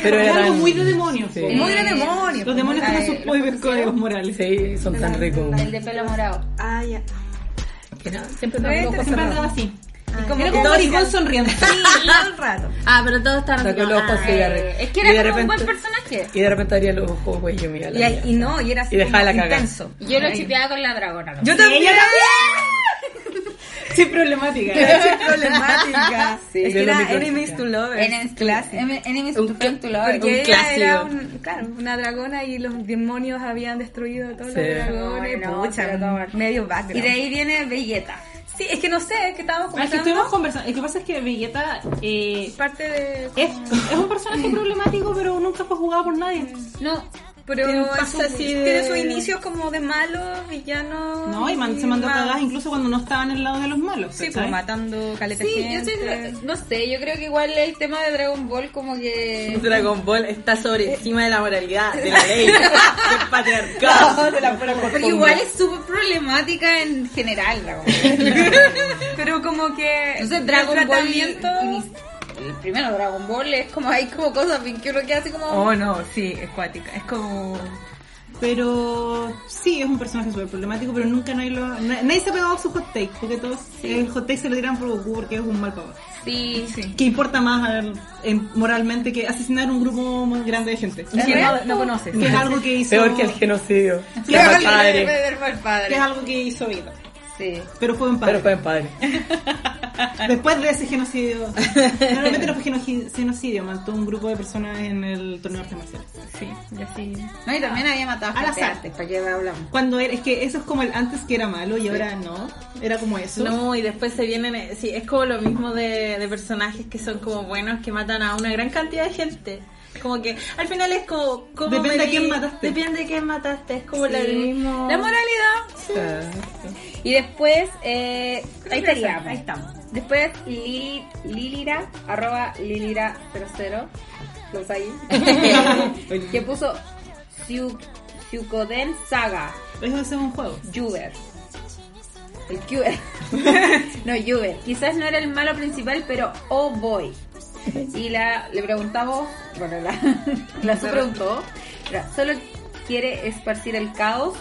Speaker 5: Pero
Speaker 2: Es
Speaker 5: era
Speaker 2: algo
Speaker 5: tan-
Speaker 2: muy de demonios.
Speaker 5: Sí.
Speaker 2: po.
Speaker 4: Muy
Speaker 3: eh,
Speaker 4: de demonio.
Speaker 2: Los demonios
Speaker 1: Ay,
Speaker 2: tienen sus propios códigos morales.
Speaker 5: Sí, son tan ricos.
Speaker 1: El de pelo morado.
Speaker 3: Ah, ya.
Speaker 5: Que nada, siempre
Speaker 4: Pero
Speaker 5: están
Speaker 4: este
Speaker 5: ojos
Speaker 2: Siempre
Speaker 5: cerrados.
Speaker 2: andaba así.
Speaker 4: Y como
Speaker 2: Era
Speaker 4: que
Speaker 2: como un
Speaker 4: todo-
Speaker 2: maricón sonriente.
Speaker 4: Sí, todo el rato.
Speaker 1: Ah, pero todos estaban
Speaker 5: Sacó los ojos
Speaker 1: ah,
Speaker 5: y la-
Speaker 1: eh, Es que
Speaker 5: y de
Speaker 1: era como un
Speaker 5: repente-
Speaker 1: buen personaje.
Speaker 5: Y de repente abría los ojos, güey, yo mira
Speaker 4: Y,
Speaker 5: la
Speaker 4: ahí- y
Speaker 5: mía.
Speaker 4: no, y era así
Speaker 5: Y dejaba
Speaker 4: como
Speaker 5: la cagada.
Speaker 4: intenso.
Speaker 1: Yo lo
Speaker 4: Ahí.
Speaker 1: chipeaba con la dragona. ¿no?
Speaker 4: Yo también.
Speaker 2: ella Sí, problemática.
Speaker 4: Qué problemática.
Speaker 5: Sí,
Speaker 4: es
Speaker 5: yo
Speaker 4: que
Speaker 5: lo
Speaker 4: era
Speaker 5: microchipeaba.
Speaker 4: enemies to lovers.
Speaker 1: Enemies to-
Speaker 4: clásico.
Speaker 1: em- Enemies
Speaker 5: Un
Speaker 1: to friends to lovers.
Speaker 4: Porque
Speaker 1: Un
Speaker 4: ella era
Speaker 5: clásico.
Speaker 4: un- claro, una dragona y los demonios habían destruido a todos
Speaker 5: Sí.
Speaker 4: los dragones.
Speaker 1: No, no,
Speaker 4: pucha,
Speaker 1: pero no.
Speaker 4: medio
Speaker 1: clásico.
Speaker 4: background.
Speaker 1: Y de ahí viene Belleta.
Speaker 4: Sí, es que no sé, es que estábamos
Speaker 2: Ah, es que
Speaker 4: comentando
Speaker 2: estuvimos conversando. Lo que pasa es que Vegeta eh,
Speaker 4: parte de...
Speaker 2: es, es un personaje problemático, pero nunca fue jugado por nadie.
Speaker 1: No,
Speaker 4: Pero
Speaker 3: Tiene un
Speaker 4: en
Speaker 3: pase
Speaker 4: su-
Speaker 3: así de-
Speaker 4: tiene sus inicios como de malo, villano...
Speaker 2: No, y man-
Speaker 4: y
Speaker 2: se mandó
Speaker 4: mal.
Speaker 2: cagadas incluso cuando no estaban en el lado de los malos.
Speaker 4: Sí,
Speaker 2: ¿cachai?
Speaker 4: pues matando caleta
Speaker 1: sí, yo
Speaker 4: gente.
Speaker 1: sé, no sé, yo creo que igual el tema de Dragon Ball como que...
Speaker 3: Dragon Ball está sobre encima de la moralidad, de la ley, del patriarcado, de la pura
Speaker 1: Porque igual es súper problemática en general Dragon Ball.
Speaker 4: Pero como que...
Speaker 1: Entonces
Speaker 4: el
Speaker 1: Dragon Ball... y-
Speaker 4: tratamiento-
Speaker 1: y- El primero Dragon Ball es como, hay como cosas bien que uno queda así como...
Speaker 4: Oh, no, sí, es cuática. Es como...
Speaker 2: Pero sí, es un personaje súper problemático, pero nunca nadie, lo, na- nadie se ha pegado a su hot take, porque todos el hot take se lo tiran por Goku porque es un mal papá.
Speaker 1: Sí, sí.
Speaker 2: ¿Qué importa más a ver, en- moralmente que asesinar un grupo muy grande de gente?
Speaker 4: Que no, no conoces.
Speaker 2: Que es algo que hizo...
Speaker 5: Peor que el genocidio.
Speaker 2: Que es
Speaker 5: Fue
Speaker 2: algo
Speaker 5: en padre.
Speaker 1: Beber fue el
Speaker 2: que
Speaker 1: padre.
Speaker 2: es algo que hizo Ida.
Speaker 1: Sí.
Speaker 2: Pero fue un padre.
Speaker 5: Pero fue en padre.
Speaker 2: Después de ese genocidio. Normalmente no fue genoci- genocidio, mató un grupo de personas en el torneo de artes marciales.
Speaker 4: Sí, y así...
Speaker 1: No, y también había matado a
Speaker 2: Al
Speaker 1: gente
Speaker 2: azar.
Speaker 1: antes, ¿para qué hablamos?
Speaker 2: Cuando era, es que eso es como el antes que era malo y ahora no. Era como eso.
Speaker 3: No, y después se vienen, eh, sí, es como lo mismo de, de personajes que son como buenos, que matan a una gran cantidad de gente. Como que al final es como... como
Speaker 2: Depende
Speaker 3: medir-
Speaker 2: a quién mataste.
Speaker 3: Depende de quién mataste, es como la
Speaker 1: Sí.
Speaker 3: del mismo...
Speaker 1: La moralidad.
Speaker 5: Ah,
Speaker 1: Y después, eh, ahí estaríamos.
Speaker 4: Ahí estamos.
Speaker 1: Después Lili, Lilira, arroba Lilira00, los ahí, que puso Syu- Syukoden Saga,
Speaker 2: Eso es un juego.
Speaker 1: Juber. El Juber. no, Juber. Quizás no era el malo principal, pero oh boy. Y la, le preguntamos, bueno, la, la su preguntó, era, solo quiere esparcir el caos.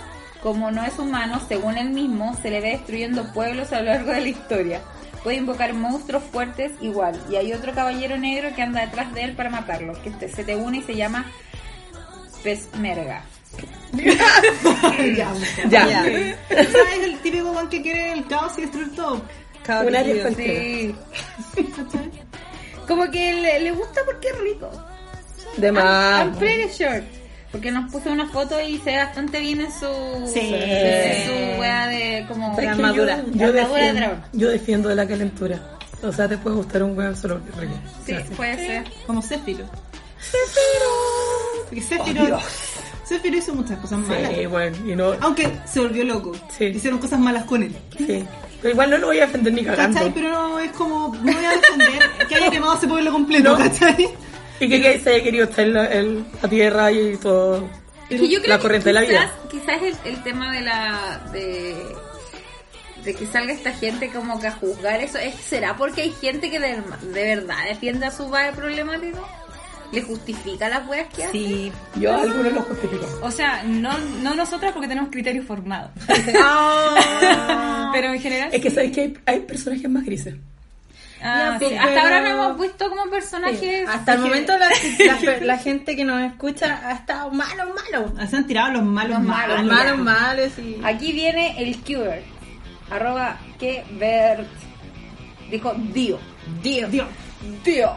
Speaker 1: Como no es humano, según él mismo, se le ve destruyendo pueblos a lo largo de la historia. Puede invocar monstruos fuertes igual. Y hay otro caballero negro que anda detrás de él para matarlo, que te- se te une y se llama Pesmerga.
Speaker 5: Ya.
Speaker 2: ¿Sabes el típico one que quiere el caos y destruir todo?
Speaker 5: Un área
Speaker 3: Dios.
Speaker 5: cualquiera.
Speaker 1: Como que le, le gusta porque es rico.
Speaker 5: De
Speaker 1: I'm
Speaker 5: más.
Speaker 1: Ah, pretty sure. Porque nos puso una foto y se ve bastante bien en su.
Speaker 3: Sí.
Speaker 1: en su wea de. como.
Speaker 5: ¿Sabes
Speaker 1: la
Speaker 5: qué? Yo-
Speaker 1: armadura. La armadura
Speaker 5: Yo,
Speaker 1: de
Speaker 5: defiendo,
Speaker 1: dragón.
Speaker 5: yo defiendo de la calentura. O sea, te puede gustar un weón solo porque requiere.
Speaker 1: Sí, puede ser.
Speaker 2: Como Céfiro. Porque Céfiro. Céfiro hizo muchas cosas malas.
Speaker 5: Oh, Sí, bueno, y no.
Speaker 2: Aunque se volvió loco.
Speaker 5: Sí.
Speaker 2: Hicieron cosas malas con él.
Speaker 5: Sí. Pero igual no lo voy a defender ni cagando.
Speaker 2: ¿Cachai? Pero no, es como. No voy a defender que haya quemado a ese pueblo completo, ¿cachai?
Speaker 5: Y que, que se haya querido estar en la, en la tierra y todo.
Speaker 1: Que yo creo
Speaker 5: la
Speaker 1: que
Speaker 5: corriente de la vida.
Speaker 1: Quizás quizás el, el tema de la. De, de que salga esta gente como que a juzgar eso, es- ¿será porque hay gente que de, de verdad defiende a su padre problemático? ¿Le justifica las weas que hace?
Speaker 4: Sí.
Speaker 5: Yo a algunos los justifico.
Speaker 4: O sea, no, no nosotras porque tenemos criterios formados.
Speaker 1: Ah.
Speaker 4: Pero en general.
Speaker 5: Es que sabes que hay, hay personajes más grises.
Speaker 4: Ah,
Speaker 3: Ya,
Speaker 4: sí.
Speaker 3: pues,
Speaker 1: Hasta
Speaker 3: pero-
Speaker 1: ahora no hemos visto como personajes.
Speaker 3: Hasta el momento la, la- la gente que nos escucha ha estado malo, malo.
Speaker 2: Se han tirado los malos,
Speaker 1: Los
Speaker 2: malos.
Speaker 1: malos.
Speaker 3: Los malos, malos y...
Speaker 1: Aquí viene el Cure. Arroba que Bert. Dijo Dio.
Speaker 2: Dios. Dios.
Speaker 1: Dio.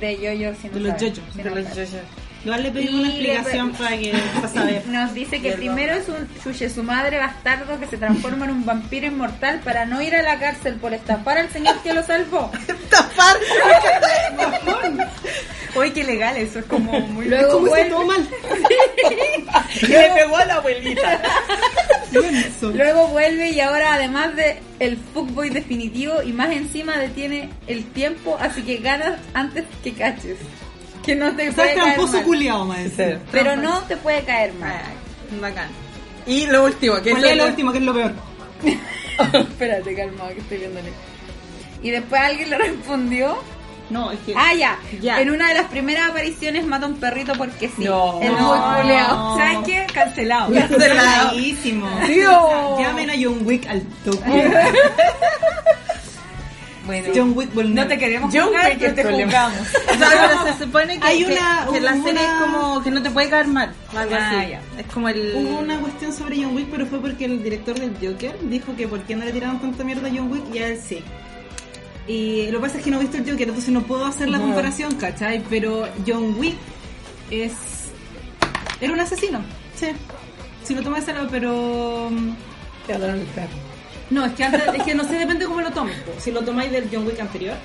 Speaker 1: De Yoyo sin
Speaker 2: De los
Speaker 1: saber,
Speaker 2: yoyos,
Speaker 1: sin
Speaker 2: de los
Speaker 1: saber.
Speaker 2: Igual le pedimos
Speaker 1: Y
Speaker 2: una
Speaker 1: le-
Speaker 2: explicación para que para saber.
Speaker 1: Nos dice que
Speaker 2: Mierda.
Speaker 1: primero es un Yuye, su madre bastardo que se transforma en un vampiro inmortal para no ir a la cárcel por estafar al señor que lo salvó.
Speaker 3: Tapar.
Speaker 4: Oye, qué legal eso. Es como muy.
Speaker 1: Luego
Speaker 2: ¿Cómo se
Speaker 1: vuelve-
Speaker 2: todo mal?
Speaker 5: Que le pegó a la abuelita.
Speaker 2: Eso.
Speaker 1: Luego vuelve y ahora además de el fuckboy definitivo y más encima detiene el tiempo, así que ganas antes que caches. Que no te
Speaker 2: Estás
Speaker 1: puede caer
Speaker 2: tramposo
Speaker 1: mal.
Speaker 2: culiado, maestro.
Speaker 1: Pero no te puede caer mal.
Speaker 3: Bacán. Y lo último, que
Speaker 2: ¿Cuál
Speaker 3: eso
Speaker 2: es lo último, que es lo peor? Ah.
Speaker 1: Espérate, calmado que estoy viéndole. Y después alguien le respondió.
Speaker 2: No, es que.
Speaker 1: Ah, ya.
Speaker 3: Ya.
Speaker 1: En una de las primeras apariciones mata a un perrito porque sí.
Speaker 5: No.
Speaker 1: El
Speaker 2: No.
Speaker 1: muy culeado.
Speaker 4: ¿Sabes qué? Cancelado.
Speaker 3: de la-
Speaker 2: Malísimo.
Speaker 1: Dios.
Speaker 2: Llamen a John Wick al toque.
Speaker 4: Bueno.
Speaker 2: John Wick will
Speaker 4: No
Speaker 2: never-
Speaker 4: te queremos
Speaker 5: Yo
Speaker 4: juzgar,
Speaker 5: creo que
Speaker 3: este
Speaker 4: pero te
Speaker 5: el problema-
Speaker 4: juzgamos.
Speaker 3: Claro, pero se supone que,
Speaker 2: Hay
Speaker 3: que-
Speaker 2: una-
Speaker 3: que la
Speaker 2: una-
Speaker 3: serie es como que no te puede caer mal. o Algo
Speaker 4: Ah,
Speaker 3: así.
Speaker 4: ya.
Speaker 3: Es como el.
Speaker 2: Hubo una cuestión sobre John Wick, pero fue porque el director del Joker dijo que por qué no le tiraron tanta mierda a John Wick y a él sí. Y lo que pasa es que no he visto el Joker, entonces no puedo hacer la comparación, ¿cachai? Pero John Wick es. Era un asesino, sí. Si lo tomas a lado, pero. mm,
Speaker 5: Te hablaron el perro.
Speaker 2: No, es que antes, es que no sé, depende cómo lo tomes. po. Si lo tomáis del John Wick anterior,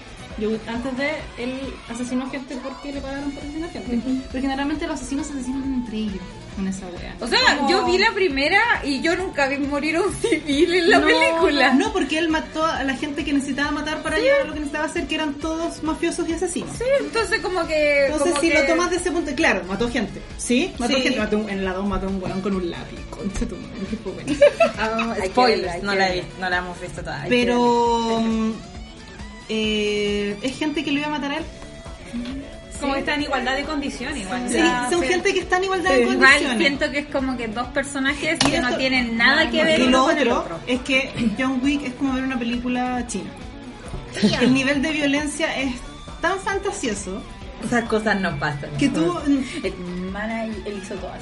Speaker 2: John Wick antes de él asesinó gente porque le pagaron por asesinar gente. Pero generalmente los asesinos se asesinan entre ellos, con esa wea.
Speaker 1: O sea, yo vi la primera y yo nunca vi morir a un civil en la
Speaker 2: No,
Speaker 1: película.
Speaker 2: No, porque él mató a la gente que necesitaba matar para llegar a lo que necesitaba hacer, que eran todos mafiosos y asesinos.
Speaker 1: Sí, entonces como que...
Speaker 2: Entonces,
Speaker 1: como
Speaker 2: si
Speaker 1: que-
Speaker 2: lo tomas de ese punto, claro, mató gente. ¿Sí? Mató
Speaker 3: Sí.
Speaker 2: gente. Mató un- en la 2 mató un weón con un lápiz. Concha tu madre, qué joven.
Speaker 3: Ah,
Speaker 1: Hay que verla, hay
Speaker 3: spoilers, no
Speaker 1: que
Speaker 3: la, he
Speaker 1: verla.
Speaker 3: visto, no la hemos visto todavía.
Speaker 2: Pero. mm, eh, es gente que lo iba a matar a él.
Speaker 4: Como está en igualdad de condición, igual.
Speaker 2: Sí, son gente que está en igualdad de
Speaker 1: Igual
Speaker 2: condiciones.
Speaker 1: siento que es como que dos personajes
Speaker 2: Y
Speaker 1: que
Speaker 2: esto-
Speaker 1: no tienen nada que ver
Speaker 2: y
Speaker 1: uno
Speaker 2: lo
Speaker 1: con el
Speaker 2: otro
Speaker 1: otro.
Speaker 2: es que John Wick es como ver una película china. El nivel de violencia es tan fantasioso
Speaker 3: Esas cosas no pasan.
Speaker 2: que tú
Speaker 1: Hermana, y- él hizo todas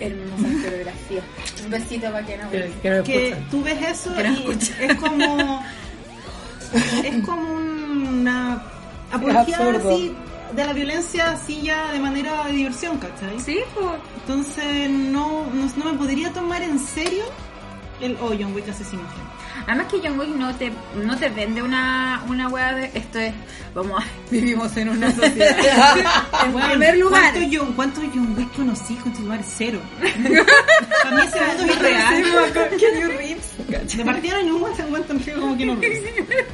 Speaker 1: hermosas coreografías. Un besito para que no...
Speaker 5: Que, que no me
Speaker 2: que
Speaker 5: escuchan.
Speaker 2: tú ves eso y es como es como una apología
Speaker 5: absurdo.
Speaker 2: así de la violencia así ya de manera de diversión, ¿cachai?
Speaker 4: Sí, pues.
Speaker 2: Entonces no, no, no me podría tomar en serio el oh John Wick asesino.
Speaker 1: Además que John Wick no te, no te vende una, una hueá de esto es, vamos, vivimos en una sociedad. en
Speaker 2: Bueno,
Speaker 1: primer lugar,
Speaker 2: ¿Cuántos John, cuánto John Wick conocí con tu lugar? Cero. Para mí ese mundo es real. De partida no hay ningún tan buen tan feo como Keanu Reeves.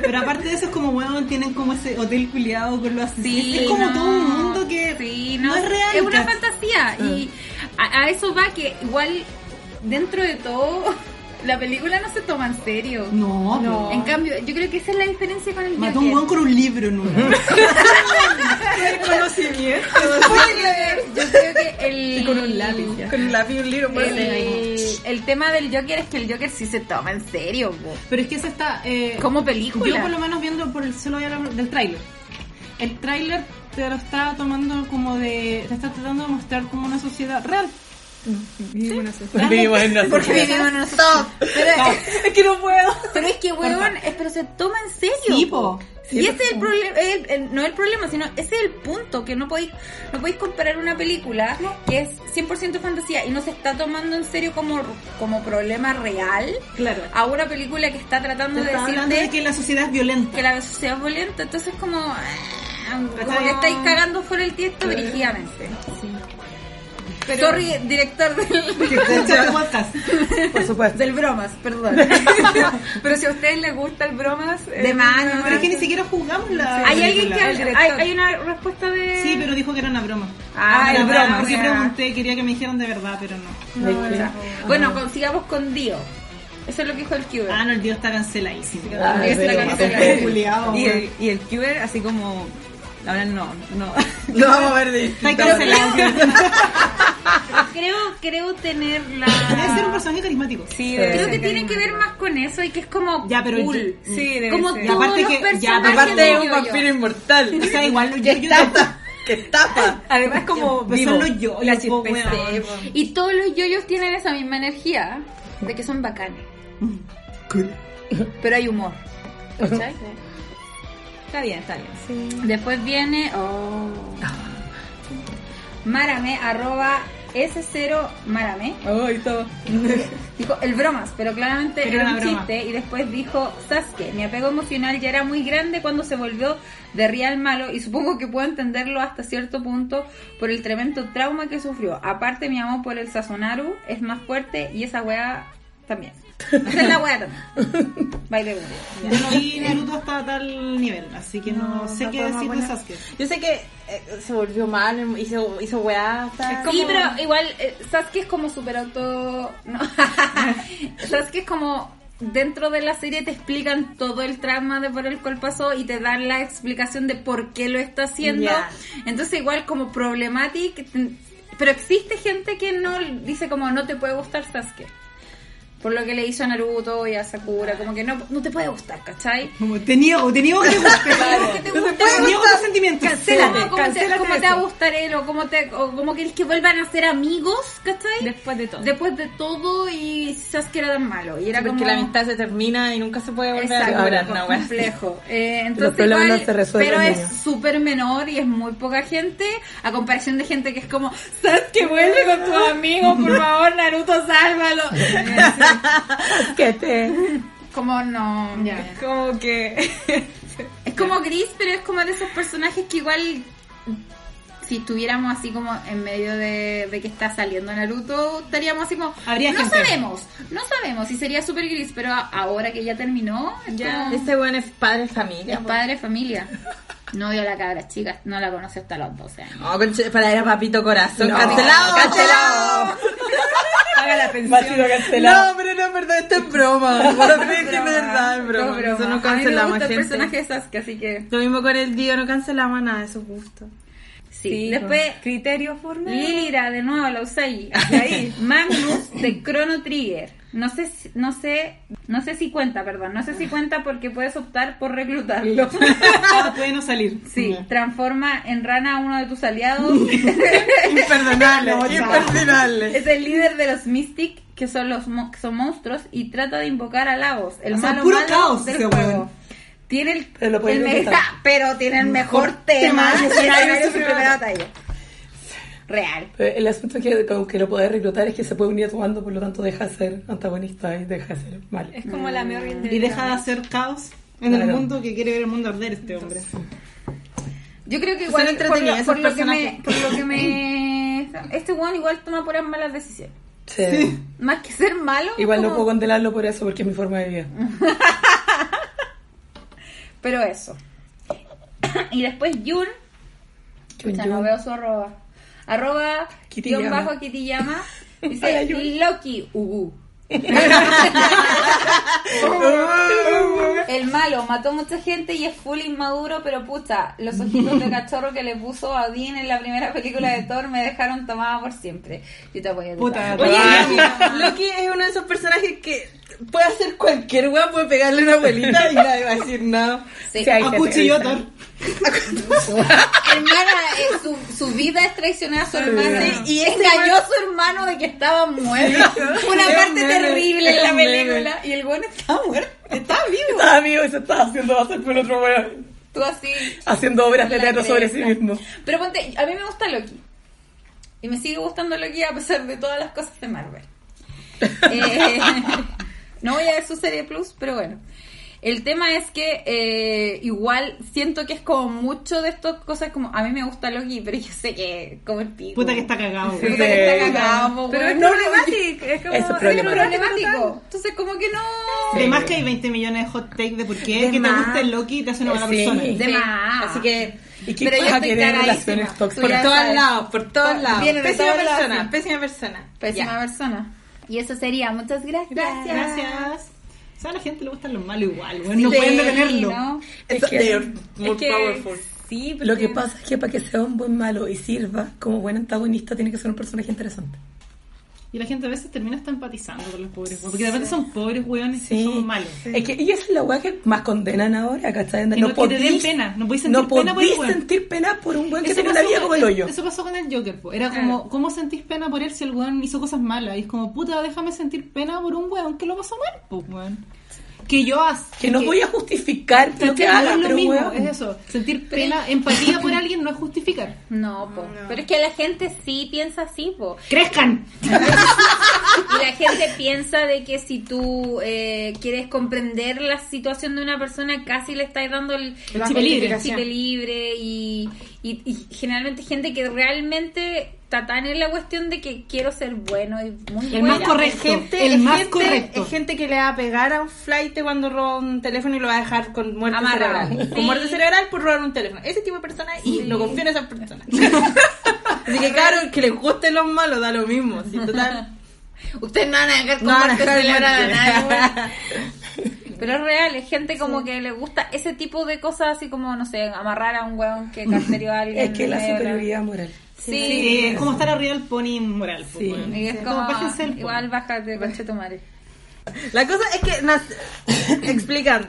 Speaker 2: Pero aparte de eso es como, weón, tienen como ese hotel culiado con los asesinos.
Speaker 1: Sí,
Speaker 2: es como
Speaker 1: no.
Speaker 2: todo un mundo que
Speaker 1: Sí,
Speaker 2: no,
Speaker 1: no,
Speaker 2: es real.
Speaker 1: Es una
Speaker 2: ¿cachai? Mm.
Speaker 1: fantasía. Y a, a eso va que igual dentro de todo la película no se toma en serio.
Speaker 2: No, no.
Speaker 1: No. En cambio, yo creo que esa es la diferencia con el
Speaker 2: Mató un weón
Speaker 1: Joker.
Speaker 2: con un libro en una.
Speaker 1: Yo creo que el...
Speaker 2: Y con un lápiz, ya.
Speaker 3: Con un lápiz y un libro, pues.
Speaker 1: El, el tema del Joker es que el Joker sí se toma en serio, po.
Speaker 2: Pero es que esa está. eh,
Speaker 1: como película.
Speaker 2: Yo por lo menos viendo por el solo voy a hablar del tráiler. El tráiler te lo está tomando como de. te está tratando de mostrar como una sociedad real.
Speaker 4: Vivimos nosotros.
Speaker 5: Vivimos en nosotros.
Speaker 1: Porque vivimos nosotros. Pero,
Speaker 5: Es que no puedo.
Speaker 1: pero es que, weón, es- pero se toma en serio.
Speaker 2: Sí, po.
Speaker 1: po.
Speaker 5: Sí,
Speaker 1: y
Speaker 5: po.
Speaker 1: ese
Speaker 4: este
Speaker 1: es el problema, el- el- no el problema, sino ese es el punto, que no podéis, no podéis comparar una película que es 100% fantasía y no se está tomando en serio como, como problema real
Speaker 2: Claro.
Speaker 1: a una película que está tratando
Speaker 2: Te
Speaker 1: de
Speaker 2: estaba hablando
Speaker 1: decirte
Speaker 2: de que la sociedad es violenta.
Speaker 1: que la sociedad es violenta, entonces como, ah, como
Speaker 2: ¿Cachai?
Speaker 1: que estáis cagando fuera el tiesto brígidamente.
Speaker 4: Pero-
Speaker 1: Sorry, director del,
Speaker 2: Que escucha el Este podcast.
Speaker 5: Por supuesto.
Speaker 1: del bromas, perdón.
Speaker 4: Pero si a ustedes les gusta el bromas. eh,
Speaker 1: De mano,
Speaker 4: no,
Speaker 1: ¿no?
Speaker 2: Pero es que ni siquiera jugamos la.
Speaker 1: Hay alguien
Speaker 2: película.
Speaker 1: que
Speaker 4: El director.
Speaker 1: hay, hay una respuesta de
Speaker 2: Sí, pero dijo que era una broma.
Speaker 1: Ah,
Speaker 2: era
Speaker 1: era
Speaker 2: broma.
Speaker 1: broma.
Speaker 2: Sí pregunté, quería que me dijeran de verdad, pero no.
Speaker 1: Bueno, consigamos con Dio. Eso es lo que dijo el Cuber.
Speaker 2: Ah, no, el tío está canceladísimo.
Speaker 5: Ah,
Speaker 1: Es la
Speaker 5: pero-
Speaker 1: cancelada.
Speaker 2: Culeado,
Speaker 4: Y
Speaker 2: weón.
Speaker 4: el, y el Cuber, así como. Ahora no, no.
Speaker 5: Lo vamos a ver de.
Speaker 2: Está cancelado. Debe
Speaker 1: Creo, creo tener la.
Speaker 2: ser un personaje carismático.
Speaker 4: Sí, debe
Speaker 1: Creo
Speaker 4: ser
Speaker 1: que tiene que ver más con eso y que es como
Speaker 2: Ya, pero
Speaker 1: cool.
Speaker 2: yo-
Speaker 4: Sí, debe
Speaker 1: como
Speaker 4: ser.
Speaker 2: Y
Speaker 1: todos
Speaker 2: aparte
Speaker 1: los
Speaker 2: que- ya,
Speaker 1: personajes
Speaker 2: aparte
Speaker 5: Aparte es
Speaker 1: de
Speaker 5: un
Speaker 1: Yo-Yo.
Speaker 5: vampiro inmortal.
Speaker 2: O sea, igual no- yo,
Speaker 5: Que
Speaker 2: yo-
Speaker 5: tapa. Que tapa.
Speaker 4: Además, como.
Speaker 2: Pues
Speaker 4: vivo.
Speaker 2: son los yo,
Speaker 4: La
Speaker 2: los po,
Speaker 4: chispeza.
Speaker 2: weón.
Speaker 1: Y todos los yoyos tienen esa misma energía de que son bacanes. Pero hay humor. ¿Cachai?
Speaker 4: Está bien, está bien.
Speaker 1: Después viene. Oh. Marame, arroba S0 Marame.
Speaker 5: Ay, tapa.
Speaker 1: Dijo el bromas, pero claramente
Speaker 2: Pero
Speaker 1: era
Speaker 2: era
Speaker 1: un
Speaker 2: broma.
Speaker 1: chiste. Y después dijo Sasuke, mi apego emocional ya era muy grande cuando se volvió de real malo y supongo que puedo entenderlo hasta cierto punto por el tremendo trauma que sufrió. Aparte mi amor por el Sasonaru es más fuerte y esa weá también. Esa es la weá también. By the way.
Speaker 2: Yo no vi Naruto hasta tal nivel, así que no, sé qué decir de Sasuke.
Speaker 3: Yo sé que eh, se volvió mal, hizo, hizo weá. tal.
Speaker 1: Sí, pero igual eh, Sasuke es como super auto... No. Sasuke es como... Dentro de la serie te explican todo el trama de por el cual pasó y te dan la explicación de por qué lo está haciendo.
Speaker 3: Ya.
Speaker 1: Entonces igual como problemática... Pero existe gente que no dice como no te puede gustar Sasuke. Por lo que le hizo a Naruto y a Sakura, como que no, no te puede gustar, ¿cachai?
Speaker 2: Como, te niego, te niego que te guste.
Speaker 1: que te
Speaker 2: No
Speaker 1: guste.
Speaker 2: Te niego tus sentimientos.
Speaker 1: Cancélate,
Speaker 4: Sí,
Speaker 1: ¿cómo, te,
Speaker 4: cancélate
Speaker 1: cómo te va
Speaker 4: eso.
Speaker 1: a gustar él o cómo, te, o cómo querés que vuelvan a ser amigos, ¿cachai?
Speaker 4: Después de todo.
Speaker 1: después de todo y Sasuke era tan malo y era
Speaker 3: Porque
Speaker 1: como
Speaker 3: la amistad se termina y nunca se puede volver
Speaker 1: Exacto,
Speaker 3: a lograr
Speaker 1: era
Speaker 3: una
Speaker 1: como
Speaker 3: weá.
Speaker 1: complejo Eh,
Speaker 5: Los
Speaker 1: entonces
Speaker 5: problemas
Speaker 1: igual,
Speaker 5: no se resuelven,
Speaker 1: pero es
Speaker 5: niño.
Speaker 1: súper menor y es muy poca gente a comparación de gente que es como Sasuke vuelve con tus amigos por favor Naruto sálvalo Eh,
Speaker 5: Que te.
Speaker 1: como no
Speaker 2: Ya.
Speaker 4: Como que.
Speaker 1: es como gris pero es como de esos personajes que igual si estuviéramos así como en medio de, de que está saliendo Naruto, estaríamos así como,
Speaker 2: Habría
Speaker 1: no
Speaker 2: gente.
Speaker 1: sabemos, no sabemos, y sería súper gris, pero a- ahora que ya terminó, es como-
Speaker 3: Este weón es padre de
Speaker 1: Es
Speaker 3: familia. po.
Speaker 1: padre de familia. No vio a la cabra chica, no la conoció hasta los 12 años.
Speaker 3: Oh, conche- para era papito corazón.
Speaker 5: No,
Speaker 3: cancelado, cancelado.
Speaker 4: Haga la pensión.
Speaker 5: Máximo cancelado. No, pero no es verdad, esto es broma. No crees que es verdad, es broma.
Speaker 1: Broma.
Speaker 3: Eso no
Speaker 1: a mí me
Speaker 3: cancelamos,
Speaker 1: gusta el
Speaker 3: gente.
Speaker 1: personaje de Sasuke, así que
Speaker 3: Lo mismo con el Dio, no cancelamos nada de sus gustos.
Speaker 1: sí.
Speaker 4: Sí,
Speaker 1: Después
Speaker 4: Criterio formal.
Speaker 1: Lilira de nuevo la Usagi. Ahí. Magnus de Chrono Trigger. No sé si- no sé no sé si cuenta, perdón, no sé si cuenta porque puedes optar por reclutarlo.
Speaker 2: Ah, puede no salir.
Speaker 1: Sí,
Speaker 2: Ya.
Speaker 1: transforma en rana a uno de tus aliados.
Speaker 5: Imperdonable, imperdonable.
Speaker 1: Es el líder de los Mystic, que son los mo- que son monstruos, y trata de invocar a Lavos, el
Speaker 2: O sea,
Speaker 1: malo,
Speaker 2: puro
Speaker 1: malo
Speaker 2: caos
Speaker 1: del
Speaker 2: ese
Speaker 1: juego.
Speaker 2: weón.
Speaker 1: Tiene el,
Speaker 5: Pero lo pueden
Speaker 1: el
Speaker 5: inventar.
Speaker 1: mega- pero tiene el mejor, tema
Speaker 5: tema, yo
Speaker 1: que
Speaker 5: siempre
Speaker 1: era
Speaker 5: digo
Speaker 1: ver en
Speaker 5: esa
Speaker 1: su primera batalla. Real.
Speaker 5: Pero Eh, El asunto que, con que lo podés reclutar es que se puede unir a tu bando, por lo tanto deja de ser antagonista y deja de ser mal.
Speaker 4: Es como la Merrill de.
Speaker 2: Y deja de hacer caos en el
Speaker 5: Claro.
Speaker 2: mundo que quiere ver el mundo arder este hombre.
Speaker 1: Yo creo que igual
Speaker 3: Son
Speaker 1: por lo,
Speaker 3: entretenidas
Speaker 1: por
Speaker 3: esos
Speaker 1: lo que me,
Speaker 3: personajes.
Speaker 1: por lo que me este weón igual toma puras malas decisiones.
Speaker 5: Sí.
Speaker 1: Más que ser malo,
Speaker 5: Igual no
Speaker 1: como-
Speaker 5: puedo condenarlo por eso porque es mi forma de vida.
Speaker 1: Mm. pero eso. Y después Yun
Speaker 5: Yo-
Speaker 1: Pucha,
Speaker 5: yo-
Speaker 1: no veo su arroba. Arroba
Speaker 5: Kitty
Speaker 1: guión
Speaker 5: llama.
Speaker 1: bajo Kitty llama.
Speaker 5: Hola,
Speaker 1: Dice
Speaker 5: Yuri.
Speaker 1: Loki Ugu. El malo mató mucha gente y es full inmaduro, pero puta, los ojitos de cachorro que le puso a Dean en la primera película de Thor me dejaron tomada por siempre. Yo te voy a
Speaker 2: Puta,
Speaker 1: dejar.
Speaker 2: Oye,
Speaker 3: Ah. Oye, Loki es uno de esos personajes que
Speaker 5: puede hacer cualquier weá, puede pegarle a una abuelita y nadie va a decir nada.
Speaker 1: Sí.
Speaker 5: ahí se
Speaker 2: Acuchilló
Speaker 5: piensa.
Speaker 2: Thor.
Speaker 1: hermana, eh, su, su vida es traicionada a su hermana. Y engañó a su hermano de que estaba muerto. Una
Speaker 5: es un
Speaker 1: parte
Speaker 5: meme,
Speaker 1: terrible
Speaker 5: es
Speaker 1: en la
Speaker 5: un meme.
Speaker 1: película. Y el bueno estaba muerto. Estaba vivo.
Speaker 5: Estaba vivo y se estaba haciendo hacer con otro weón.
Speaker 1: Tú así.
Speaker 5: Haciendo obras de
Speaker 1: La
Speaker 5: teatro sobre sí
Speaker 1: cresta.
Speaker 5: mismo.
Speaker 1: Pero ponte, a mí me gusta Loki. Y me sigue gustando Loki a pesar de todas las cosas de Marvel. Eh, no voy a ver su serie Plus, pero bueno. El tema es que eh, igual siento que es como mucho de estas cosas como a mí me gusta Loki, pero yo sé que como el pico.
Speaker 2: Puta que está cagado.
Speaker 1: Puta
Speaker 2: güey.
Speaker 1: que
Speaker 5: Sí.
Speaker 1: está cagado, po,
Speaker 4: Pero
Speaker 1: weón.
Speaker 4: es
Speaker 1: No,
Speaker 4: problemático. Es como.
Speaker 5: Es
Speaker 4: es
Speaker 5: problemático.
Speaker 1: problemático. Entonces como que no.
Speaker 2: Además que hay 20 millones de hot take de por qué
Speaker 3: De
Speaker 2: que te
Speaker 3: más.
Speaker 2: gusta el Loki y te hace una mala
Speaker 5: Sí.
Speaker 2: persona.
Speaker 5: De
Speaker 1: De más.
Speaker 5: Así que. ¿Y qué
Speaker 1: Pero yo
Speaker 5: pasa
Speaker 1: estoy
Speaker 5: que tiene
Speaker 1: cagadísima.
Speaker 5: relaciones tóxicas?
Speaker 1: Tú ya
Speaker 5: Por todas
Speaker 1: sabes.
Speaker 5: las-
Speaker 3: por
Speaker 1: todos lados.
Speaker 3: Vienen de
Speaker 1: Pésima
Speaker 3: todos lados,
Speaker 1: persona,
Speaker 3: sí. pésima persona.
Speaker 1: Pésima persona. Y eso sería. Muchas gracias.
Speaker 2: Gracias. O sea, a la gente le gustan los malos igual, güey. no
Speaker 1: Sí,
Speaker 2: pueden detenerlo.
Speaker 1: ¿no?
Speaker 5: Es
Speaker 3: It's-
Speaker 5: que-
Speaker 3: they're more
Speaker 4: que.
Speaker 3: powerful.
Speaker 4: Sí, pero.
Speaker 5: Lo que pasa es que para que sea un buen malo y sirva como buen antagonista, tiene que ser un personaje interesante.
Speaker 2: Y la gente a veces termina hasta empatizando con los pobres, güey, porque de repente son pobres weones que son malos.
Speaker 5: Es que, y esa es la weá que más condenan ahora, ¿cachai?
Speaker 2: Que no- que te den pena, no podís sentir pena
Speaker 5: no
Speaker 2: por el
Speaker 5: podís
Speaker 2: weón.
Speaker 5: sentir pena por un weón que tiene
Speaker 2: pasó
Speaker 5: una vida
Speaker 2: con-
Speaker 5: como el hoyo.
Speaker 2: eso pasó con el Joker, po. era como, ¿cómo sentís pena por él si el weón hizo cosas malas? Y es como, puta, déjame sentir pena por un weón que lo pasó mal, po, weón. Que yo as-
Speaker 5: Que no voy a justificar lo que
Speaker 2: ¿cachai? No
Speaker 5: haga,
Speaker 2: es lo
Speaker 5: pero
Speaker 2: mismo,
Speaker 5: weón.
Speaker 2: es eso. Sentir pena, empatía por alguien no es justificar.
Speaker 1: No, po. pero es que la gente sí piensa así, po.
Speaker 2: ¡Crezcan!
Speaker 1: Y la gente piensa de que si tú eh, quieres comprender la situación de una persona, casi le estás dando el,
Speaker 2: El chip libre.
Speaker 1: el chip libre y, y- y generalmente gente que realmente está tan en la cuestión de que quiero ser bueno y muy
Speaker 2: El
Speaker 1: buena.
Speaker 2: más correcto.
Speaker 3: Es gente,
Speaker 2: el
Speaker 3: es
Speaker 2: más
Speaker 3: gente-
Speaker 2: correcto.
Speaker 3: Es gente que le va a pegar a un flight cuando roba un teléfono y lo va a dejar con muerte
Speaker 1: Amarrado.
Speaker 3: cerebral.
Speaker 1: Sí.
Speaker 3: Con muerte cerebral por robar un teléfono. Ese tipo de persona y lo confío en esa persona. Así que claro, que les gusten los malos da lo mismo. Si total,
Speaker 1: Ustedes no van a dejar con
Speaker 3: No van a
Speaker 1: muerte
Speaker 3: dejar de
Speaker 1: cerebral a nadie,
Speaker 3: muerte.
Speaker 1: weón. Pero es real, es gente como que le gusta ese tipo de cosas, así como, no sé, amarrar a un weón que carterió a alguien.
Speaker 5: Es que
Speaker 1: en
Speaker 5: la
Speaker 1: medio de
Speaker 5: superioridad moral.
Speaker 1: Sí,
Speaker 2: Sí, es como estar arriba del pony moral, po,
Speaker 5: Sí.
Speaker 2: weón.
Speaker 1: Y es
Speaker 2: Como,
Speaker 1: como,
Speaker 2: bájense el po.
Speaker 1: igual bájate, conche tu madre.
Speaker 3: La cosa es que, nas- explicando,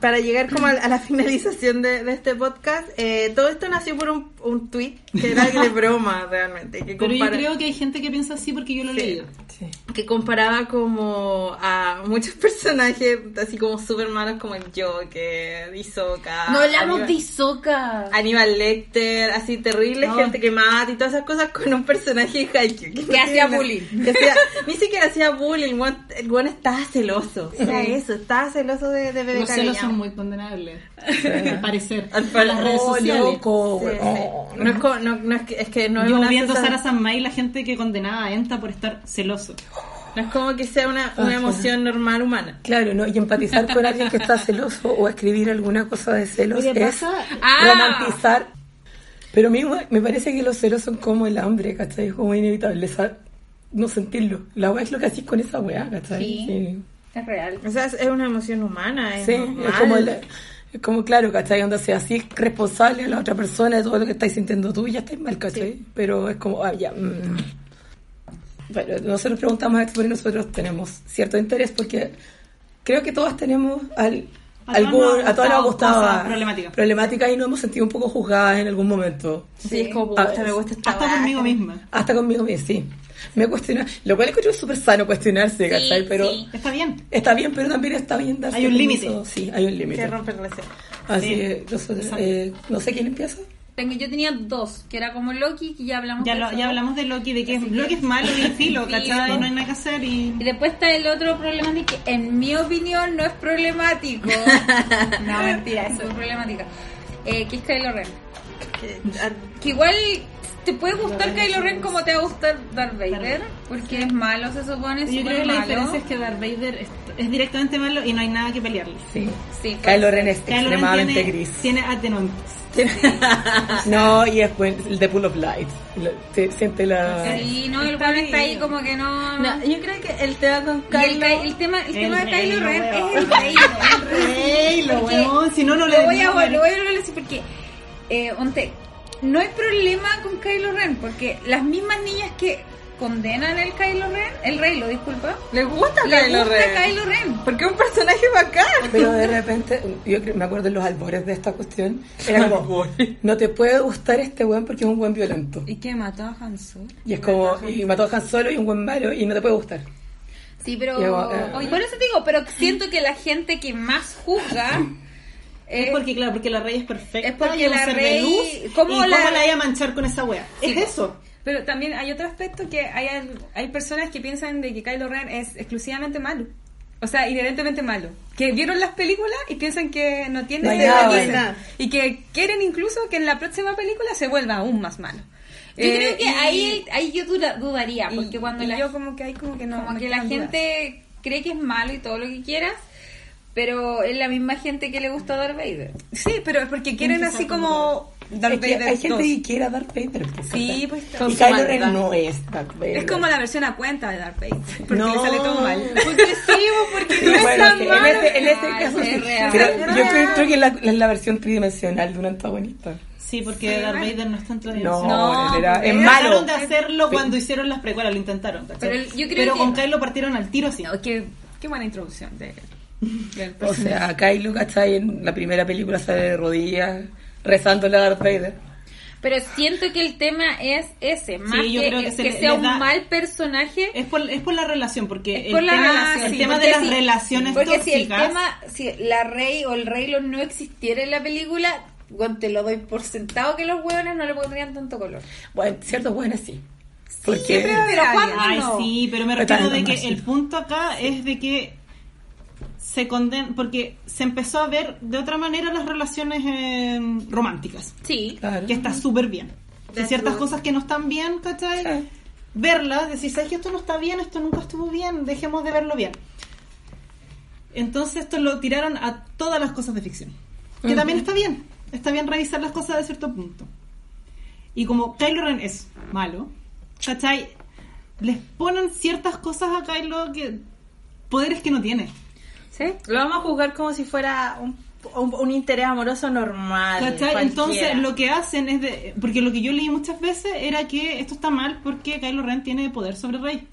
Speaker 3: para llegar como a, a la finalización de, de este podcast, eh, todo esto nació por un, un tweet que era de broma realmente, que,
Speaker 2: Pero yo
Speaker 3: compara-
Speaker 2: creo que hay gente que piensa así porque yo lo he leído.
Speaker 5: Sí.
Speaker 3: que comparaba como a muchos personajes así como super malos como el Joker, Hisoka.
Speaker 1: No hablamos
Speaker 3: Aníbal-
Speaker 1: de Isoca.
Speaker 3: Aníbal Lecter, así terrible,
Speaker 2: No.
Speaker 3: gente que mata y todas esas cosas con un personaje de Haikyuu.
Speaker 1: Que
Speaker 3: no
Speaker 1: hacía
Speaker 3: tiene-
Speaker 1: bullying.
Speaker 3: que hacía- ni siquiera hacía bullying, el weón- el weón estaba celoso. Era eso, estaba celoso de, de bebé
Speaker 2: Los celos
Speaker 3: Cariño.
Speaker 2: son muy condenables, al parecer.
Speaker 3: Al
Speaker 2: En las
Speaker 3: parecer.
Speaker 2: redes
Speaker 5: Ah. Oh,
Speaker 2: sociales.
Speaker 5: loco,
Speaker 3: Sí,
Speaker 5: weón.
Speaker 3: sí. No es, co- no, no es que, es que no es
Speaker 2: Yo
Speaker 3: una
Speaker 2: viendo a
Speaker 3: cosa-
Speaker 2: Sara Sanmai la gente que condenaba a Enta por estar celoso.
Speaker 3: no es como que sea una,
Speaker 2: Ah,
Speaker 3: una emoción normal humana.
Speaker 5: Claro, ¿no? Y empatizar con alguien que está celoso o escribir alguna cosa de celos
Speaker 2: Oye,
Speaker 5: es
Speaker 2: pasa-
Speaker 1: Ah.
Speaker 5: romantizar. Pero a mí me- me parece que los celos son como el hambre, ¿cachai? Es como inevitable sa- no sentirlo. La weá es lo que haces con esa weá, ¿cachai?
Speaker 1: Sí. Es real.
Speaker 3: O sea, es es una emoción humana, es
Speaker 5: Sí,
Speaker 3: normal.
Speaker 5: es como, el- es como claro, ¿cachai? Onda, sea así responsable a la otra persona de todo lo que estáis sintiendo tú y ya estáis mal, ¿cachai? Pero es como, ah, ya. mm. Bueno, nosotros preguntamos esto porque nosotros tenemos cierto interés porque creo que todas tenemos al,
Speaker 2: A todas
Speaker 5: algún,
Speaker 2: nos ha
Speaker 5: a todas
Speaker 2: gustado
Speaker 5: nos gustaba
Speaker 2: cosas problemáticas.
Speaker 5: problemáticas y nos hemos sentido un poco juzgadas en algún momento.
Speaker 3: Sí, es como,
Speaker 5: A
Speaker 3: puta,
Speaker 5: ver,
Speaker 3: me gusta esta
Speaker 2: Hasta
Speaker 3: weá.
Speaker 2: conmigo misma.
Speaker 5: Hasta conmigo mismo, sí. Me cuestiona, lo cual encuentro súper sano cuestionarse, ¿cachai? pero
Speaker 1: sí.
Speaker 2: Está bien.
Speaker 5: está bien, pero también está bien darse
Speaker 2: Hay un
Speaker 5: permiso.
Speaker 2: límite.
Speaker 5: Sí, hay un
Speaker 3: Que
Speaker 5: límite.
Speaker 3: rompe relación.
Speaker 5: Así
Speaker 2: Sí.
Speaker 5: que nosotros,
Speaker 2: Exacto.
Speaker 5: eh, no sé quién empieza.
Speaker 1: Tengo, yo tenía dos, que era como Loki, que ya hablamos
Speaker 2: Ya,
Speaker 1: de
Speaker 2: lo-
Speaker 1: eso.
Speaker 2: ya hablamos de Loki, de que es- Loki es malo y filo, ¿cachai? No hay nada que hacer y...
Speaker 1: Y después está el otro problema de que, en mi opinión, no es problemático. no, mentira, eso es problemático. Eh, que es Kylo Ren.
Speaker 3: Que-
Speaker 4: ah,
Speaker 3: a-
Speaker 1: Que igual te puede gustar Kylo Ren como te va a gustar Darth Vader, porque es malo, se supone, es
Speaker 2: Yo creo
Speaker 1: súper
Speaker 2: que la
Speaker 1: malo.
Speaker 2: diferencia es que Darth Vader es, es directamente malo y no hay nada que pelearle.
Speaker 5: Sí.
Speaker 1: Sí, pues,
Speaker 5: Kylo Ren es
Speaker 2: Kylo Ren
Speaker 5: extremadamente
Speaker 2: tiene,
Speaker 5: gris.
Speaker 2: Tiene atenontes.
Speaker 5: No, y es buen, el de Pool of Light. Lo- se- siente la.
Speaker 1: Sí, no, el cual está ahí como que no...
Speaker 3: No, yo creo que el tema con
Speaker 1: Y el,
Speaker 3: Kylo...
Speaker 1: Ky- el tema, el
Speaker 2: El
Speaker 1: tema de
Speaker 2: rey,
Speaker 1: Kylo
Speaker 2: no
Speaker 1: Ren
Speaker 2: veo.
Speaker 1: es el rey. ¿no?
Speaker 2: lo
Speaker 1: Porque
Speaker 2: huevón, si no, no
Speaker 1: Lo
Speaker 2: le
Speaker 1: voy a
Speaker 2: no,
Speaker 1: volver, voy a volver a decir porque eh, onte, no hay problema con Kylo Ren porque las mismas niñas que condenan al Kylo Ren, el rey, lo disculpa.
Speaker 4: ¿Le gusta
Speaker 1: Le
Speaker 4: Kylo
Speaker 1: gusta
Speaker 4: Ren?
Speaker 1: Kylo Ren.
Speaker 4: Porque es un personaje bacán.
Speaker 5: Pero de repente, yo creo- me acuerdo en los albores de esta cuestión, era como, no te puede gustar este weón porque es un buen violento.
Speaker 4: ¿Y qué mató a Han Solo?
Speaker 5: Y es como, y mató a Han Solo y un buen malo y no te puede gustar.
Speaker 1: Sí, pero.
Speaker 5: Llegó, eh.
Speaker 1: Oye, por eso te digo, pero siento que la gente que más juzga. eh,
Speaker 2: Es porque, claro, porque la rey es perfecta.
Speaker 1: Es porque
Speaker 2: y es un
Speaker 1: la
Speaker 2: ser de
Speaker 1: rey-
Speaker 2: luz,
Speaker 1: ¿cómo
Speaker 2: y
Speaker 1: la-
Speaker 2: cómo la vaya a manchar con esa wea?
Speaker 4: Sí.
Speaker 2: Es eso.
Speaker 4: Pero también hay otro aspecto que hay, al- hay personas que piensan de que Kylo Ren es exclusivamente malo. O sea, inherentemente malo. Que vieron las películas y piensan que no tiene
Speaker 5: No hay
Speaker 4: de
Speaker 5: nada,
Speaker 4: malicia.
Speaker 5: no hay
Speaker 2: nada.
Speaker 4: Y que quieren incluso que en la próxima película se vuelva aún más malo.
Speaker 1: yo
Speaker 4: Eh,
Speaker 1: creo que
Speaker 4: y-
Speaker 1: ahí, ahí yo dura- dudaría,
Speaker 4: y-
Speaker 1: porque cuando
Speaker 4: y
Speaker 1: la
Speaker 4: yo como que hay como que no...
Speaker 1: como
Speaker 4: me
Speaker 1: que la
Speaker 4: quedan dudas.
Speaker 1: gente cree que es malo y todo lo que quieras, pero es la misma gente que le gusta Darth Vader.
Speaker 4: Sí, pero es porque quieren así como... Darth
Speaker 5: Es que
Speaker 4: Vader
Speaker 5: hay gente
Speaker 4: 2.
Speaker 5: que quiere a Darth Vader. pues,
Speaker 4: Sí,
Speaker 5: ¿cachai?
Speaker 4: pues está-
Speaker 5: Y Kylo Ren no es Darth Vader.
Speaker 4: Es como la versión a cuenta de Darth Vader. Porque
Speaker 5: No.
Speaker 4: le sale todo mal. Porque sí, porque
Speaker 5: Sí, bueno,
Speaker 4: tan
Speaker 5: en
Speaker 4: malo.
Speaker 5: este, en este
Speaker 1: Ay,
Speaker 5: caso
Speaker 1: es
Speaker 5: sí.
Speaker 1: real.
Speaker 5: Pero yo creo, creo que es la, es la versión tridimensional de un antagonista.
Speaker 2: Sí, porque Darth Vader no está en
Speaker 5: No,
Speaker 2: tradición.
Speaker 4: No,
Speaker 5: era- es malo.
Speaker 2: Trataron de hacerlo cuando hicieron las precuelas, lo intentaron. ¿cachai?
Speaker 1: Pero el- yo creo
Speaker 2: Pero
Speaker 1: que-
Speaker 2: con Kylo partieron al tiro así.
Speaker 4: No, qué, qué buena introducción de, del
Speaker 5: O
Speaker 4: personaje.
Speaker 5: sea, Kylo, ¿cachai? En la primera película sale de rodillas rezándole a Darth Vader.
Speaker 1: Pero siento que el tema es ese, más
Speaker 2: yo
Speaker 1: que,
Speaker 2: creo que
Speaker 1: que
Speaker 2: se le-
Speaker 1: sea
Speaker 2: les
Speaker 1: un
Speaker 2: da-
Speaker 1: mal personaje.
Speaker 2: Es por, es por la relación, porque
Speaker 1: es por
Speaker 2: el,
Speaker 1: la
Speaker 2: tema,
Speaker 1: relación.
Speaker 2: el tema
Speaker 1: Porque
Speaker 2: de las
Speaker 1: si-
Speaker 2: relaciones
Speaker 1: Porque
Speaker 2: tóxicas.
Speaker 1: si el tema, si la rey o el rey lo no existiera en la película, bueno, te lo doy por sentado que los hueones no le pondrían tanto color.
Speaker 5: Bueno, cierto, bueno, sí. Porque
Speaker 1: Pero ¿cuándo
Speaker 2: Ay,
Speaker 1: no?
Speaker 2: sí, pero me
Speaker 5: Pero
Speaker 2: refiero de
Speaker 5: también
Speaker 2: que
Speaker 5: no, sí.
Speaker 2: el punto acá es de que se conden porque se empezó a ver de otra manera las relaciones eh, románticas,
Speaker 1: Sí.
Speaker 5: Claro.
Speaker 2: que está súper bien. Hay ciertas cosas que no están bien, ¿cachai?
Speaker 5: Sí.
Speaker 2: Verlas, decir, ¿sabes que esto no está bien? Esto nunca estuvo bien, dejemos de verlo bien. Entonces esto lo tiraron a todas las cosas de ficción. Que también está bien. Está bien revisar las cosas de cierto punto. Y como Kylo Ren es malo, ¿cachai? Les ponen ciertas cosas a Kylo que... Poderes que no tiene.
Speaker 3: ¿Sí? Lo vamos a juzgar como si fuera un, un- un interés amoroso normal.
Speaker 2: ¿Cachai?
Speaker 3: cualquiera.
Speaker 2: Entonces lo que hacen es de... Porque lo que yo leí muchas veces era que esto está mal porque Kylo Ren tiene poder sobre Rey.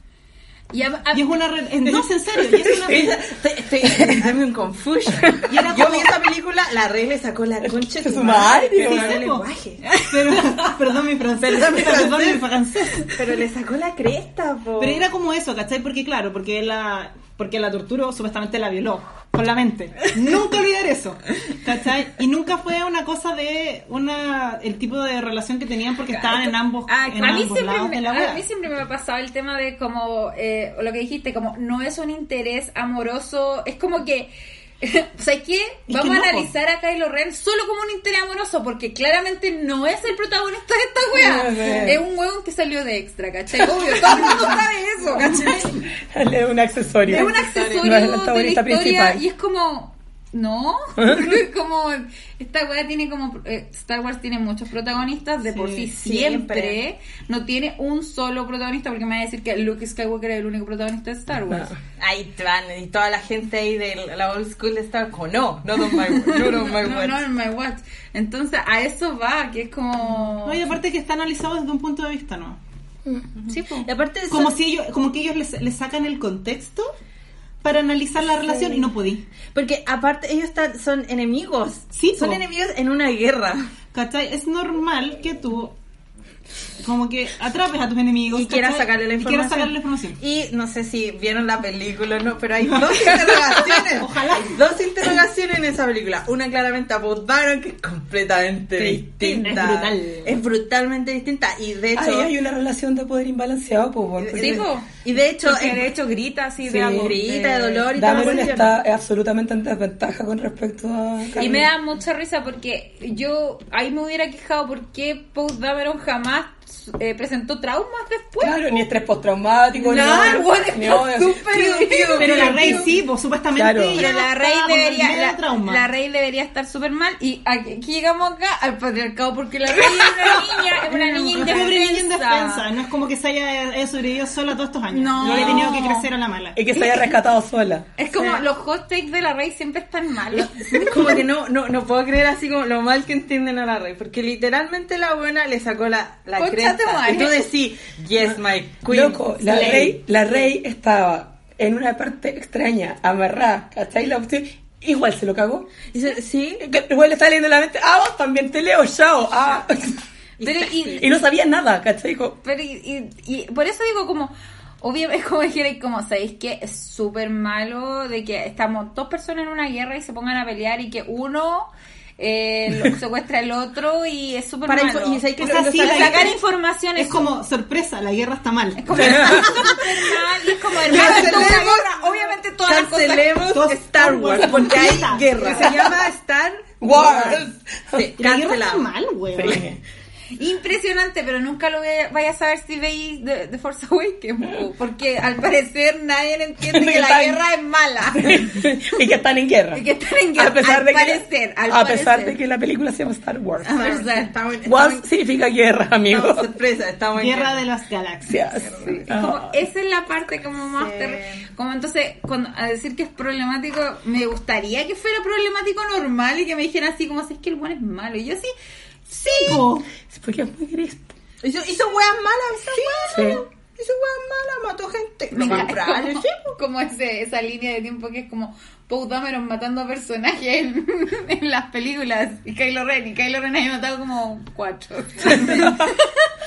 Speaker 1: Y, a- a-
Speaker 2: Y es una... re- es- No, es en serio. Y es una...
Speaker 3: Estoy- estoy- Dame un confusion.
Speaker 2: Y era
Speaker 3: Yo
Speaker 2: como-
Speaker 3: vi esa película, la rey le sacó la concha de
Speaker 5: Su
Speaker 3: su madre.
Speaker 5: madre,
Speaker 3: pero
Speaker 5: sí,
Speaker 3: no
Speaker 2: sí,
Speaker 3: el
Speaker 2: po.
Speaker 3: lenguaje.
Speaker 2: Pero, perdón mi francés.
Speaker 3: Perdón mi
Speaker 2: Perdón mi
Speaker 3: francés.
Speaker 2: francés.
Speaker 3: Pero le sacó la cresta, po.
Speaker 2: Pero era como eso, ¿cachai? Porque claro, porque la porque la torturó, supuestamente la violó con la mente. Nunca olvidar eso. ¿Cachai? Y nunca fue una cosa de una el tipo de relación que tenían porque estaban en ambos
Speaker 4: Ah,
Speaker 2: en
Speaker 1: a mí,
Speaker 2: ambos
Speaker 1: siempre
Speaker 2: lados
Speaker 1: me,
Speaker 2: de la
Speaker 1: a
Speaker 2: wea.
Speaker 1: mí siempre me ha pasado el tema de como eh, lo que dijiste, como no es un interés amoroso, es como que ¿sabes qué?
Speaker 2: que
Speaker 1: Vamos
Speaker 2: no, po.
Speaker 1: a analizar a Kylo Ren solo como un interés amoroso, porque claramente no es el protagonista de esta wea.
Speaker 5: No sé.
Speaker 1: Es un hueón que salió de extra, ¿cachai? Obvio, todo el mundo sabe eso, ¿cachai?
Speaker 5: Es un accesorio.
Speaker 1: Es un
Speaker 5: No es el
Speaker 1: accesorio de la
Speaker 5: antagonista
Speaker 1: historia
Speaker 5: principal.
Speaker 1: y es como. No, como esta weá tiene como eh, Star Wars tiene muchos protagonistas de por sí siempre.
Speaker 3: siempre.
Speaker 1: no tiene un solo protagonista porque me va a decir que Luke Skywalker es el único protagonista de Star Wars.
Speaker 5: No.
Speaker 3: Ahí te van, y toda la gente ahí de la old school estaba como, no, no don't my no don't my
Speaker 1: No,
Speaker 3: words.
Speaker 1: no, en my watch. Entonces a eso va, que es como
Speaker 2: No, y aparte que está analizado desde un punto de vista, ¿no?
Speaker 1: Sí, po.
Speaker 3: Y aparte de eso,
Speaker 2: Como si ellos como que ellos les, les sacan el contexto para analizar la relación y no podí.
Speaker 3: porque aparte ellos están, son enemigos.
Speaker 2: Sí,
Speaker 3: son
Speaker 2: po.
Speaker 3: enemigos en una guerra.
Speaker 2: ¿Cachai? Es normal que tú como que atrapes a tus enemigos
Speaker 3: Y quieras
Speaker 2: ¿cachai?
Speaker 3: sacarle la
Speaker 2: Y
Speaker 3: información.
Speaker 2: quieras sacarle la información.
Speaker 3: Y no sé si vieron la película o no, pero hay dos interrogaciones.
Speaker 2: Ojalá.
Speaker 3: Hay dos interrogaciones en esa película. Una claramente a Bob Dameron, que es completamente
Speaker 2: Sí,
Speaker 3: distinta.
Speaker 2: es brutal.
Speaker 3: Es brutalmente distinta. Y de hecho.
Speaker 5: Ahí hay una relación de poder imbalanceado, pues, bueno, porque
Speaker 1: Sí, po.
Speaker 3: Y de hecho,
Speaker 4: que de
Speaker 3: es
Speaker 4: hecho grita así
Speaker 5: Sí.
Speaker 4: de amor.
Speaker 3: grita de dolor y toda la
Speaker 5: Dameron
Speaker 3: cuestión.
Speaker 5: está absolutamente en desventaja con respecto a...
Speaker 1: Y me da mucha risa porque yo ahí me hubiera quejado porque Post Dameron jamás eh, presentó traumas después.
Speaker 5: Claro, ni estrés postraumático,
Speaker 1: No,
Speaker 5: ni...
Speaker 1: el weón
Speaker 5: ni-
Speaker 1: está súper herido.
Speaker 2: Pero la rey sí, pues supuestamente.
Speaker 5: Claro.
Speaker 2: ella
Speaker 1: Pero la
Speaker 2: estaba
Speaker 1: rey
Speaker 2: con
Speaker 1: debería
Speaker 2: el medio
Speaker 1: la,
Speaker 2: trauma.
Speaker 1: la rey debería estar súper mal y aquí aquí llegamos acá al patriarcado porque la rey es una niña, es una niña
Speaker 2: Una pobre niña indefensa.
Speaker 1: indefensa.
Speaker 2: No es como que se haya, haya sobrevivido sola todos estos años.
Speaker 1: No.
Speaker 2: No. he tenido que crecer a la mala.
Speaker 5: Y que se haya rescatado sola.
Speaker 1: Es como los hot takes de la rey siempre están malos.
Speaker 3: como que no, no, no puedo creer así como lo mal que entienden a la rey. Porque literalmente la buena le sacó la, la
Speaker 1: Concha Conchaste,
Speaker 3: Y tú decís, yes, my queen.
Speaker 5: Loco, la
Speaker 3: slay".
Speaker 5: rey, la rey estaba en una parte extraña, amarrada, ¿cachai? La opción, igual se lo cagó.
Speaker 3: Dice, sí,
Speaker 5: Igual le estaba leyendo la mente, ah, vos también te leo, chao. Ah.
Speaker 1: Pero, y,
Speaker 5: Y no sabía nada, ¿cachai? Como,
Speaker 1: pero y, y- y por eso digo como... Obviamente, como dijeron, como sabéis que es súper malo de que estamos dos personas en una guerra y se pongan a pelear y que uno eh, lo secuestra al otro y es súper
Speaker 3: Para
Speaker 1: malo.
Speaker 3: info- y sabéis que
Speaker 2: O sea,
Speaker 3: lo-
Speaker 2: sí,
Speaker 3: lo
Speaker 2: la-
Speaker 3: saca-
Speaker 1: sacar información
Speaker 2: Es como, sorpresa, la guerra está mal.
Speaker 1: Es como súper mal, y es como hermano, esto es una
Speaker 3: Cancelemos-
Speaker 1: guerra. Obviamente todas las cosas
Speaker 3: cancelemos
Speaker 2: todas-
Speaker 3: Star Wars
Speaker 2: Todas-
Speaker 3: porque hay
Speaker 2: Todas-
Speaker 3: guerra. Se llama Star
Speaker 5: Wars.
Speaker 3: Sí,
Speaker 2: La guerra está
Speaker 3: cancelado.
Speaker 2: mal, weón.
Speaker 5: Sí.
Speaker 1: Impresionante, pero nunca lo vaya, vaya a saber si veis The, The Force Awakens, porque al parecer nadie entiende que la
Speaker 5: Está bien.
Speaker 1: guerra es mala.
Speaker 5: y que están en guerra.
Speaker 1: Y que están en guerra,
Speaker 5: A pesar,
Speaker 1: al
Speaker 5: de, que
Speaker 1: parecer, al
Speaker 5: a pesar
Speaker 1: parecer. Ah,
Speaker 5: de que la película se llama Star Wars.
Speaker 1: A ver, o sea,
Speaker 3: Estamos en-
Speaker 5: Wars
Speaker 3: estamos
Speaker 5: significa guerra,
Speaker 3: en-
Speaker 5: amigos.
Speaker 3: estamos en sorpresa, estamos en
Speaker 2: Guerra de las galaxias.
Speaker 5: Sí.
Speaker 1: como-
Speaker 3: Ah.
Speaker 1: esa es la parte como más
Speaker 3: Sí.
Speaker 1: terri- como entonces cuando a decir que es problemático me gustaría que fuera problemático normal y que me dijeran así como si es que el buen es malo y yo así sí
Speaker 2: Po.
Speaker 5: Es Oh. porque es muy gris.
Speaker 3: Hizo, hizo weas malas, hizo weas
Speaker 5: sí.
Speaker 3: malas. Hizo weas malas, mató gente.
Speaker 1: Me
Speaker 3: Lo
Speaker 1: encanta
Speaker 3: compraron,
Speaker 1: como,
Speaker 3: sí.
Speaker 1: como ese- esa línea de tiempo que es como Poe Dameron matando personajes en, en las películas y Kylo Ren y Kylo Ren había matado como cuatro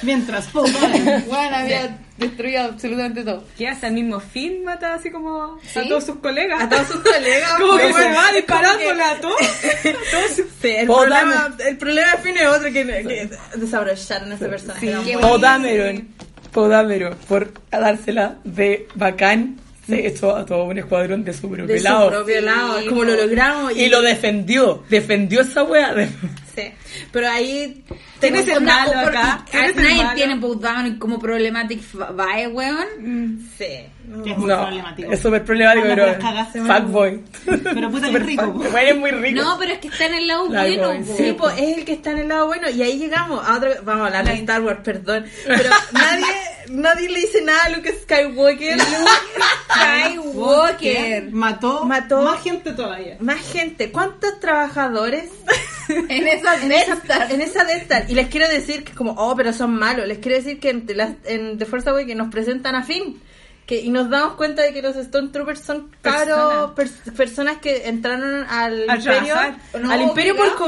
Speaker 2: Mientras, po, vale.
Speaker 1: bueno había destruido absolutamente todo
Speaker 4: Que hasta el mismo Finn mata así como
Speaker 1: ¿Sí?
Speaker 4: a todos sus colegas.
Speaker 3: A todos sus colegas.
Speaker 4: como que
Speaker 3: pues,
Speaker 4: se va
Speaker 3: como
Speaker 4: disparándola a todos. Oh,
Speaker 3: que- Sí, el,
Speaker 5: Poe
Speaker 3: problema, el problema al fin es otro que, que desabrocharon a ese personaje. Era un
Speaker 1: Qué
Speaker 5: Poe
Speaker 1: bueno.
Speaker 5: Dameron. Poe Dameron, por dársela de bacán, se echó a todo un escuadrón de su propio
Speaker 3: de
Speaker 5: lado.
Speaker 3: su propio
Speaker 1: Sí,
Speaker 3: lado,
Speaker 1: po.
Speaker 3: como lo logramos.
Speaker 5: Y lo defendió. Defendió esa wea. de-
Speaker 3: Sí. Pero ahí
Speaker 4: ¿Quién es el
Speaker 3: una
Speaker 4: malo
Speaker 3: opor-
Speaker 4: acá? ¿Quién
Speaker 1: Ah,
Speaker 4: es el
Speaker 1: nadie
Speaker 4: malo?
Speaker 1: tiene Poe Dameron como problematic vibe eh, weón
Speaker 3: Sí.
Speaker 2: Que es muy
Speaker 5: No,
Speaker 2: problemático.
Speaker 5: es súper problemático,
Speaker 2: Anda,
Speaker 5: pero.
Speaker 2: las cagaste,
Speaker 5: Fuckboy.
Speaker 2: Pero puta que
Speaker 5: Súper
Speaker 2: rico,
Speaker 5: fuck-
Speaker 2: po.
Speaker 5: Bueno, es muy rico.
Speaker 1: no pero es que está en el lado
Speaker 5: La
Speaker 1: bueno
Speaker 5: voy,
Speaker 1: po.
Speaker 3: Sí, po, es el que está en el lado bueno. Y ahí llegamos a otro. Vamos a hablar de Star Wars, perdón. Pero nadie, nadie le dice nada a Luke Skywalker.
Speaker 1: Skywalker
Speaker 2: Mató,
Speaker 3: Mató-
Speaker 2: más gente todavía.
Speaker 3: Más gente, ¿cuántos trabajadores
Speaker 1: en esas
Speaker 3: en esa, en esa de estas? Y les quiero decir que es como, oh, pero son malos. Les quiero decir que en, The Last- en The Force Awakens nos presentan a Finn. Que, y nos damos cuenta de que los Stormtroopers son caros pers- personas que entraron al
Speaker 4: Al
Speaker 3: imperio,
Speaker 4: trabajar.
Speaker 1: No,
Speaker 3: al imperio por
Speaker 1: obligado.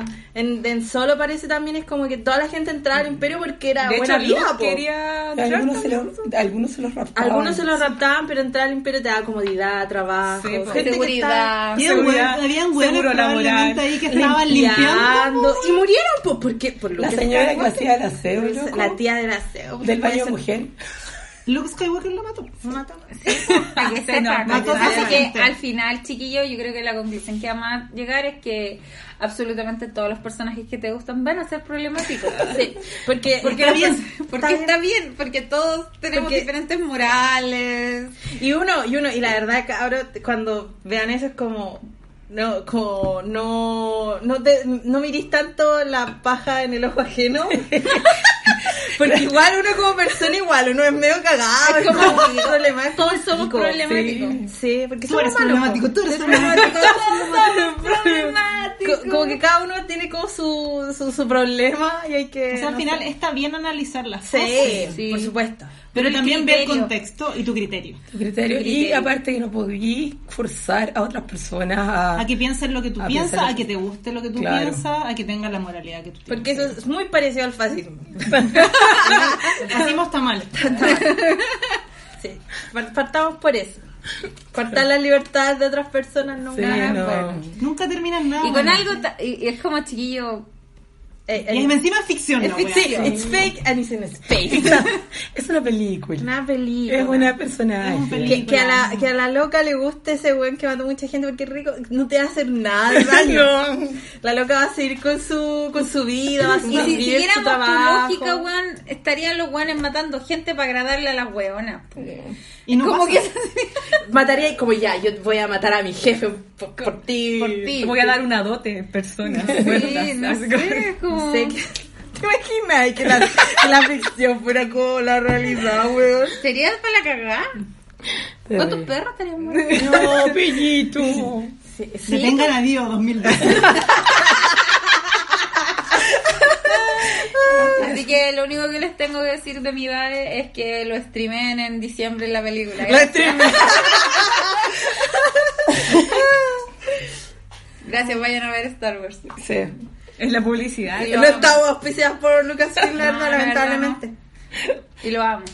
Speaker 3: comida. En, en solo parece también es como que toda la gente entraba al imperio porque era
Speaker 4: De
Speaker 3: buena
Speaker 4: hecho,
Speaker 3: vida.
Speaker 4: Luke
Speaker 3: po.
Speaker 4: quería entrar
Speaker 5: Algunos se,
Speaker 4: también.
Speaker 5: lo, algunos se los raptaban.
Speaker 3: Algunos se los raptaban, pero entrar al imperio te da comodidad, trabajo,
Speaker 4: Sí, po.
Speaker 3: gente que estaba
Speaker 1: seguridad
Speaker 2: Habían
Speaker 4: Seguridad,
Speaker 2: hue- habían hueones
Speaker 4: seguro laboral,
Speaker 2: probablemente ahí que estaban limpiando.
Speaker 3: y murieron pues porque por lo
Speaker 5: La
Speaker 3: que
Speaker 5: señora que
Speaker 3: Skywalker-
Speaker 5: hacía el aseo, loco,
Speaker 3: la tía del aseo
Speaker 5: del baño de
Speaker 3: Puede ser-
Speaker 5: mujer.
Speaker 2: Luke Skywalker lo mató.
Speaker 1: Para que
Speaker 4: Sí, no,
Speaker 1: sepan.
Speaker 2: mató a
Speaker 1: Así
Speaker 2: esa
Speaker 1: que
Speaker 2: gente.
Speaker 1: al final, chiquillo, yo creo que la conclusión que vamos a llegar es que absolutamente todos los personajes que te gustan van a ser problemáticos.
Speaker 3: Sí, porque
Speaker 1: Porque
Speaker 2: Está
Speaker 1: está
Speaker 2: bien.
Speaker 1: bien, porque está bien, porque todos tenemos
Speaker 3: Porque-
Speaker 1: diferentes morales.
Speaker 3: y uno y uno y la verdad que ahora te- cuando vean eso es como no como no no te, no mirís tanto la paja en el ojo ajeno porque igual uno como persona igual uno es medio cagado es como problemático
Speaker 1: Todos somos problemáticos.
Speaker 3: sí porque
Speaker 2: Tú eres
Speaker 3: somos malos,
Speaker 2: problemático,
Speaker 3: po.
Speaker 2: tú eres problemático.
Speaker 3: Todos somos
Speaker 1: Problemáticos.
Speaker 3: Co- como que cada uno tiene como su, su, su problema y hay que...
Speaker 2: O sea, al
Speaker 3: no
Speaker 2: final
Speaker 3: sé.
Speaker 2: está bien analizar las cosas,
Speaker 3: Sí,
Speaker 1: Sí.
Speaker 3: por supuesto.
Speaker 2: pero
Speaker 1: El
Speaker 2: también ver el
Speaker 1: criterio.
Speaker 2: contexto y tu criterio.
Speaker 5: Tu criterio. Y
Speaker 1: criterio.
Speaker 5: aparte que no podías forzar a otras personas a...
Speaker 2: A que pienses lo que tú
Speaker 5: Ah. A
Speaker 2: piensas,
Speaker 5: pensar-
Speaker 2: a que te guste lo que tú
Speaker 5: Claro.
Speaker 2: piensas, a que tengas la moralidad que tú tienes.
Speaker 3: Porque eso es muy parecido al fascismo.
Speaker 2: El fascismo está mal.
Speaker 3: Sí. Par- Partamos por eso. Cortar las libertades de otras personas no
Speaker 5: Sí,
Speaker 3: ganan,
Speaker 5: no.
Speaker 3: bueno.
Speaker 2: Nunca terminan nada.
Speaker 1: Y con
Speaker 2: bueno.
Speaker 1: algo, ta- y y es como chiquillo,
Speaker 3: Eh, eh,
Speaker 2: Y es encima ficción,
Speaker 3: es
Speaker 2: la
Speaker 3: fic-
Speaker 2: wea.
Speaker 3: sí, it's fake and it's in space.
Speaker 5: Es una película.
Speaker 3: Una película.
Speaker 5: es una
Speaker 2: Es un
Speaker 5: personaje.
Speaker 2: película.
Speaker 3: Que, que a la, que a la loca le guste ese weón que mató mucha gente porque es rico, no te va a hacer nada de daño.
Speaker 5: No.
Speaker 3: La loca va a seguir con su, con su vida, va a
Speaker 1: Y
Speaker 3: seguir
Speaker 1: si
Speaker 3: su
Speaker 1: siguiéramos
Speaker 3: este trabajo.
Speaker 1: tu lógica, weón, estarían los weones matando gente para agradarle a las weonas. po.
Speaker 2: Y no
Speaker 1: Como
Speaker 2: pasa.
Speaker 1: que
Speaker 3: Mataría y como ya, yo voy a matar a mi jefe por, por ti.
Speaker 1: por ti.
Speaker 4: Voy a dar una dote de personas
Speaker 1: Sí,
Speaker 4: muertas.
Speaker 1: no
Speaker 4: así como-
Speaker 1: sé, es como-
Speaker 3: No sé qué- ¿Te imaginas que la, que la ficción fuera como la realidad, weón?
Speaker 1: ¿Sería para la cagada? ¿Cuántos perros tenemos? muertos?
Speaker 5: No, pellito.
Speaker 3: Sí,
Speaker 2: Detengan a Dio 2012.
Speaker 1: Así que lo único que les tengo que decir de mi edad es que lo streamen en diciembre en la película.
Speaker 5: Lo streamé.
Speaker 1: Gracias, vayan a ver Star Wars.
Speaker 5: Sí.
Speaker 4: Es la publicidad.
Speaker 1: Sí,
Speaker 3: No
Speaker 1: lo amo.
Speaker 3: estamos auspiciados por Lucas Finland,
Speaker 1: No, la Ah, verdad,
Speaker 3: lamentablemente.
Speaker 1: Y lo amo.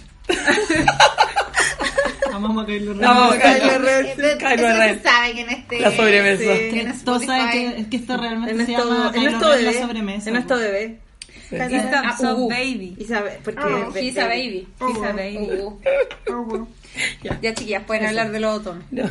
Speaker 2: Vamos a caerlo
Speaker 5: Vamos,
Speaker 3: Kylo Ren.
Speaker 1: Eh, pero
Speaker 5: Kylo
Speaker 1: eso
Speaker 5: Ren.
Speaker 1: se sabe que en este...
Speaker 5: La sobremesa.
Speaker 3: Sí.
Speaker 1: que en
Speaker 2: Todos saben
Speaker 1: Spotify-
Speaker 2: que, es que esto realmente
Speaker 3: En
Speaker 2: se
Speaker 3: esto,
Speaker 2: llama
Speaker 3: en
Speaker 2: Kylo
Speaker 3: esto
Speaker 2: Ren, la
Speaker 3: bebé.
Speaker 2: sobremesa.
Speaker 3: En esto bebé.
Speaker 5: Sí.
Speaker 3: Kylo
Speaker 4: He's
Speaker 3: Ren.
Speaker 4: a,
Speaker 1: Ah,
Speaker 4: so
Speaker 1: uh.
Speaker 4: baby.
Speaker 3: Isabel, porque
Speaker 1: Oh, he's a baby.
Speaker 4: He's a baby.
Speaker 1: Uh,
Speaker 5: Ya.
Speaker 1: Ya chiquillas, pueden hablar de los otones.
Speaker 5: No.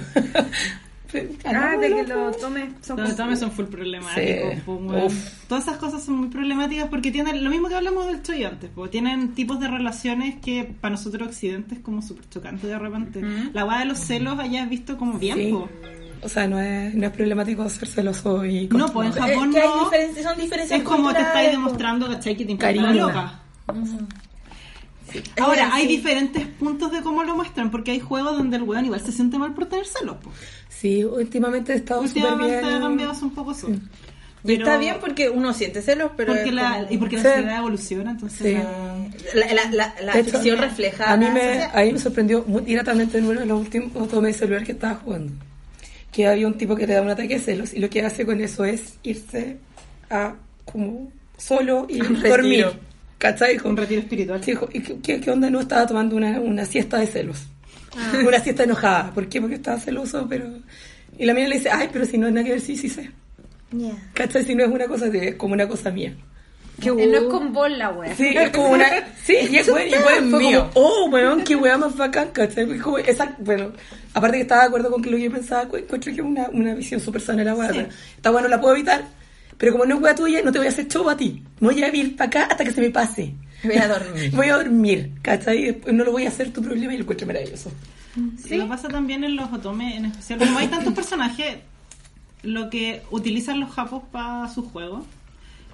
Speaker 4: Ah, de que lo tome. Son
Speaker 2: Los tomes son full problemáticos.
Speaker 5: Sí.
Speaker 2: po, weón.
Speaker 5: Uf.
Speaker 2: Todas esas cosas son muy problemáticas porque tienen lo mismo que hablamos del Choi antes, porque tienen tipos de relaciones que para nosotros occidentes es como súper chocante de repente. La guada de los celos allá es visto como bien.
Speaker 5: Sí.
Speaker 2: po.
Speaker 5: O sea, no es, no es problemático ser celoso y...
Speaker 2: No, pues en
Speaker 5: continuar.
Speaker 2: Japón
Speaker 3: Eh, que hay
Speaker 2: no.
Speaker 3: diferen- son diferencias
Speaker 2: Es como te estáis
Speaker 3: culturales,
Speaker 2: demostrando, ¿cachai? Que te importa la
Speaker 5: Cariño.
Speaker 2: loca. Ahora, hay diferentes puntos de cómo lo muestran, porque hay juegos donde el weón igual se siente mal por tener celos. po.
Speaker 5: Sí, últimamente he estado súper
Speaker 2: Últimamente
Speaker 5: bien.
Speaker 2: ha cambiado un poco eso.
Speaker 3: Y está bien porque uno siente celos, pero.
Speaker 2: porque
Speaker 3: es
Speaker 2: la,
Speaker 3: como-
Speaker 2: y porque la
Speaker 5: Sí.
Speaker 2: sociedad evoluciona, entonces...
Speaker 5: Sí.
Speaker 2: la-
Speaker 3: La, la, la, la
Speaker 5: De hecho,
Speaker 3: ficción refleja.
Speaker 5: A mí
Speaker 3: la
Speaker 5: me,
Speaker 3: sociedad.
Speaker 5: a mí me sorprendió muy gratamente en uno de los últimos tomé el celular que estaba jugando. Que había un tipo que le da un ataque de celos y lo que hace con eso es irse a como solo y
Speaker 3: Un
Speaker 5: dormir.
Speaker 3: retiro.
Speaker 5: ¿Cachai? Como-
Speaker 2: un retiro espiritual.
Speaker 5: Sí, dijo, ¿y qué- qué, qué onda? No estaba tomando una, una siesta de celos. Una siesta enojada. ¿Por qué? Porque estaba celoso, pero... Y la mía le dice, ay, pero si no es nada que ver, sí, sí sé.
Speaker 3: Yeah.
Speaker 5: ¿Cachai? Si no es una cosa de, como una cosa mía.
Speaker 3: Qué
Speaker 1: Eh, No es
Speaker 3: bu-
Speaker 1: con vos la wea.
Speaker 5: Sí, es como una... Sí, y es bueno, y es bueno, fue
Speaker 3: mío.
Speaker 5: como, oh, weón, qué weá más bacán, ¿cachai? Fue como esa, bueno, aparte que estaba de acuerdo con que lo que yo pensaba, cu- encuentro que es una, una visión súper sana de la weá. o sea, Esta weá no la puedo evitar, pero como no es weá tuya, no te voy a hacer chopa a ti. Me voy a ir para acá hasta que se me pase.
Speaker 3: Voy a dormir.
Speaker 5: Voy a dormir, ¿cachai? Y después no lo voy a hacer tu problema y lo encuentro maravilloso.
Speaker 2: Y Lo pasa también en los otome, en especial. Como hay tantos personajes, lo que utilizan los japos para sus juegos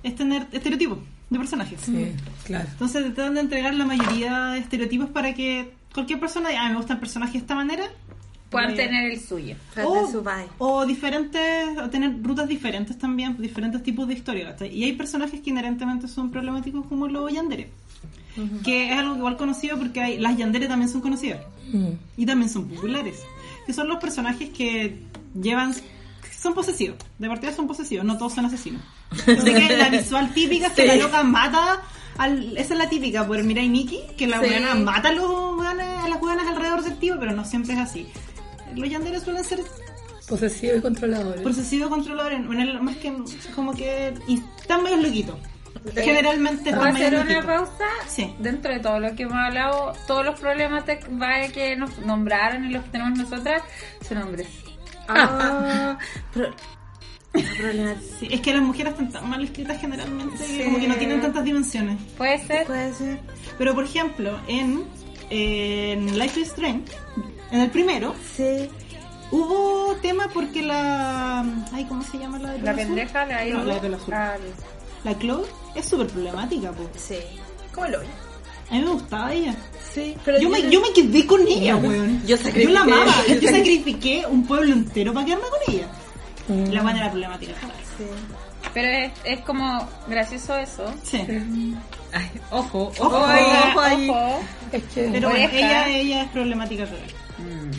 Speaker 2: es tener estereotipos de personajes.
Speaker 5: Mm, claro.
Speaker 2: Entonces te tratan de entregar la mayoría de estereotipos para que cualquier persona diga, ah, me gusta el personaje de esta manera.
Speaker 1: Puedan
Speaker 2: Voy a-
Speaker 1: tener el suyo.
Speaker 3: Trata de su vibe.
Speaker 2: o diferentes, o tener rutas diferentes también, diferentes tipos de historia. ¿cachai? Y hay personajes que inherentemente son problemáticos como los yandere, que es algo igual conocido porque hay, las yandere también son conocidas
Speaker 5: Mm.
Speaker 2: y también son populares, que son los personajes que llevan son posesivos, de partida son posesivos, no todos son asesinos. Así que la visual típica es que
Speaker 5: Sí.
Speaker 2: la loca mata al, esa es la típica por Mirai Nikki, que la
Speaker 1: Sí.
Speaker 2: buena mata a los weones- a las buenas alrededor del tío, pero no siempre es así. Los yanderes suelen ser
Speaker 5: Posesivo y controlador.
Speaker 2: procesivo controlador en, en el- más que como que y están medio loquitos generalmente
Speaker 1: Voy a
Speaker 2: están
Speaker 1: hacer
Speaker 2: medio
Speaker 1: una
Speaker 2: loquitos
Speaker 1: pausa.
Speaker 2: Sí.
Speaker 1: Dentro de todo lo que hemos hablado, todos los problemas de- va- que nos nombraron y los que tenemos nosotras, son hombres.
Speaker 3: Ah, pero- problema-
Speaker 2: Sí, es que las mujeres están tan mal escritas generalmente que como que no tienen tantas dimensiones
Speaker 1: Puede ser.
Speaker 3: Puede ser.
Speaker 2: pero por ejemplo en, en Life is Strange en el primero
Speaker 3: Sí.
Speaker 2: hubo tema porque la ay cómo se llama la de pelo
Speaker 1: La
Speaker 2: azul?
Speaker 1: pendeja, la
Speaker 2: No, la de pelo azul.
Speaker 1: Ah,
Speaker 2: la Chloe es súper problemática po.
Speaker 3: Sí. ¿Cómo lo oye?
Speaker 2: a mí me gustaba ella
Speaker 3: Sí. Pero
Speaker 2: yo me, yo me quedé con ella, weón.
Speaker 3: Yo sacrifiqué-
Speaker 2: la amaba.
Speaker 3: yo
Speaker 2: Yo sacrifiqué un pueblo entero para quedarme con ella. La buena era problemática.
Speaker 3: Sí.
Speaker 1: Pero es, es como gracioso eso.
Speaker 2: Sí.
Speaker 4: Ay, ojo, ojo.
Speaker 2: Ojo,
Speaker 1: Ojo,
Speaker 2: ojo ahí.
Speaker 1: ojo.
Speaker 5: Es que...
Speaker 2: Pero bueno,
Speaker 1: Oreja.
Speaker 2: ella, ella es problemática real.
Speaker 5: Mm.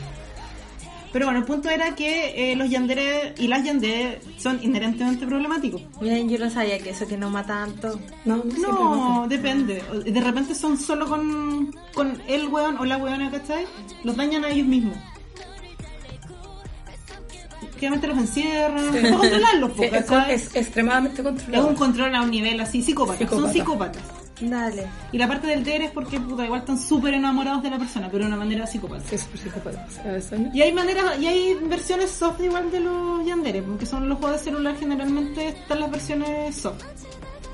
Speaker 2: Pero bueno, el punto era que eh, los yandere y las yandere son inherentemente problemáticos.
Speaker 3: Miren, yo no sabía que eso que no mata tanto.
Speaker 5: no, no, siempre
Speaker 2: No,
Speaker 5: no
Speaker 2: depende. O- De repente son solo con, con el weón o la weona, ¿cachai? Los dañan a ellos mismos. Claramente los encierran. Para controlarlos, po,
Speaker 5: sé. es,
Speaker 2: ¿cachai?
Speaker 5: es extremadamente
Speaker 2: Es un
Speaker 5: controlador.
Speaker 2: control a un nivel así, psicópata. Son
Speaker 5: Psicópata.
Speaker 2: psicópatas.
Speaker 3: Dale.
Speaker 2: Y la parte del DR es porque, puta, igual están súper enamorados de la persona, pero de una manera psicópata.
Speaker 5: Sí, Es súper psicópata. O sea, eso no-
Speaker 2: Y hay maneras, y hay versiones soft igual de los Yandere, porque son los juegos de celular generalmente están las versiones soft.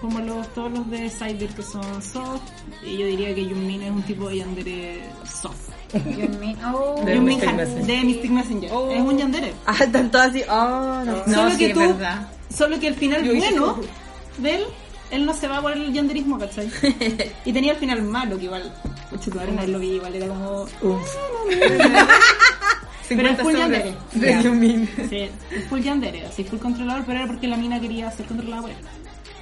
Speaker 2: Como los, todos los de Cyber que son soft, y yo diría que Yunmin es un tipo de Yandere soft.
Speaker 1: You mean- oh.
Speaker 5: De
Speaker 2: Yunmin
Speaker 5: Mystic
Speaker 2: Han-
Speaker 5: Messenger.
Speaker 2: de Mystic Messenger.
Speaker 4: Oh.
Speaker 2: Es un Yandere.
Speaker 3: Ah, están todos así. Oh, no.
Speaker 2: solo
Speaker 4: sí,
Speaker 2: que
Speaker 4: es
Speaker 2: tú,
Speaker 4: verdad.
Speaker 2: solo que el final
Speaker 5: Yo hice
Speaker 2: bueno
Speaker 5: como-
Speaker 2: de él, él no se va por el yanderismo, ¿cachai? y tenía el final malo, que igual, pucha, tu madre, no lo vi, igual era como...
Speaker 5: Uf.
Speaker 2: Pero es
Speaker 4: 50
Speaker 2: full
Speaker 4: sombras.
Speaker 2: yandere.
Speaker 5: De Yumi.
Speaker 2: Sí, es full yandere, así full controlador, pero era porque la mina quería ser controlada por él.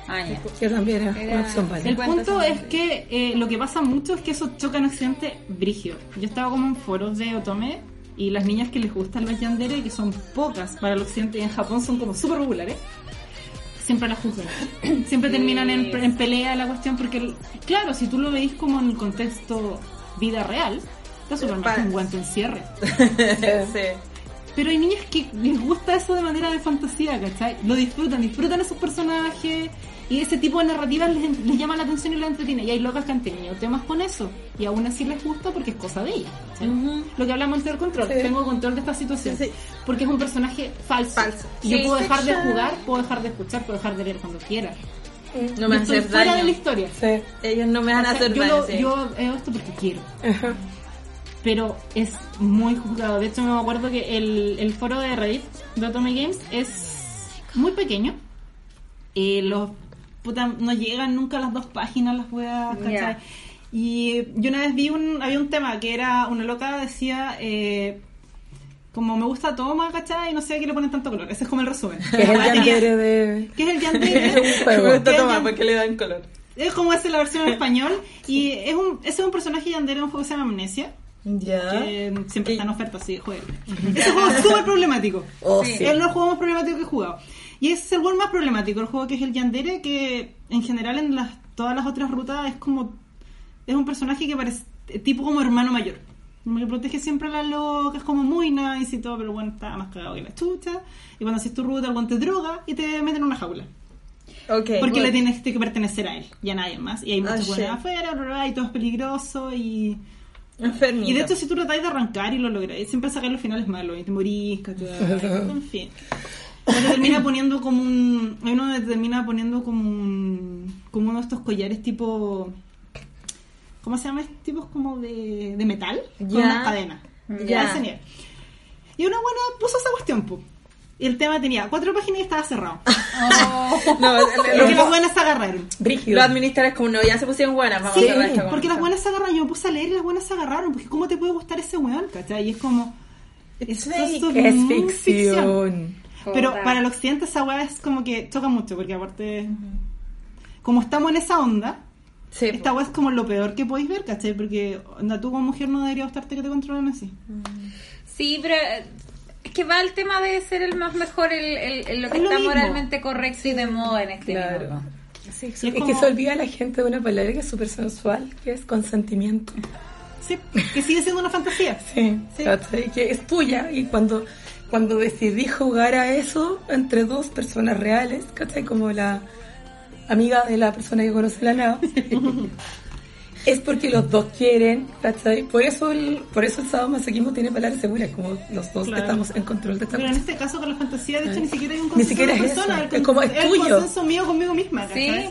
Speaker 1: Ah, ya.
Speaker 5: que también ¿eh? era,
Speaker 4: Era-
Speaker 5: una opción
Speaker 2: El
Speaker 5: válida.
Speaker 4: cuento
Speaker 2: punto
Speaker 4: son
Speaker 2: es que eh, lo que pasa mucho es que eso choca en accidente brigio. Yo estaba como en foros de Otome y las niñas que les gustan los yandere, que son pocas para el occidente y en Japón son como súper populares, siempre las juzgan. siempre terminan en, en pelea la cuestión porque, el- claro, si tú lo veis como en el contexto vida real, está súper mal que un guante encierre. Pero hay niñas que les gusta eso de manera de fantasía, ¿cachai? Lo disfrutan, disfrutan esos personajes y ese tipo de narrativas les, les llama la atención y la entretiene. Y hay locas que han tenido temas con eso y aún así les gusta porque es cosa de ellas. ¿cachai? Lo que hablamos del control,
Speaker 5: Sí.
Speaker 2: tengo control de esta situación.
Speaker 3: Sí, sí.
Speaker 2: Porque es un personaje falso.
Speaker 3: Falso.
Speaker 2: Y yo
Speaker 1: Sí,
Speaker 2: puedo dejar de
Speaker 1: sexual.
Speaker 2: jugar, puedo dejar de escuchar, puedo dejar de leer cuando quiera.
Speaker 3: No me
Speaker 2: Yo estoy
Speaker 3: haces
Speaker 2: fuera de la
Speaker 3: daño.
Speaker 2: historia.
Speaker 5: Sí.
Speaker 3: Ellos no me van a
Speaker 2: ¿Cachai?
Speaker 3: hacer
Speaker 2: yo,
Speaker 3: daño.
Speaker 2: lo-
Speaker 3: sí.
Speaker 2: yo hago esto porque quiero
Speaker 5: Ajá.
Speaker 2: pero es muy juzgado. De hecho, me acuerdo que el, el foro de Reddit de Otome Games es muy pequeño. Eh, los puta, no llegan nunca a las dos páginas las weas, ¿cachai?
Speaker 1: Ya.
Speaker 2: Y eh, yo una vez vi un, había un tema que era una loca decía eh, como me gusta toma, ¿cachai? Y no sé a qué le ponen tanto color. Ese es como el resumen.
Speaker 5: Que es el yandere de...
Speaker 2: ¿Qué es el yandere?
Speaker 5: Es un juego.
Speaker 3: Me gusta
Speaker 2: ¿Qué es
Speaker 3: tomar
Speaker 2: yan-
Speaker 3: porque le dan color.
Speaker 2: Es como es la versión en español. Y es un, ese es un personaje yandere en un juego que se llama Amnesia
Speaker 3: Ya.
Speaker 5: Ah.
Speaker 2: que siempre está en oferta, sí, juega. Ese juego es súper problemático.
Speaker 5: Oh, sí.
Speaker 2: Es el juego más problemático que he jugado. Y es el juego más problemático, el juego que es el Yandere, que en general en las, todas las otras rutas es como. Es un personaje que parece. tipo como hermano mayor. Como que protege siempre a las locas, como muy nice y todo, pero bueno, está más cagado que la chucha. Y cuando haces tu ruta, el weón te droga y te meten en una jaula.
Speaker 3: Ok.
Speaker 2: Porque
Speaker 3: bueno.
Speaker 2: le tienes que pertenecer a él y a nadie más. Y hay
Speaker 3: Ah,
Speaker 2: muchos
Speaker 3: shit.
Speaker 2: buenos afuera, bla, bla, bla, y todo es peligroso y.
Speaker 3: Enfermito.
Speaker 2: Y de hecho, si tú tratáis de arrancar y lo lográis, siempre sacáis los finales malos y te morís, cachai, en fin. O te termina poniendo como un. Hay uno que te termina poniendo como un. Como uno de estos collares tipo. ¿Cómo se llama? Estos Tipos como de, de metal con
Speaker 3: Ya.
Speaker 2: una cadena.
Speaker 3: Ya.
Speaker 2: A ese nivel. Y una buena puso esa cuestión, po. Y el tema tenía cuatro páginas y estaba cerrado.
Speaker 3: No, le-
Speaker 2: Porque
Speaker 3: le-
Speaker 2: las buenas se agarraron.
Speaker 5: Brígido.
Speaker 3: lo administras como no, ya se pusieron
Speaker 1: Ah,
Speaker 3: buenas. Vamos
Speaker 2: Sí,
Speaker 3: a ver esta
Speaker 2: porque
Speaker 3: buena.
Speaker 2: las buenas se agarraron. Yo me puse a leer y las buenas se agarraron. Porque ¿cómo te puede gustar ese weón, cachai? Y es como...
Speaker 3: It's
Speaker 2: esto
Speaker 3: fake.
Speaker 2: es
Speaker 5: Es
Speaker 2: muy
Speaker 5: ficción.
Speaker 2: Pero
Speaker 1: Puta.
Speaker 2: para el occidente esa weá es como que choca mucho, porque aparte, como estamos en esa onda,
Speaker 3: Sí,
Speaker 1: pues.
Speaker 2: esta weá es como lo peor que podéis ver, ¿cachai? Porque onda, tú como mujer no deberías gustarte que te controlen así.
Speaker 1: Sí, pero eh, es que va el tema de ser el más mejor, el, el- el lo que
Speaker 2: Es lo
Speaker 1: está
Speaker 2: mismo.
Speaker 1: moralmente correcto y de moda en este
Speaker 5: Claro.
Speaker 1: mundo.
Speaker 5: Sí, es,
Speaker 2: es
Speaker 5: que
Speaker 2: como-
Speaker 5: se olvida la gente de una palabra que es súper sensual, que es consentimiento.
Speaker 2: Sí, que sigue siendo una fantasía.
Speaker 5: Sí, ¿cachai? que es tuya. Y cuando, cuando decidí jugar a eso entre dos personas reales, ¿cachai? Como la amiga de la persona que conoce la nada, es porque los dos quieren, ¿cachai? Por eso el, por eso el sadomasoquismo tiene palabras seguras, como los dos
Speaker 2: Claro.
Speaker 5: estamos en control de esta
Speaker 2: Pero en
Speaker 5: cosa.
Speaker 2: este caso con la fantasía, de hecho, ni siquiera hay un
Speaker 5: Ah. Ni
Speaker 2: consenso
Speaker 5: siquiera
Speaker 2: de
Speaker 5: es
Speaker 2: persona.
Speaker 5: eso.
Speaker 2: el
Speaker 5: Es como, es tuyo.
Speaker 2: consenso mío conmigo misma,
Speaker 1: Sí.
Speaker 2: ¿cachai?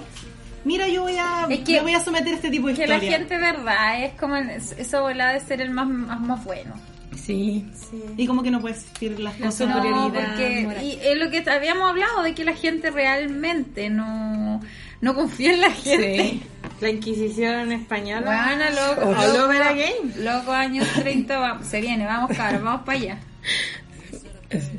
Speaker 2: Mira, yo voy a,
Speaker 1: Es que-
Speaker 2: me voy a someter a este tipo de
Speaker 1: Que
Speaker 2: historia.
Speaker 1: la gente, verdad, es como en- es- esa volada de ser el más, más, más bueno.
Speaker 5: Sí,
Speaker 2: Y como que no puede existir las cosas.
Speaker 4: No,
Speaker 1: No,
Speaker 4: Superioridad
Speaker 1: porque
Speaker 4: moral.
Speaker 1: y es lo que habíamos hablado de que la gente realmente no, no confía en la gente.
Speaker 5: sí.
Speaker 3: La Inquisición española.
Speaker 1: Bueno, loco,
Speaker 5: Oh.
Speaker 1: loco,
Speaker 3: All over again.
Speaker 1: loco, años 30, va- se viene, vamos, cabrón, vamos para allá.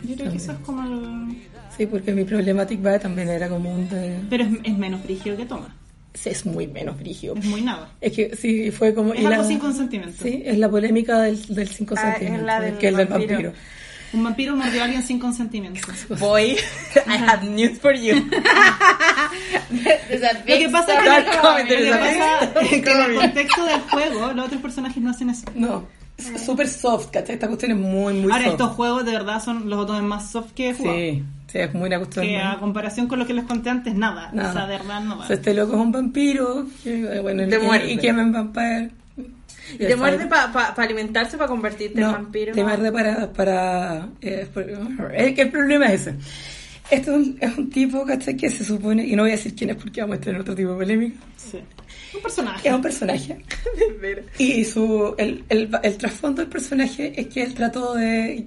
Speaker 2: Yo creo que eso es como el...
Speaker 5: Sí, porque mi problemática también era como un de...
Speaker 2: Pero es, es menos brígido que toma.
Speaker 5: Sí, es muy menos brígido.
Speaker 2: Es muy nada.
Speaker 5: Es que sí, fue como...
Speaker 2: Es
Speaker 5: y
Speaker 2: algo
Speaker 5: la-
Speaker 2: sin consentimiento.
Speaker 5: Sí, es la polémica del, del 5
Speaker 3: Ah, es
Speaker 5: centímetros,
Speaker 3: la del
Speaker 5: que es del
Speaker 3: vampiro.
Speaker 5: vampiro.
Speaker 2: Un vampiro mordió a alguien sin consentimiento.
Speaker 3: Boy, I have news for you.
Speaker 1: Lo
Speaker 2: Lo que pasa es
Speaker 3: Dark
Speaker 2: que,
Speaker 3: comedy,
Speaker 2: lo que
Speaker 3: ¿sabes?
Speaker 2: pasa es que en el contexto del juego, los otros personajes no hacen eso.
Speaker 5: No, es súper soft, ¿cachai? Esta cuestión es muy, muy
Speaker 2: Ahora,
Speaker 5: soft.
Speaker 2: estos juegos de verdad son los otros más soft que he jugado.
Speaker 5: Sí, sí, es muy una cuestión.
Speaker 2: Que
Speaker 5: muy-
Speaker 2: a comparación con lo que les conté antes, nada.
Speaker 5: nada.
Speaker 2: O sea, de verdad no
Speaker 5: O
Speaker 2: va.
Speaker 5: sea, este loco es un vampiro, que, eh, bueno,
Speaker 3: Te
Speaker 5: y-
Speaker 3: muerde.
Speaker 5: y quema en vampire. Y
Speaker 3: Te
Speaker 5: el
Speaker 3: muerde
Speaker 5: sabe-
Speaker 3: para alimentarse, para convertirte
Speaker 5: no,
Speaker 3: en vampiro.
Speaker 5: Te muerde para. para eh, por- eh, que el problema es ese. Este es un, es un tipo, ¿cachai? Que se supone, y no voy a decir quién es porque vamos a tener otro tipo de polémica.
Speaker 2: Sí. Un
Speaker 5: Es
Speaker 2: personaje.
Speaker 5: un personaje. y su, el, el, el trasfondo del personaje es que él trató de.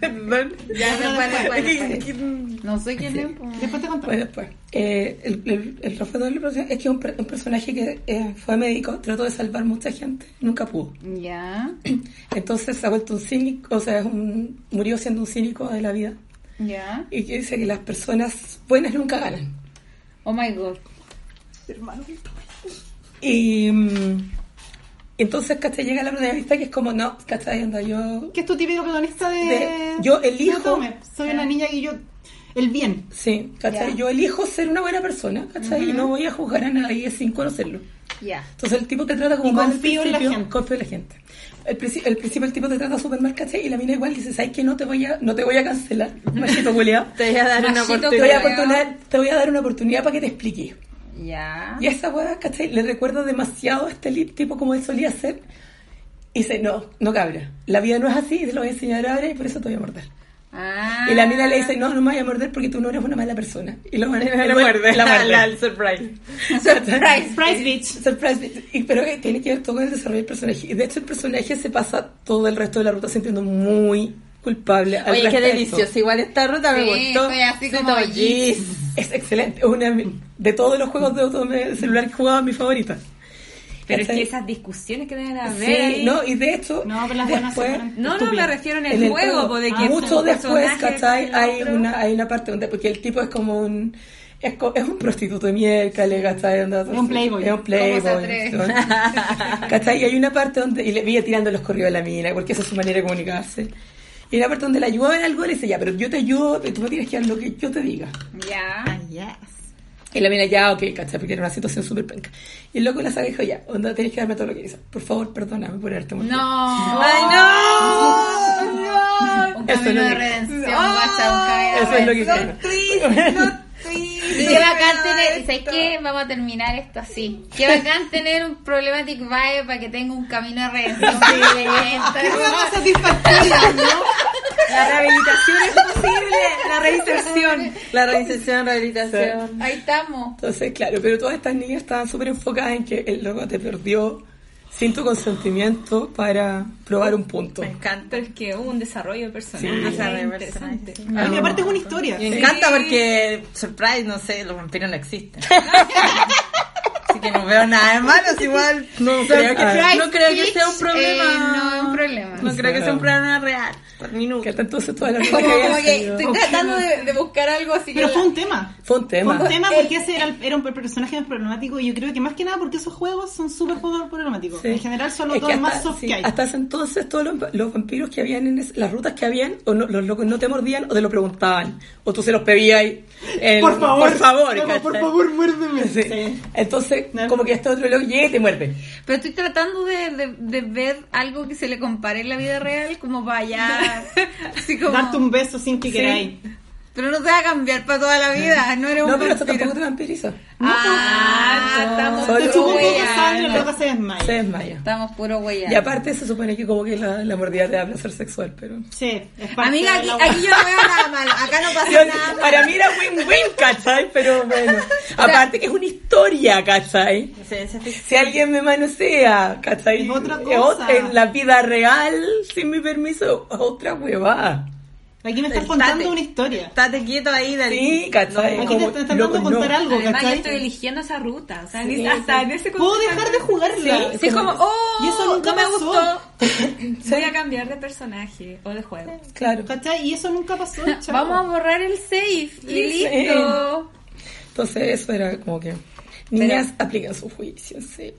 Speaker 5: Perdón.
Speaker 1: Ya,
Speaker 2: Pero
Speaker 1: vale,
Speaker 2: después-
Speaker 1: vale, vale. No sé quién es. pues.
Speaker 2: Después te
Speaker 5: Pues
Speaker 2: contaré.
Speaker 5: después. Eh, el, el, el trasfondo del personaje es que es un, per- un personaje que eh, fue médico, trató de salvar mucha gente, nunca pudo.
Speaker 1: Ya,
Speaker 5: Entonces se ha vuelto un cínico, o sea, es un, murió siendo un cínico de la vida.
Speaker 1: ya.
Speaker 5: Y que dice que las personas buenas nunca ganan.
Speaker 1: Oh my god.
Speaker 5: Y mm, entonces, ¿cachai? Llega la protagonista que es como, no, ¿cachai? Anda, yo...
Speaker 2: Que es tu típico protagonista de...
Speaker 5: De- yo elijo-
Speaker 2: No tome, Soy una niña y yo... El bien.
Speaker 5: Sí, ¿cachai?
Speaker 1: Ya.
Speaker 5: Yo elijo ser una buena persona, ¿cachai? Y no voy a juzgar a nadie sin conocerlo.
Speaker 1: Ya.
Speaker 5: Entonces el tipo te trata como
Speaker 2: Y
Speaker 5: mal al
Speaker 2: confío en la
Speaker 5: principio,
Speaker 2: gente.
Speaker 5: Confío en la gente. El, princi- el principio el tipo te trata súper mal, ¿cachai? Y la mina igual dice, ¿sabes qué? No te voy a, no te voy a cancelar, machito culiao.
Speaker 3: Te voy a dar una
Speaker 1: Machito
Speaker 5: Te voy, a
Speaker 3: oportunidad.
Speaker 1: culiao.
Speaker 5: oportunidad- te voy a dar una oportunidad para que te explique.
Speaker 1: Ya.
Speaker 5: Y esa weá, ¿cachai? Le recuerda demasiado a este li- tipo como él solía ser. Y dice, no, no cabra. La vida no es así, te lo voy a enseñar ahora y por eso te voy a morder.
Speaker 1: Ah.
Speaker 5: Y la mina le dice, no, no me voy a morder porque tú no eres una mala persona. Y lo van
Speaker 3: La muerde, la la- surprise.
Speaker 1: Surprise.
Speaker 2: Price bitch.
Speaker 5: Surprise, y- pero que tiene que ver todo con el desarrollo del personaje. Y de hecho el personaje se pasa todo el resto de la ruta sintiendo muy culpable. al
Speaker 3: Oye, qué
Speaker 5: respecto.
Speaker 3: deliciosa. Igual esta ruta me
Speaker 1: Sí,
Speaker 3: gustó.
Speaker 1: estoy así como
Speaker 3: Siento
Speaker 1: yes.
Speaker 3: yes.
Speaker 5: Es excelente. Es una de mi- de todos los juegos de auto- de celular que jugaba mi favorita.
Speaker 4: Pero es
Speaker 5: ¿Cachai?
Speaker 4: que esas discusiones que deben haber
Speaker 5: Sí,
Speaker 3: ¿eh?
Speaker 4: ahí.
Speaker 5: no, y de hecho,
Speaker 2: No, pero las buenas se
Speaker 5: después,
Speaker 2: ponen
Speaker 4: No, no, me refiero en el,
Speaker 5: en el
Speaker 4: juego,
Speaker 5: juego.
Speaker 4: po, de que
Speaker 2: Ah,
Speaker 5: mucho
Speaker 4: un
Speaker 5: después,
Speaker 4: personaje
Speaker 5: ¿cachai?
Speaker 4: con
Speaker 5: Hay
Speaker 4: otro.
Speaker 5: una, hay una parte donde, porque el tipo es como un, es, co- es un prostituto de miércoles, ¿cachai? Onda,
Speaker 2: un playboy.
Speaker 5: Es un playboy.
Speaker 1: ¿Cómo se atreve?
Speaker 5: ¿no? ¿Cachai? Y hay una parte donde, y le vive tirando los correos a la mina, porque esa es su manera de comunicarse. Y hay una parte donde la ayuda en algo, le dice, ya, pero yo te ayudo, pero tú me tienes que dar lo que yo te diga.
Speaker 2: Ah,
Speaker 1: Ya.
Speaker 5: Y la mina ya, ok, ¿cachai? Porque era una situación súper penca. Y el loco la sabe y dijo, ya, onda, tienes que darme todo lo que dices. Por favor, perdóname por haberte muerto.
Speaker 2: No.
Speaker 3: ¡Ay, no!
Speaker 1: Un
Speaker 5: Eso
Speaker 1: camino
Speaker 5: es lo
Speaker 1: de
Speaker 5: que-
Speaker 1: redención, guacha, un camino de
Speaker 5: Eso es lo que
Speaker 1: redención.
Speaker 5: quiero.
Speaker 1: Qué bacán tener, ¿sabes qué? Vamos a terminar esto así. Qué bacán tener un problematic vibe para que tenga un camino de redención.
Speaker 2: Más satisfactoria, ¿no?
Speaker 3: La rehabilitación es posible. La reinserción. La reinserción, rehabilitación.
Speaker 1: Ahí estamos.
Speaker 5: Entonces, claro, pero todas estas niñas estaban súper enfocadas en que el loco te perdió sin tu consentimiento para probar un punto.
Speaker 3: Me encanta.
Speaker 4: Pero es que hubo un desarrollo de personaje.
Speaker 5: Sí.
Speaker 4: muy
Speaker 3: Desarrollo de
Speaker 4: interesante.
Speaker 3: personaje.
Speaker 2: Y aparte es una historia.
Speaker 3: Me encanta porque, surprise, no sé, los vampiros no existen. Así que no veo nada de malo, es igual. No creo que, no creo que sea un
Speaker 1: Eh, no es
Speaker 3: problema.
Speaker 1: un problema.
Speaker 3: no creo que sea un problema real. Por minuto.
Speaker 5: Que hasta entonces todas las
Speaker 1: Como,
Speaker 5: niñas que
Speaker 1: como
Speaker 5: habían
Speaker 1: que
Speaker 5: salido-
Speaker 1: estoy tratando de, de buscar algo así que.
Speaker 2: Pero fue un tema.
Speaker 5: Fue un
Speaker 2: Fue un
Speaker 5: tema.
Speaker 2: tema porque ese era, el- era un personaje más problemático y yo creo que más que nada porque esos juegos son súper juegos problemáticos.
Speaker 5: Sí.
Speaker 2: En general son los
Speaker 5: Es que
Speaker 2: dos
Speaker 5: hasta-
Speaker 2: más soft
Speaker 5: sí,
Speaker 2: que hay.
Speaker 5: Hasta ese entonces todos los, los vampiros que habían en es- las rutas que habían, o no- los locos no te mordían o te lo preguntaban, o tú se los pedías. el-
Speaker 2: Por favor,
Speaker 5: por favor,
Speaker 2: loco,
Speaker 5: ¿cachai?
Speaker 2: por favor, muérdeme.
Speaker 5: Sí.
Speaker 2: Sí.
Speaker 5: Entonces,
Speaker 2: No.
Speaker 5: como que este otro loco llega y te muerde.
Speaker 1: Pero estoy tratando de, de- de ver algo que se le compare en la vida real, como vaya. Así como.
Speaker 2: Darte un beso sin que queráis.
Speaker 1: Pero no te va a cambiar para toda la vida. No eres
Speaker 5: No,
Speaker 1: un
Speaker 5: pero esto
Speaker 1: vampiro.
Speaker 5: tampoco te vampiriza.
Speaker 1: Ah, estamos
Speaker 5: Solo
Speaker 2: Te chupó un poco de
Speaker 1: weyando.
Speaker 2: sangre y luego se desmaya.
Speaker 5: Se desmaya.
Speaker 1: Estamos puro huella.
Speaker 5: Y aparte se supone que como que la, la mordida te da placer sexual, pero...
Speaker 2: Sí, es parte
Speaker 1: Amiga,
Speaker 2: de
Speaker 1: aquí,
Speaker 2: la-
Speaker 1: aquí yo no veo nada malo. Acá no pasa nada.
Speaker 5: Para mí era win-win, ¿cachai? Pero bueno. Aparte que es una historia, ¿cachai?
Speaker 3: Se- se fija.
Speaker 5: Si alguien me manosea, ¿cachai?
Speaker 2: Es otra
Speaker 5: Es ot-
Speaker 2: cosa.
Speaker 5: En la vida real, sin mi permiso, es otra huevada.
Speaker 2: Aquí me estás
Speaker 3: Estate.
Speaker 2: contando una historia.
Speaker 3: Estate quieto ahí, Dalí.
Speaker 5: Sí, ¿cachai?
Speaker 2: Aquí
Speaker 5: Como,
Speaker 2: te están tratando de
Speaker 5: loco,
Speaker 2: contar
Speaker 5: no.
Speaker 2: algo,
Speaker 4: Además, yo
Speaker 2: ¿cachai?
Speaker 4: estoy eligiendo esa ruta. O sea, en- hasta en ese
Speaker 2: Puedo
Speaker 4: contexto
Speaker 2: dejar de jugarla.
Speaker 1: Sí, es como, oh,
Speaker 2: Y eso nunca
Speaker 1: no me
Speaker 2: pasó.
Speaker 1: gustó.
Speaker 4: Voy a cambiar de personaje o de juego.
Speaker 5: Claro.
Speaker 2: ¿Cachai? Y eso nunca pasó. chao.
Speaker 1: Vamos a borrar el safe y listo.
Speaker 5: Entonces eso era como que... Niñas aplican su juicio, en serio.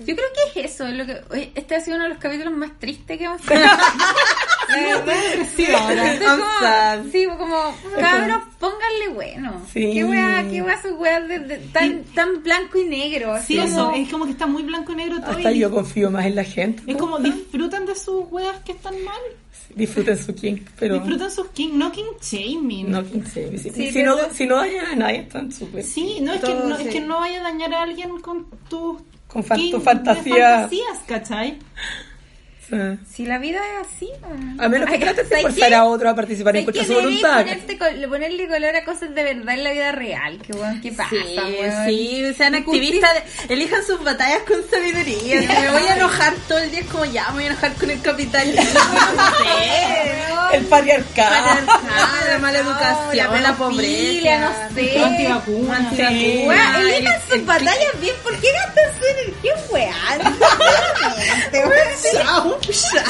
Speaker 1: Yo creo que es eso. Lo que, oye, este ha sido uno de los capítulos más tristes que hemos tenido. La verdad.
Speaker 2: Sí, ahora.
Speaker 1: Estoy como-
Speaker 3: I'm sad.
Speaker 1: sí, como, cabros, pónganle bueno.
Speaker 5: Sí.
Speaker 1: Qué wea, qué wea su wea de, de- tan, tan blanco y negro. así
Speaker 2: Sí, eso.
Speaker 1: como-
Speaker 2: Es como que está muy blanco y negro todo.
Speaker 5: Hasta
Speaker 2: y-
Speaker 5: yo confío más en la gente.
Speaker 2: Es como disfrutan de sus weas que están mal.
Speaker 5: Disfruten su kink, pero...
Speaker 2: Disfrutan sus king, no king shaming.
Speaker 5: No, 15. Si,
Speaker 1: Sí,
Speaker 5: si
Speaker 1: pero-
Speaker 5: no, si no dañan a nadie, están súper.
Speaker 2: Sí, no, es, que,
Speaker 3: Todo,
Speaker 2: no es
Speaker 3: sí.
Speaker 2: que no vaya a dañar a alguien con tus
Speaker 5: Con fan-
Speaker 2: king-
Speaker 5: tu
Speaker 2: de
Speaker 5: fantasía.
Speaker 2: fantasías, ¿cachai?
Speaker 5: Sí.
Speaker 1: Si la vida es así.
Speaker 5: A menos que
Speaker 1: Ay,
Speaker 5: trates de
Speaker 1: ¿sabes
Speaker 5: forzar
Speaker 1: qué?
Speaker 5: a otro a participar en
Speaker 1: ¿Sabes
Speaker 5: contra
Speaker 1: qué?
Speaker 5: de su
Speaker 1: Deberéis
Speaker 5: voluntad.
Speaker 1: ponerte col- ponerle color a cosas de verdad en la vida real. Qué weón, qué pasa,
Speaker 3: Sí,
Speaker 1: weón.
Speaker 3: Pues sí, sean activistas, de- elijan sus batallas con sabiduría. Me voy a enojar todo el día, es como ya, me voy a enojar con el capitalismo. No sé.
Speaker 5: el patriarcado.
Speaker 3: patriarcado, la mala educación, la,
Speaker 1: pedofilia,
Speaker 3: pobreza.
Speaker 1: no sé.
Speaker 2: Eh, Antivacuna.
Speaker 3: Antivacuna.
Speaker 1: Weá,
Speaker 3: Ay,
Speaker 1: elijan sus batallas bien, ¿por qué gastan su energía en weá? Te voy
Speaker 3: Chao.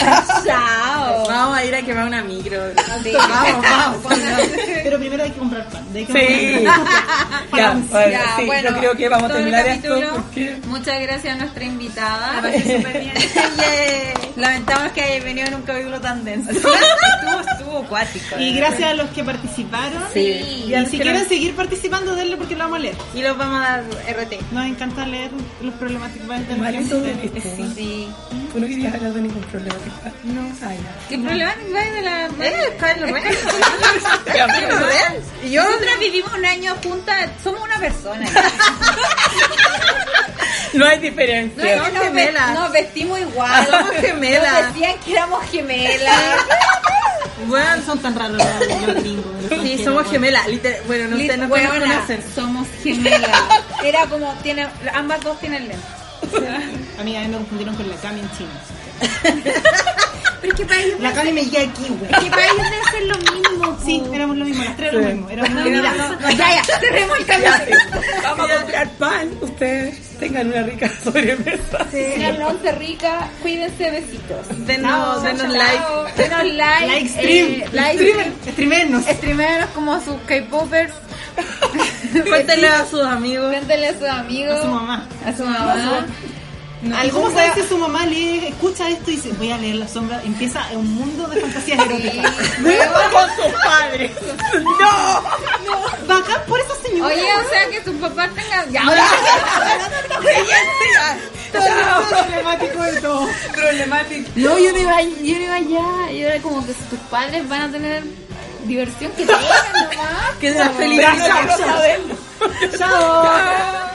Speaker 5: Ah,
Speaker 1: Chao.
Speaker 3: Vamos a ir a quemar una micro.
Speaker 1: Sí.
Speaker 2: Vamos, vamos, vamos. Pero primero hay que comprar pan. de ahí que
Speaker 5: Sí.
Speaker 2: comprar
Speaker 5: ya, bueno,
Speaker 1: Ya,
Speaker 5: sí,
Speaker 1: bueno,
Speaker 5: yo creo que vamos a
Speaker 1: todo el
Speaker 5: terminar esto
Speaker 1: capítulo.
Speaker 5: porque
Speaker 1: Muchas gracias a nuestra invitada.
Speaker 3: Yay.
Speaker 1: Lamentamos que haya venido en un capítulo tan denso.
Speaker 4: estuvo, estuvo cuático.
Speaker 2: pan. Y gracias a los que participaron.
Speaker 1: Sí.
Speaker 2: Y si quieren seguir participando, denle porque lo vamos a leer.
Speaker 3: Y los vamos a dar RT.
Speaker 2: Nos encanta leer los problemáticos de la
Speaker 5: Vale,
Speaker 2: gente.
Speaker 5: eso de viste.
Speaker 1: Sí.
Speaker 5: Tú no querías hablar de ningún problema. ¿verdad? No, ay,
Speaker 1: ¿Qué problema que hay de la
Speaker 3: Eh, Carlos Ren. Carlos Ren. Y yo.
Speaker 1: Nosotras vivimos un año juntas, somos una persona.
Speaker 5: no. No hay diferencia.
Speaker 1: No,
Speaker 3: Somos
Speaker 1: nos, ve-
Speaker 3: gemelas.
Speaker 1: nos vestimos igual.
Speaker 3: Somos gemelas.
Speaker 1: Nos decían que éramos gemelas.
Speaker 2: Bueno, son tan raros los, los gringos. los
Speaker 3: Sí,
Speaker 2: extranjeros,
Speaker 3: somos
Speaker 2: bueno.
Speaker 3: gemelas. Liter- bueno, no sé, no
Speaker 1: Hueona,
Speaker 3: nos conocen.
Speaker 1: somos gemelas. Era como, tiene, ambas dos tienen lentes.
Speaker 2: Amiga, a mí me confundieron con la Cami en China.
Speaker 1: Pero es que para ellos,
Speaker 2: La Cami me guía aquí, güey.
Speaker 1: que para ellos debe ser lo mismo. po.
Speaker 2: Sí, éramos lo mismo, las tres éramos lo mismo. Éramos lo
Speaker 1: No, no,
Speaker 2: mismo.
Speaker 1: no, no, ya, ya, cerremos el
Speaker 5: Ya,
Speaker 1: camino.
Speaker 5: sí. Vamos a comprar pan. Ustedes tengan una rica sobremesa.
Speaker 1: Señor Lonce rica, cuídense, besitos.
Speaker 3: Denos, denos like.
Speaker 1: Chao. Denos like.
Speaker 2: Like stream.
Speaker 1: eh, like
Speaker 2: streamer, streamernos.
Speaker 1: stream. Streameros como sus K-popers.
Speaker 3: Cuéntenle a sus amigos.
Speaker 1: Cuéntenle a sus amigos.
Speaker 2: A su mamá.
Speaker 1: A su mamá.
Speaker 2: No, ¿y
Speaker 1: Algún
Speaker 2: ¿Cómo sabes
Speaker 1: día-
Speaker 2: si su mamá lee, escucha esto y dice, voy a leer la sombra? Empieza un mundo de fantasías
Speaker 1: Sí.
Speaker 2: eróticas.
Speaker 5: con sus padres. ¡No!
Speaker 2: Bacán por esa señora.
Speaker 1: Oye, o sea que tus papás tengan. Ya, ahora
Speaker 2: Todo lo problemático de todo.
Speaker 5: Problemático.
Speaker 1: No, yo no iba, yo no iba allá. Yo era como que tus padres van a tener diversión que tengan nomás.
Speaker 3: Que seas feliz.
Speaker 5: Pero no quiero saberlo.
Speaker 2: Chao.
Speaker 5: Chao.